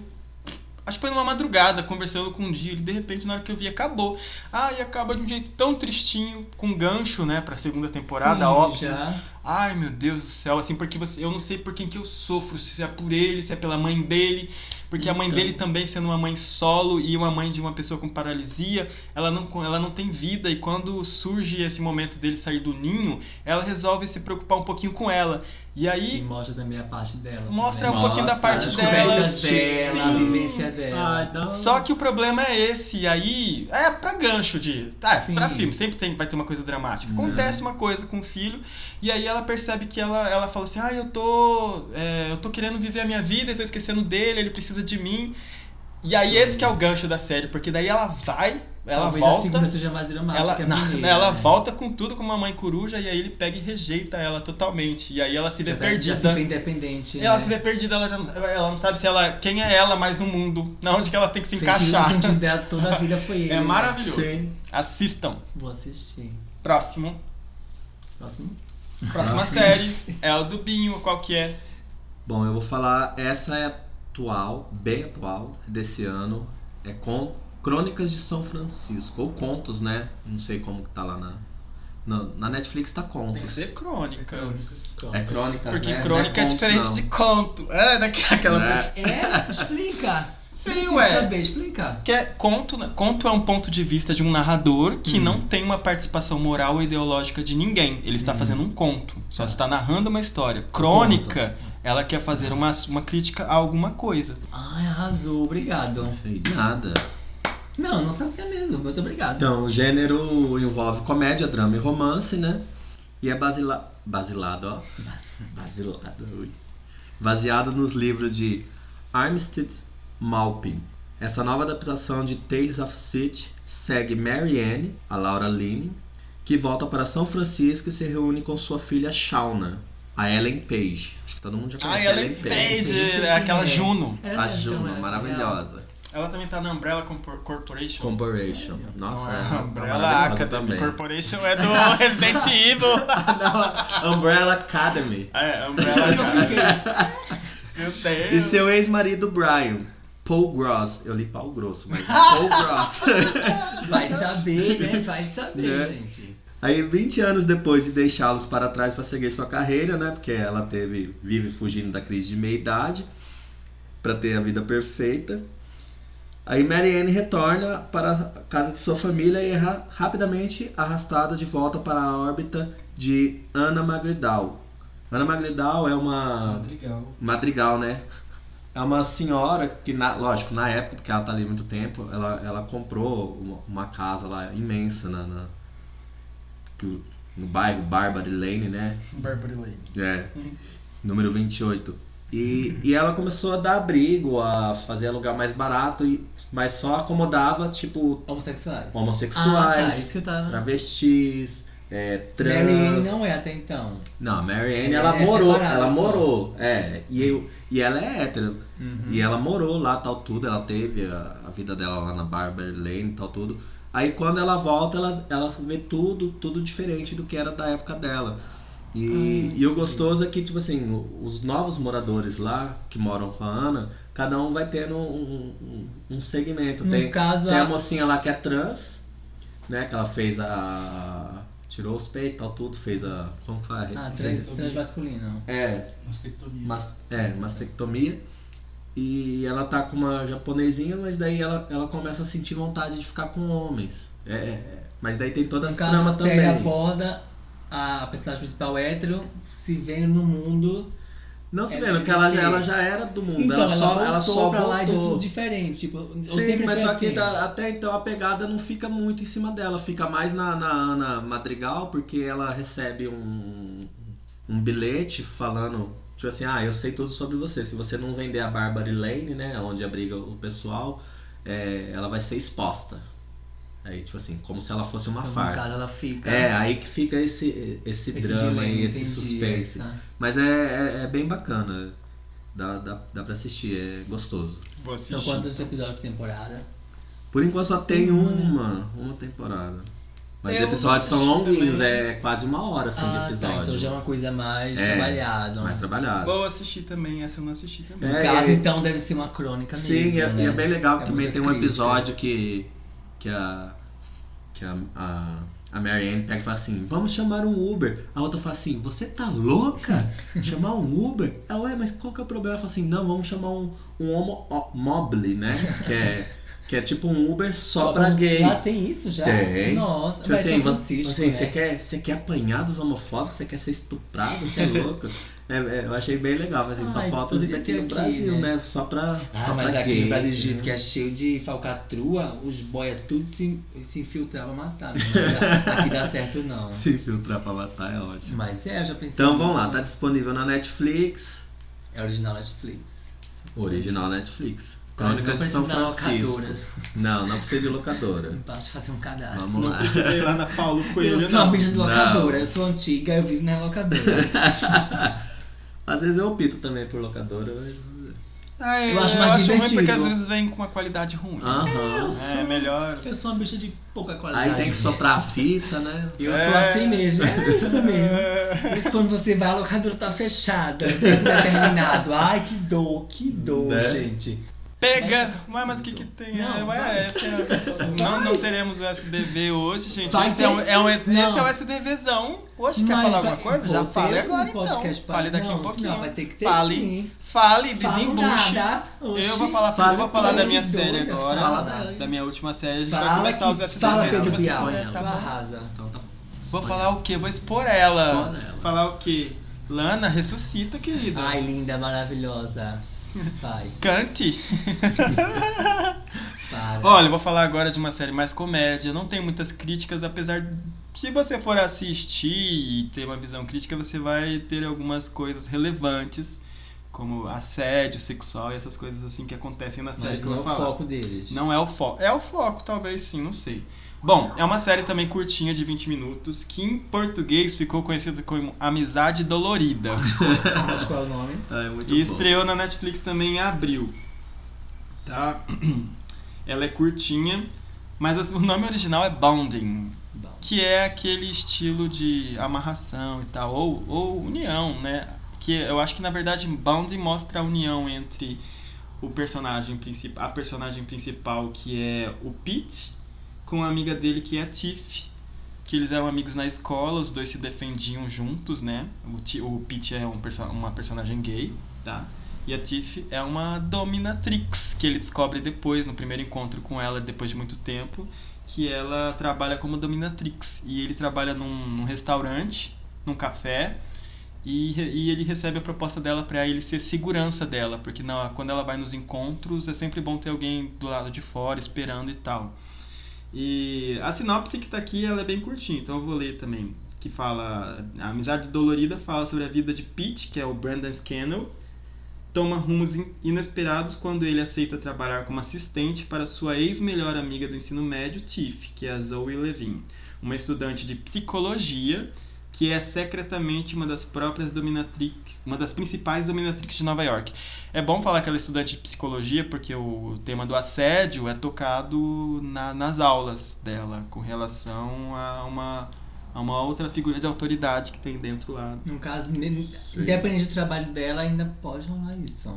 Acho que foi numa madrugada, conversando com um dia, ele de repente, na hora que eu vi, acabou. Ah, e acaba de um jeito tão tristinho, com gancho, né, pra segunda temporada,
Sim,
óbvio.
Já.
Ai, meu Deus do céu, assim, porque você, eu não sei por quem que eu sofro, se é por ele, se é pela mãe dele, porque a mãe
Então.
dele também sendo uma mãe solo e uma mãe de uma pessoa com paralisia, ela não, ela não tem vida e quando surge esse momento dele sair do ninho, ela resolve se preocupar um pouquinho com ela. E
E
aí
mostra também a parte dela.
mostra
também.
um pouquinho da
Mostra,
parte
As
dela.
descobertas dela, a
Sim.
Ah,
vivência dela.
então
Só que o problema é esse, e aí é pra gancho de. Tá, é
Sim. Uhum.
pra filme, sempre tem, vai ter uma coisa dramática. Acontece uma coisa com o filho, e aí ela percebe que ela, ela fala assim: ah, eu tô. é, eu tô querendo viver a minha vida, eu tô esquecendo dele, ele precisa de mim. E aí esse que é o gancho da série, porque daí ela vai,
Uhum.
ela
Talvez a
volta.
segunda seja mais dramática
Ela, (laughs)
que a
não,
primeira.
ela
né?
volta com tudo como uma mãe coruja e aí ele pega e rejeita ela totalmente. E aí ela se vê
Já tá-
perdida.
Já se vê independente.
Ela
né?
se vê perdida, ela já não, ela não sabe se ela quem é ela mais no mundo, na onde que ela tem que se
Sentido-
encaixar.
O sentido dela toda a vida foi ele.
É
né?
maravilhoso.
Sim.
Assistam.
Vou assistir.
Próximo. É
Próximo.
Próxima série é o do Binho, qual que é?
Bom, eu vou falar. Essa é atual, bem atual, desse ano. É com Crônicas de São Francisco. Ou Contos, né? Não sei como que tá lá na. Na, na Netflix tá
Tem que
Contos.
ser Crônicas.
É Crônicas,
Porque
né?
crônica é,
Não contos,
diferente
não.
de conto. É, daquela
Né?
pessoa.
É? Explica.
Sim,
Não
ué.
precisa saber, explica.
Que é conto, né? conto é um ponto de vista de um narrador que
Hum.
não tem uma participação moral ou ideológica de ninguém. Ele está fazendo um conto, só está narrando uma história. Crônica, ela quer fazer uma, uma crítica a alguma coisa.
Ai, arrasou. Obrigado.
Não sei de nada.
Não, não sabia é mesmo. Muito obrigado.
Então, o gênero envolve comédia, drama e romance, né? E é basila... basilado, (laughs) ó. Basilado, ui. Baseado nos livros de Armistead Maupin. Essa nova adaptação de Tales of City segue Mary Ann, a Laura Linney, que volta para São Francisco e se reúne com sua filha Shauna, a Ellen Page. Acho que todo mundo já
Ah,
conhece a
ellen Page, é aquela
É.
Juno.
É,
A
então,
Juno,
é
maravilhosa.
Ela também tá na Umbrella Compor- Corporation.
Corporation.
Sério?
Nossa,
Então,
é
a
uma
Umbrella
maravilhosa
Academy
também.
Corporation é do (laughs) Resident Evil.
(laughs) Não, Umbrella Academy.
É, Umbrella Academy.
legal.
Meu Deus.
E seu ex-marido Brian, Paul Gross. Eu li Paul Grosso, (laughs) mas Paul Gross.
Vai saber, né? Vai saber,
Né?
gente.
Aí, 20 anos depois de deixá-los para trás para seguir sua carreira, né? Porque ela teve vive fugindo da crise de meia-idade para ter a vida perfeita. Aí Marianne retorna para a casa de sua família e é ra- rapidamente arrastada de volta para a órbita de Ana Magridal. Ana Magridal é uma
Madrigal.
Madrigal, né? É uma senhora que, na- lógico, na época, porque ela tá ali há muito tempo, ela, ela comprou uma, uma casa lá imensa na, na- que- no bairro Barbary Lane, né?
Barbary Lane.
É, número 28. E, e ela começou a dar abrigo, a fazer alugar mais barato, e, mas só acomodava, tipo,
Homossexuais. Ah, tá. Isso
homossexuais,
que eu tava...
travestis, é, trans.
Mary Ann não é até então.
Não, a Mary Ann,
É,
ela
é
morou,
separada
ela
só.
morou, é, e, eu, e ela é hétero, e ela morou lá, tal, tudo, ela teve a, a vida dela lá na Barbary Lane, tal, tudo, aí quando ela volta, ela, ela vê tudo, tudo diferente do que era da época dela, e, e o gostoso é que, tipo assim, o- os novos moradores lá, que moram com a Ana, cada um vai tendo um, um, um segmento,
No
tem,
caso,
tem a
a...
mocinha lá que é trans, né? Que ela fez a. Tirou os peitos e tal, tudo, fez a. Como que fala?
Ah,
Fez-
trans, transmasculino.
É,
Mastectomia.
mas, é, mastectomia. E ela tá com uma japonesinha, mas daí ela, ela começa a sentir vontade de ficar com homens. É, é, é. Mas daí tem toda a
No caso,
trama
a série
também.
é
aborda a personagem principal hétero se vendo no mundo
Não se
Ela
vendo, porque ela,
LGBT.
ela já era do mundo.
Então,
ela,
ela,
só,
voltou
ela só
pra lá de tudo
voltou.
diferente. Tipo, eu
Sim,
sempre
mas
fui
só que
assim.
tá- até então a pegada não fica muito em cima dela, fica mais na, na Ana Madrigal, porque ela recebe um, um bilhete falando, tipo assim, ah, eu sei tudo sobre você. Se você não vender a Barbary Lane, né, onde abriga o pessoal, é, ela vai ser exposta. Aí, tipo assim, como se ela fosse uma
Então, no
farsa.
caso, ela fica.
É, aí que fica esse, esse,
esse
drama
dilema,
e esse
entendi,
suspense.
essa-
Mas é, é, é bem bacana. Dá, dá, dá pra assistir, é gostoso.
Vou assistir.
São quantos episódios por temporada?
Por enquanto só tem
né?
uma, uma temporada. Mas os
Eu
episódios são
assisti
longuinhos,
também.
é quase uma hora assim de
Ah,
episódio.
tá, então já é uma coisa mais
É,
trabalhada.
Mais trabalhado.
Vou assistir também, essa eu não assisti também.
No
É,
caso,
e-
então, deve ser uma crônica
Sim,
mesmo,
e é,
né?
e é bem legal que
É
também
muitas
tem um
críticas.
episódio que, que a. que a, a, a Mary Ann pega e fala assim, vamos chamar um Uber. A outra fala assim, você tá
(laughs)
louca? Chamar um Uber? Ah, ué, mas qual que é o problema? Ela fala assim, não, vamos chamar um, um homo ó, mobile, né? Que é, que é tipo um Uber só pra gays.
Lá Ah, tem isso já?
Tem.
Nossa,
Tipo
mas
assim,
São
vo-
Francisco,
assim, você
né?
quer, você quer apanhar dos homofóbicos? Você quer ser estuprado?
(laughs)
Você é louco? É, é, eu achei bem legal, mas, assim, só
Ai,
falta os
podia
daqui
ter
no
aqui,
Brasil, né?
né?
Só pra.
Ah,
só
mas
pra
aqui
gays,
no Brasil, do jeito
né?
que é cheio de falcatrua, os boia tudo se, se infiltravam pra matar. né? Mas aqui dá certo
(laughs)
não.
Se filtrar pra matar é ótimo.
Mas é, eu já pensei
Então vamos
nisso.
lá, tá disponível na Netflix,
É original Netflix.
original Netflix. Crônicas de
Não
São
precisa da
Francisco.
locadora.
Não, não precisa de locadora.
Basta fazer um cadastro.
Vamos lá.
Sei lá na Paulo Coelho,
Eu sou
não.
amiga de locadora,
Não.
eu sou antiga, eu vivo na locadora.
Às vezes eu opto também por locadora, mas.
Ah,
Eu acho
ruim
mais
porque às
divertido. Ah.
vezes vem com uma qualidade ruim.
Aham.
É, melhor.
Eu sou uma bicha de pouca qualidade.
Aí tem que soprar a fita, né?
Eu
É.
sou assim mesmo, é isso mesmo. Isso quando você vai, a locadora tá fechada, tempo determinado. Ai, que dor, que dor,
Né?
gente.
Pega! Ué, mas o que que tem?
Não,
É, ué,
vai.
essa é a- não, não teremos o SDV hoje, gente.
Vai
Esse é, um,
ter
é um-
sim.
esse é o
Não.
SDVzão. Hoje, quer
Mas
falar
vai-
alguma coisa? Já
vou ter
fale
um
agora então.
podcast pra-
Fale daqui a
Não,
um pouquinho.
Não, vai ter que ter
Fale.
sim.
Fale,
Falo
desembuche.
nada.
Eu
Oxi.
vou falar,
Fala
eu vou falar da minha
tudo,
série
doida.
agora,
Fala
da,
da-
da minha última série, a gente vai
Fala,
começar os
que,
SDVs
fala
que
Pedro
você
Bial,
quiser, tá
tu
bom?
arrasa.
Então tá bom.
Vou
Escolhe.
falar o quê? Vou expor ela.
Escolhe ela.
Falar o quê? Lana, ressuscita, querida.
Ai, linda, maravilhosa. Vai,
Cante.
para.
Olha, eu vou falar agora de uma série mais comédia. Não tem muitas críticas, apesar de. Se você for assistir e ter uma visão crítica, você vai ter algumas coisas relevantes, como assédio sexual e essas coisas assim que acontecem na série
Mas
que
não
eu
é
vou
o
falar.
foco deles.
Não é o foco. É o foco, talvez sim, não sei. Bom, é uma série também curtinha de 20 minutos, que em português ficou conhecida como Amizade Dolorida.
Mas qual é o nome?
Ah, é muito
E
bom.
estreou na Netflix também em abril. Tá? (clears throat) Ela é curtinha, mas assim, o nome original é Bonding,
Bom.
que é aquele estilo de amarração e tal, ou, ou união, né? Que eu acho que na verdade Bonding mostra a união entre o personagem principal, a personagem principal que é o Pete, com a amiga dele que é a Tiff. Que eles eram amigos na escola, os dois se defendiam juntos, né? O, Ti- o Pete é um perso- uma personagem gay, tá? E a Tiff é uma dominatrix, que ele descobre depois, no primeiro encontro com ela, depois de muito tempo, que ela trabalha como dominatrix. E ele trabalha num, num restaurante, num café, e, re- e ele recebe a proposta dela para ele ser segurança dela, porque na, quando ela vai nos encontros é sempre bom ter alguém do lado de fora esperando e tal. E a sinopse que tá aqui ela é bem curtinha, então eu vou ler também. Que fala. A Amizade Dolorida fala sobre a vida de Pete, que é o Brandon Scannell, toma rumos in- inesperados quando ele aceita trabalhar como assistente para sua ex-melhor amiga do ensino médio, Tiff, que é a Zoe Levin, uma estudante de psicologia que é secretamente uma das próprias dominatrix, uma das principais dominatrix de Nova York. É bom falar que ela é estudante de psicologia porque o tema do assédio é tocado na- nas aulas dela com relação a uma, a uma outra figura de autoridade que tem dentro lá
No caso, ne-
Sim.
independente do trabalho dela, ainda pode rolar isso.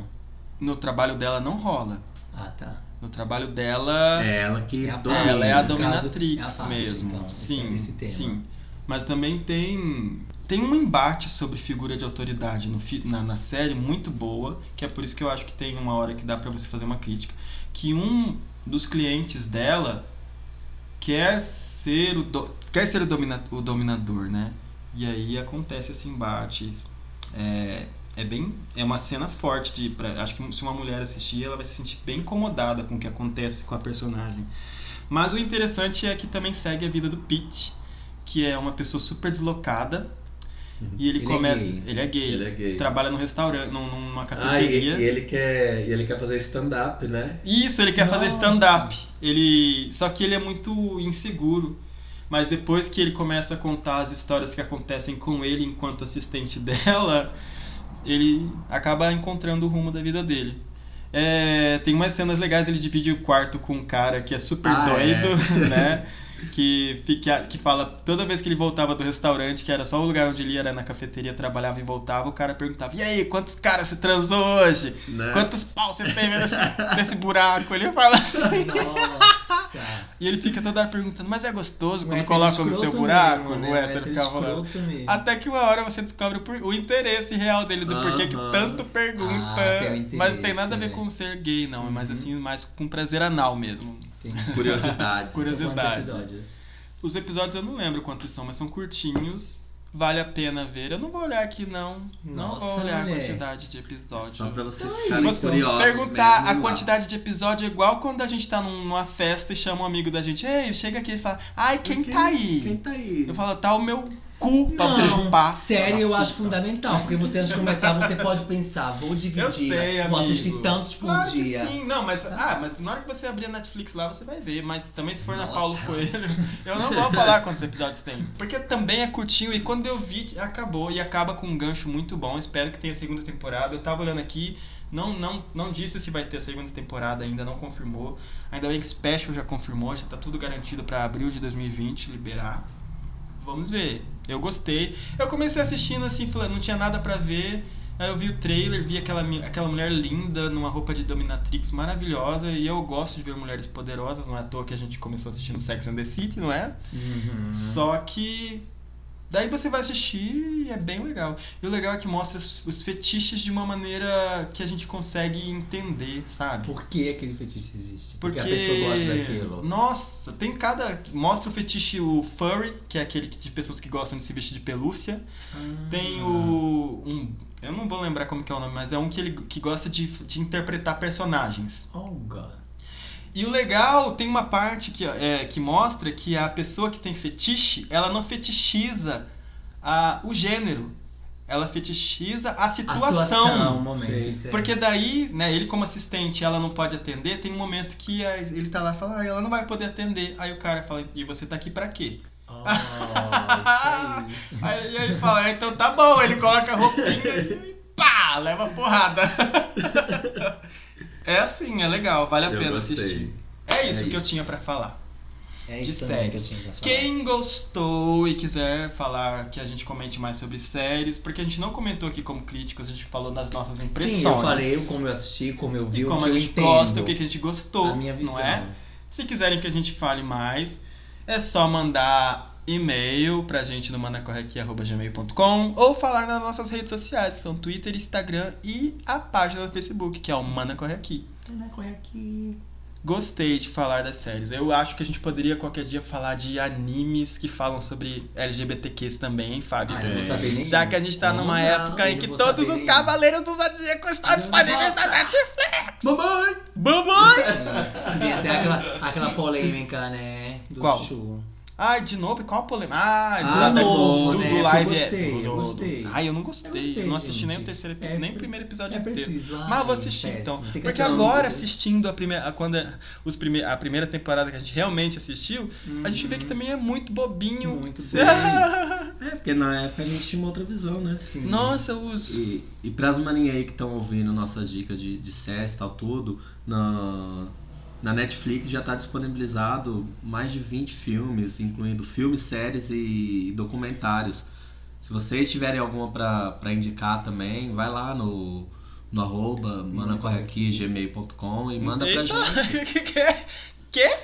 no trabalho dela não rola.
Ah,
(laughs)
tá.
No trabalho dela,
É ela que
É a
domina.
ela é a
no dom-
dominatrix
caso, é a parte,
mesmo.
então, esse-
sim,
esse tema.
sim. Mas também tem tem um embate sobre figura de autoridade no fi- na, na série muito boa, que é por isso que eu acho que tem uma hora que dá pra você fazer uma crítica, que um dos clientes dela quer ser o do- quer ser o, domina, o dominador, né? E aí acontece esse embate. É, É bem, é uma cena forte de, pra- acho que se uma mulher assistir, ela vai se sentir bem incomodada com o que acontece com a personagem. Mas o interessante é que também segue a vida do Pete, que é uma pessoa super deslocada. E ele,
Ele é
começa,
gay.
ele é gay.
Ele é gay.
Trabalha num restaurante, num- numa
Ah, e,
cafeteria.
e ele quer, e ele quer fazer stand-up, né?
Isso, ele quer fazer
Nossa.
stand-up. Ele. Só que ele é muito inseguro. Mas depois que ele começa a contar as histórias que acontecem com ele enquanto assistente (laughs) dela, ele acaba encontrando o rumo da vida dele. É, tem umas cenas legais, ele divide o quarto com um cara que é super
Ah,
doido, né? Que, fica, que fala toda vez que ele voltava do restaurante, que era só o lugar onde ele era na cafeteria, trabalhava e voltava, o cara perguntava: E aí, quantos caras você transou hoje?
Né?
Quantos pau você teve nesse, nesse buraco? Ele fala assim.
Nossa.
E ele fica toda hora perguntando, mas é gostoso
O
quando
hétero
coloca no seu
escroto
buraco?
mesmo, né?
O hétero fica Ah, falando.
escroto mesmo.
Até que uma hora você descobre o, por- o interesse real dele, do porquê que
Aham.
tanto pergunta.
Ah, pelo
mas não
interesse,
tem nada a ver
né?
com ser gay, não. É mais
Uhum.
assim, mais com prazer anal mesmo. (laughs)
Curiosidade.
Curiosidade.
Quantos episódios?
Os episódios eu não lembro quantos são, mas são curtinhos. Vale a pena ver. Eu não vou olhar aqui, não. não vou
Nossa,
olhar a
mulher.
quantidade de episódios.
Só pra vocês
Então é
ficarem
Você
curiosos.
perguntar
mesmo,
a
vamos lá.
quantidade de episódio é igual quando a gente tá num- numa festa e chama um amigo da gente. Ei, chega aqui e fala, ai, quem, tá aí?
Quem tá aí?
Eu falo, tá o meu cu pra
Não,
você chupar.
Sério, eu
Fala,
acho
puta.
fundamental, porque você antes de começar, você pode pensar, vou dividir, né?
Eu sei,
vou
amigo.
assistir tantos por
Claro que
dia.
sim. Não, mas, ah, mas na hora que você abrir a Netflix lá, você vai ver. Mas também se for na
Nossa.
Paulo Coelho, (laughs) eu não vou falar quantos episódios tem. Porque também é curtinho e quando eu vi, acabou. E acaba com um gancho muito bom. Espero que tenha segunda temporada. Eu tava olhando aqui, não, não, não disse se vai ter segunda temporada ainda, não confirmou. Ainda bem que Special já confirmou, já tá tudo garantido pra abril de 2020 liberar. Vamos ver. Eu gostei. Eu comecei assistindo assim, falando, não tinha nada pra ver. Aí eu vi o trailer, vi aquela, mi- aquela mulher linda, numa roupa de dominatrix maravilhosa, e eu gosto de ver mulheres poderosas, não é à toa que a gente começou assistindo Sex and the City, não é?
Uhum.
Só que. Daí você vai assistir e é bem legal. E o legal é que mostra os os fetiches de uma maneira que a gente consegue entender, sabe?
Por que aquele fetiche existe?
Porque,
a pessoa gosta daquilo.
Nossa, tem cada. Mostra o fetiche o furry, que é aquele que- de pessoas que gostam de se vestir de pelúcia.
Ah,
Tem o. Um, eu não vou lembrar como que é o nome, mas é um que ele que gosta de, de interpretar personagens.
Oh, God.
E o legal, tem uma parte que, ó, é, que mostra que a pessoa que tem fetiche, ela não fetichiza a, o gênero. Ela fetichiza a
A
situação.
situação, um momento.
Sei.
(laughs)
isso é-
Porque daí, né, ele como assistente, ela não pode atender, tem um momento que a- ele tá lá e fala, ah, ela não vai poder atender. Aí o cara fala, e você tá aqui pra quê?
Oh, isso aí.
(laughs) Aí, e aí ele fala, "Ah, então tá bom, ele coloca a roupinha e pá, leva a porrada. (laughs) é assim, é legal, vale a
Eu
pena
gostei.
assistir. É isso
É
que eu
isso.
tinha pra falar.
É
de
isso também que eu
séries.
tinha pra falar.
Quem gostou e quiser falar que a gente comente mais sobre séries, porque a gente não comentou aqui como críticos, a gente falou das nossas impressões.
Sim, eu falei como eu assisti, como eu vi,
E
o
como
que
a
eu
gente
entendo.
gosta, o que que a gente gostou,
a minha visão.
não é? Se quiserem que a gente fale mais, é só mandar e-mail pra gente no manacorrequi.gmail.com ou falar nas nossas redes sociais, são Twitter, Instagram e a página do Facebook, que é o Mana Corre Aqui. Gostei de falar das séries. Eu acho que a gente poderia qualquer dia falar de animes que falam sobre LGBTQs também, hein, Fábio?
Ah, eu não vou saber nem.
É. Já que a gente tá numa
Não,
época em
eu
que
vou
todos
saber
os
nem.
cavaleiros do Zodíaco estão
Não
disponíveis na Netflix!
Mamãe!
Babãe!
(laughs) Tem até aquela, aquela polêmica, né? Do
Qual?
Chu.
Ai, de novo? E Qual a polêmica? Ah, do,
Ah,
da-
novo,
do,
né?
do
Que eu
live.
gostei,
é, do, do,
eu gostei.
do- Ai, eu não gostei. Eu,
Eu gostei,
não assisti nem o
gente.
terceiro epi-
É
nem o
preciso-
primeiro episódio
É
inteiro.
preciso.
ah,
Mas eu vou
ai,
assistir
péssimo.
então.
Tem que
Porque
assistir.
agora, assistindo a primeira. a- Quando a- os prime a primeira temporada que a gente realmente assistiu, a
Hum,
gente vê que também é muito bobinho.
Uhum.
(laughs)
Muito
É, porque na época a gente tinha uma outra visão, né?
Sim.
Nossa, os.
E, e pras maninhas aí que estão ouvindo nossas dicas de, de séries e tal, tudo, na, na Netflix já tá disponibilizado mais de 20 filmes, incluindo filmes, séries e documentários. Se vocês tiverem alguma pra, pra indicar também, vai lá no, no arroba, manda corre aqui, gmail.com e manda pra
Eita, (laughs)
gente.
que que é? Quê?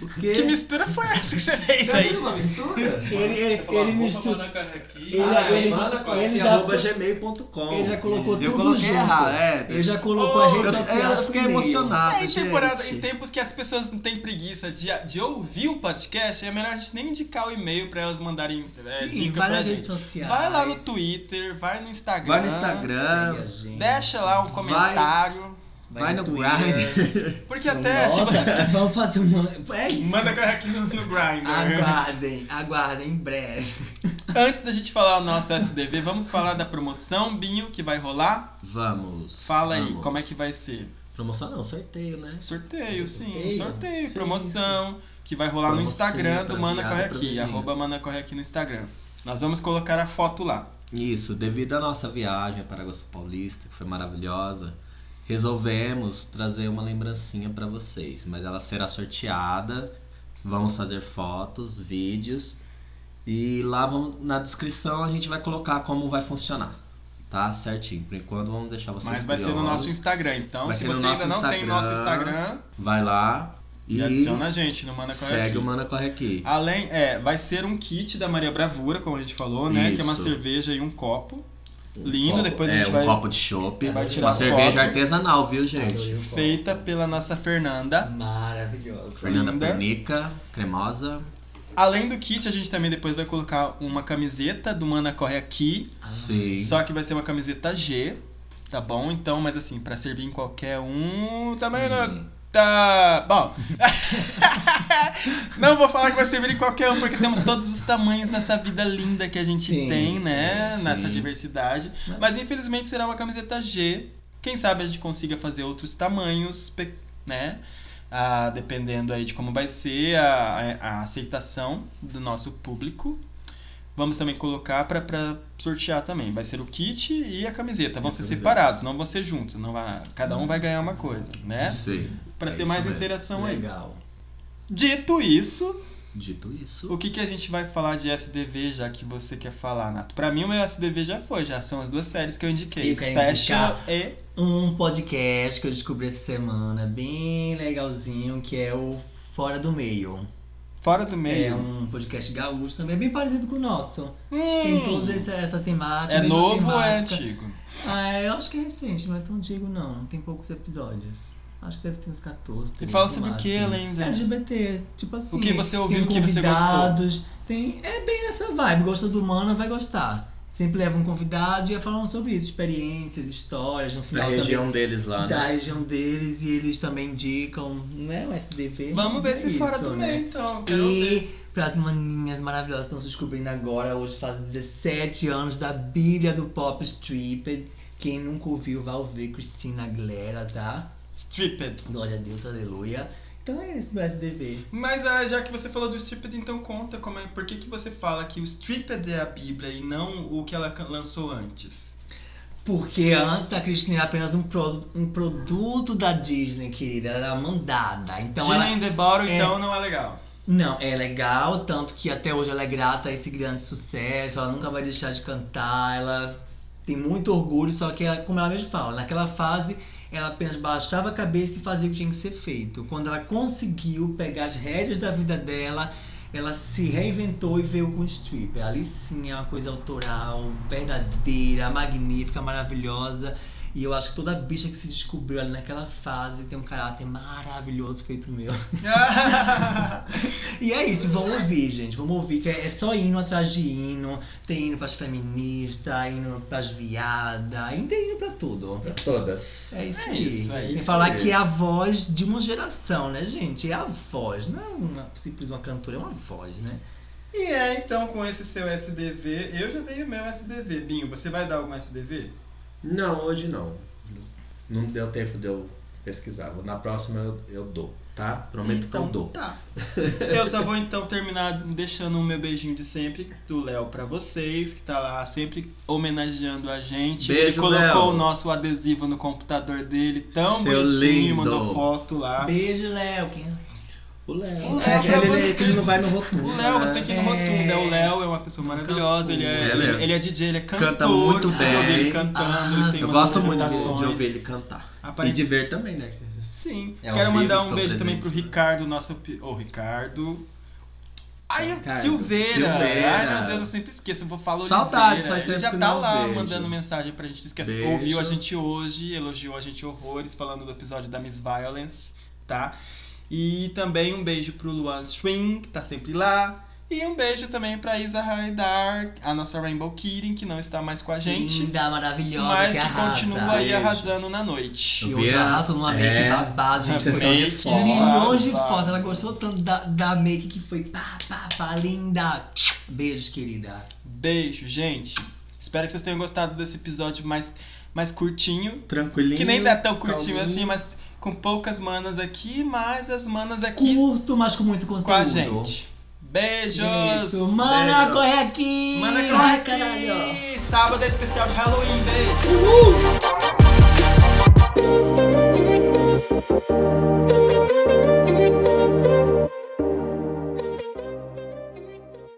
Porque
Que mistura foi essa que você fez aí?
uma mistura?
ele, ele,
Você
ele
um
falou,
mistura.
Vou mandar aqui.
Ele,
Ah,
ele,
manda com-
ele
que
já
arroba gmail.com.
ele já colocou
Eu
tudo
coloquei
junto.
errado, é.
Ele já colocou a
Oh,
rede
Eu,
social.
eu fiquei
no meio.
emocionado.
É, em, temporada,
Ah, gente.
em tempos que as pessoas não têm preguiça de, de ouvir o podcast, é melhor a gente nem indicar o e-mail pra elas mandarem é,
Sim,
dica pra
várias
gente.
redes sociais.
Vai lá no Twitter, vai no Instagram.
Vai no Instagram,
Segue a gente.
Deixa lá um comentário.
vai,
Vai
no
no
Grindr. (laughs)
Porque até se
Nossa,
vocês. (laughs)
vamos fazer uma. É isso.
Manda correr aqui no, no Grindr.
Ah,
Aguardem, aguardem em breve.
Antes da gente falar o nosso SDV, vamos falar da promoção, Binho, que vai rolar.
Vamos.
Fala aí,
vamos.
como é que vai ser?
Promoção não, sorteio, né?
Sorteio, sim.
Sorteio?
Sorteio,
Sim,
promoção, que vai rolar no
Promoção
Instagram
pra
do Mana
viado,
Corre
pra
Aqui.
menino.
Arroba Mana Corre Aqui no Instagram. Nós vamos colocar a foto lá.
Isso, devido à nossa viagem para Agosto Paulista, que foi maravilhosa, resolvemos trazer uma lembrancinha para vocês, mas ela será sorteada. Vamos fazer fotos, vídeos e lá vamos, na descrição a gente vai colocar como vai funcionar, tá? Certinho. Por enquanto vamos deixar vocês
Mas vai ser no
curiosos.
nosso Instagram. Então,
Vai
se
ser no
você
nosso
ainda não tem
Instagram.
nosso Instagram,
Vai lá e,
e adiciona a gente no Mana Corre
segue
Aqui.
o Mana Corre Aqui.
Além, é, vai ser um kit da Maria Bravura, como a gente falou, né? Que é uma
Isso.
cerveja e um copo.
Um
Lindo,
copo-
depois a
é,
gente
um
vai-
copo de chopp,
vai tirar
uma cerveja
foto.
artesanal, viu, gente?
Feita pela nossa Fernanda.
Maravilhosa.
Fernanda
Linda.
Pernica, cremosa.
Além do kit, a gente também depois vai colocar uma camiseta do Mana Corre Aqui.
Sim.
Ah. Só que vai ser uma camiseta G, tá bom? Então, mas assim, pra servir em qualquer um, também não tá. Bom. (laughs) não vou falar que vai servir em qualquer um, porque temos todos os tamanhos nessa vida linda que a gente
Sim,
tem, né?
sim.
Nessa diversidade. Mas infelizmente será uma camiseta G. Quem sabe a gente consiga fazer outros tamanhos, pe- né? Ah, dependendo aí de como vai ser a, a- a aceitação do nosso público. Vamos também colocar pra- pra sortear também. Vai ser o kit e a camiseta. Vão
E a
ser
camiseta.
separados, não vão ser juntos. Não vai, cada um vai ganhar uma coisa, né?
Sim.
Pra
É
ter
isso
mais
mesmo.
interação aí.
Legal.
Dito isso,
Dito isso.
o que, que a gente vai falar de SDV já que você quer falar, Nato? Pra mim, o meu SDV já foi, já são as duas séries que eu indiquei:
Eu quero
Special e.
Um podcast que eu descobri essa semana, bem legalzinho, que é o Fora do Meio.
Fora do
É
meio.
um podcast gaúcho também, é bem parecido com o nosso.
Hum,
Tem toda essa, essa temática.
é
mesma
novo ou é
temática.
antigo?
Ah, eu acho que é recente, não é tão antigo não. Tem poucos episódios. Acho que deve ter uns 14.
E
13
fala
no
sobre o que,
máximo. É,
Linda?
LGBT, tipo assim.
O que você ouviu,
tem
o que você
convidados, Tem, é bem nessa vibe. Gostou do Mana, vai gostar. Sempre leva um convidado e é falando sobre isso, experiências, histórias, no
Da
é?
final
região deles lá,
também. Da
né?
região deles e eles também indicam, não é o SDV?
Vamos ver
mas é
se fora
isso,
do
né?
meio, então. Quero ver.
E pras maninhas maravilhosas que estão se descobrindo agora, hoje faz 17 anos da Bíblia do Pop Strip. Quem nunca ouviu, vai ouvir Cristina Aguilera, tá?
Stripped.
Glória a Deus, aleluia. Então é esse meu SDV.
Mas ah, já que você falou do Stripped, então conta como é. Por que, que você fala que o Stripped é a Bíblia e não o que ela can- lançou antes?
Porque antes a Cristina era apenas um, produ- um produto da Disney, querida. Ela era mandada. Então
Gina
ela.
in the Bottle,
é-
então, não é
(laughs)
legal.
Não, é legal, tanto que até hoje ela é grata a esse grande sucesso. Ela nunca vai deixar de cantar. Ela tem muito orgulho, só que, ela, como ela mesma fala, naquela fase ela apenas baixava a cabeça e fazia o que tinha que ser feito. Quando ela conseguiu pegar as rédeas da vida dela. Ela se reinventou e veio com o strip. Ali sim é uma coisa autoral, verdadeira, magnífica, maravilhosa. E eu acho que toda bicha que se descobriu ali naquela fase tem um caráter maravilhoso feito meu. E é isso, vamos ouvir, gente. Vamos ouvir que é é só hino atrás de hino. Tem hino pras feministas, hino pras viadas, hino tem hino pra tudo.
Pra todas.
É isso
É
aí.
isso, é
Sem
isso
falar
aí.
que é a voz de uma geração, né, gente? É a voz, não é uma, simples uma cantora, é uma voz, né?
e é, então, com esse seu SDV, eu já dei o meu SDV. Binho, você vai dar algum SDV?
Não, hoje não. Não deu tempo de eu pesquisar. Vou- Na próxima eu, eu dou, tá? Prometo que eu dou. (laughs)
Tá. Eu só vou então terminar deixando o meu beijinho de sempre do Léo pra vocês, que tá lá sempre homenageando a gente. Ele
Beijo,
colocou
Léo.
o nosso adesivo no computador dele, tão
Seu
bonitinho,
lindo.
mandou foto lá.
Beijo, Léo. Quem-
O Léo.
O Léo
É
pra
aquele
vocês.
que ele não vai no rotulo.
O Léo, você tem que ir no
É.
Rotunda. O Léo é uma pessoa maravilhosa, ele é,
É
ele,
mesmo.
ele é DJ, ele é cantor.
Canta muito
o vídeo
bem.
dele cantando,
Ah,
ele tem
Eu
umas
gosto muito de,
apresentações.
de ouvir ele cantar. E
Aparente-
de ver também, né?
Sim.
É,
Quero
ao vivo
mandar um
estou
beijo também pro
presente, né?
Ricardo, nosso. pi- Ô, Ricardo. Ai,
Ricardo.
Silveira.
Silveira.
Ai, meu Deus, eu sempre esqueço. Eu vou falar Oliveira.
Saudades, faz
Ele
tempo
já
que
tá
não
lá
vejo.
mandando mensagem pra gente. Diz que
Beijo.
ouviu a gente hoje, elogiou a gente horrores, falando do episódio da Miss Violence, tá? E também um beijo pro Luan Schwing, que tá sempre lá. E um beijo também pra Isa Haidar, a nossa Rainbow Kidding, que não está mais com a gente.
Linda, maravilhosa,
mas
que,
que,
arrasa.
continua aí
Beijo.
arrasando na noite.
E
Eu
hoje
vi a-
arrasou numa make
é.
babado, gente.
Vocês são de
Make,
fora.
Milhões de
babado.
fotos. Ela gostou tanto da, da make que foi pá, pá, pá, linda. Beijos, querida.
Beijo, gente. Espero que vocês tenham gostado desse episódio mais, mais curtinho.
Tranquilinho.
Que nem dá tão curtinho
calminho.
assim, mas com poucas manas aqui, mas as manas aqui
Curto, mas com muito conteúdo.
com a gente. Beijos!
Isso. Mana,
Beijo.
corre aqui!
Mana
Corre,
corre
caralho!
aqui! Sábado é especial de Halloween, beijo!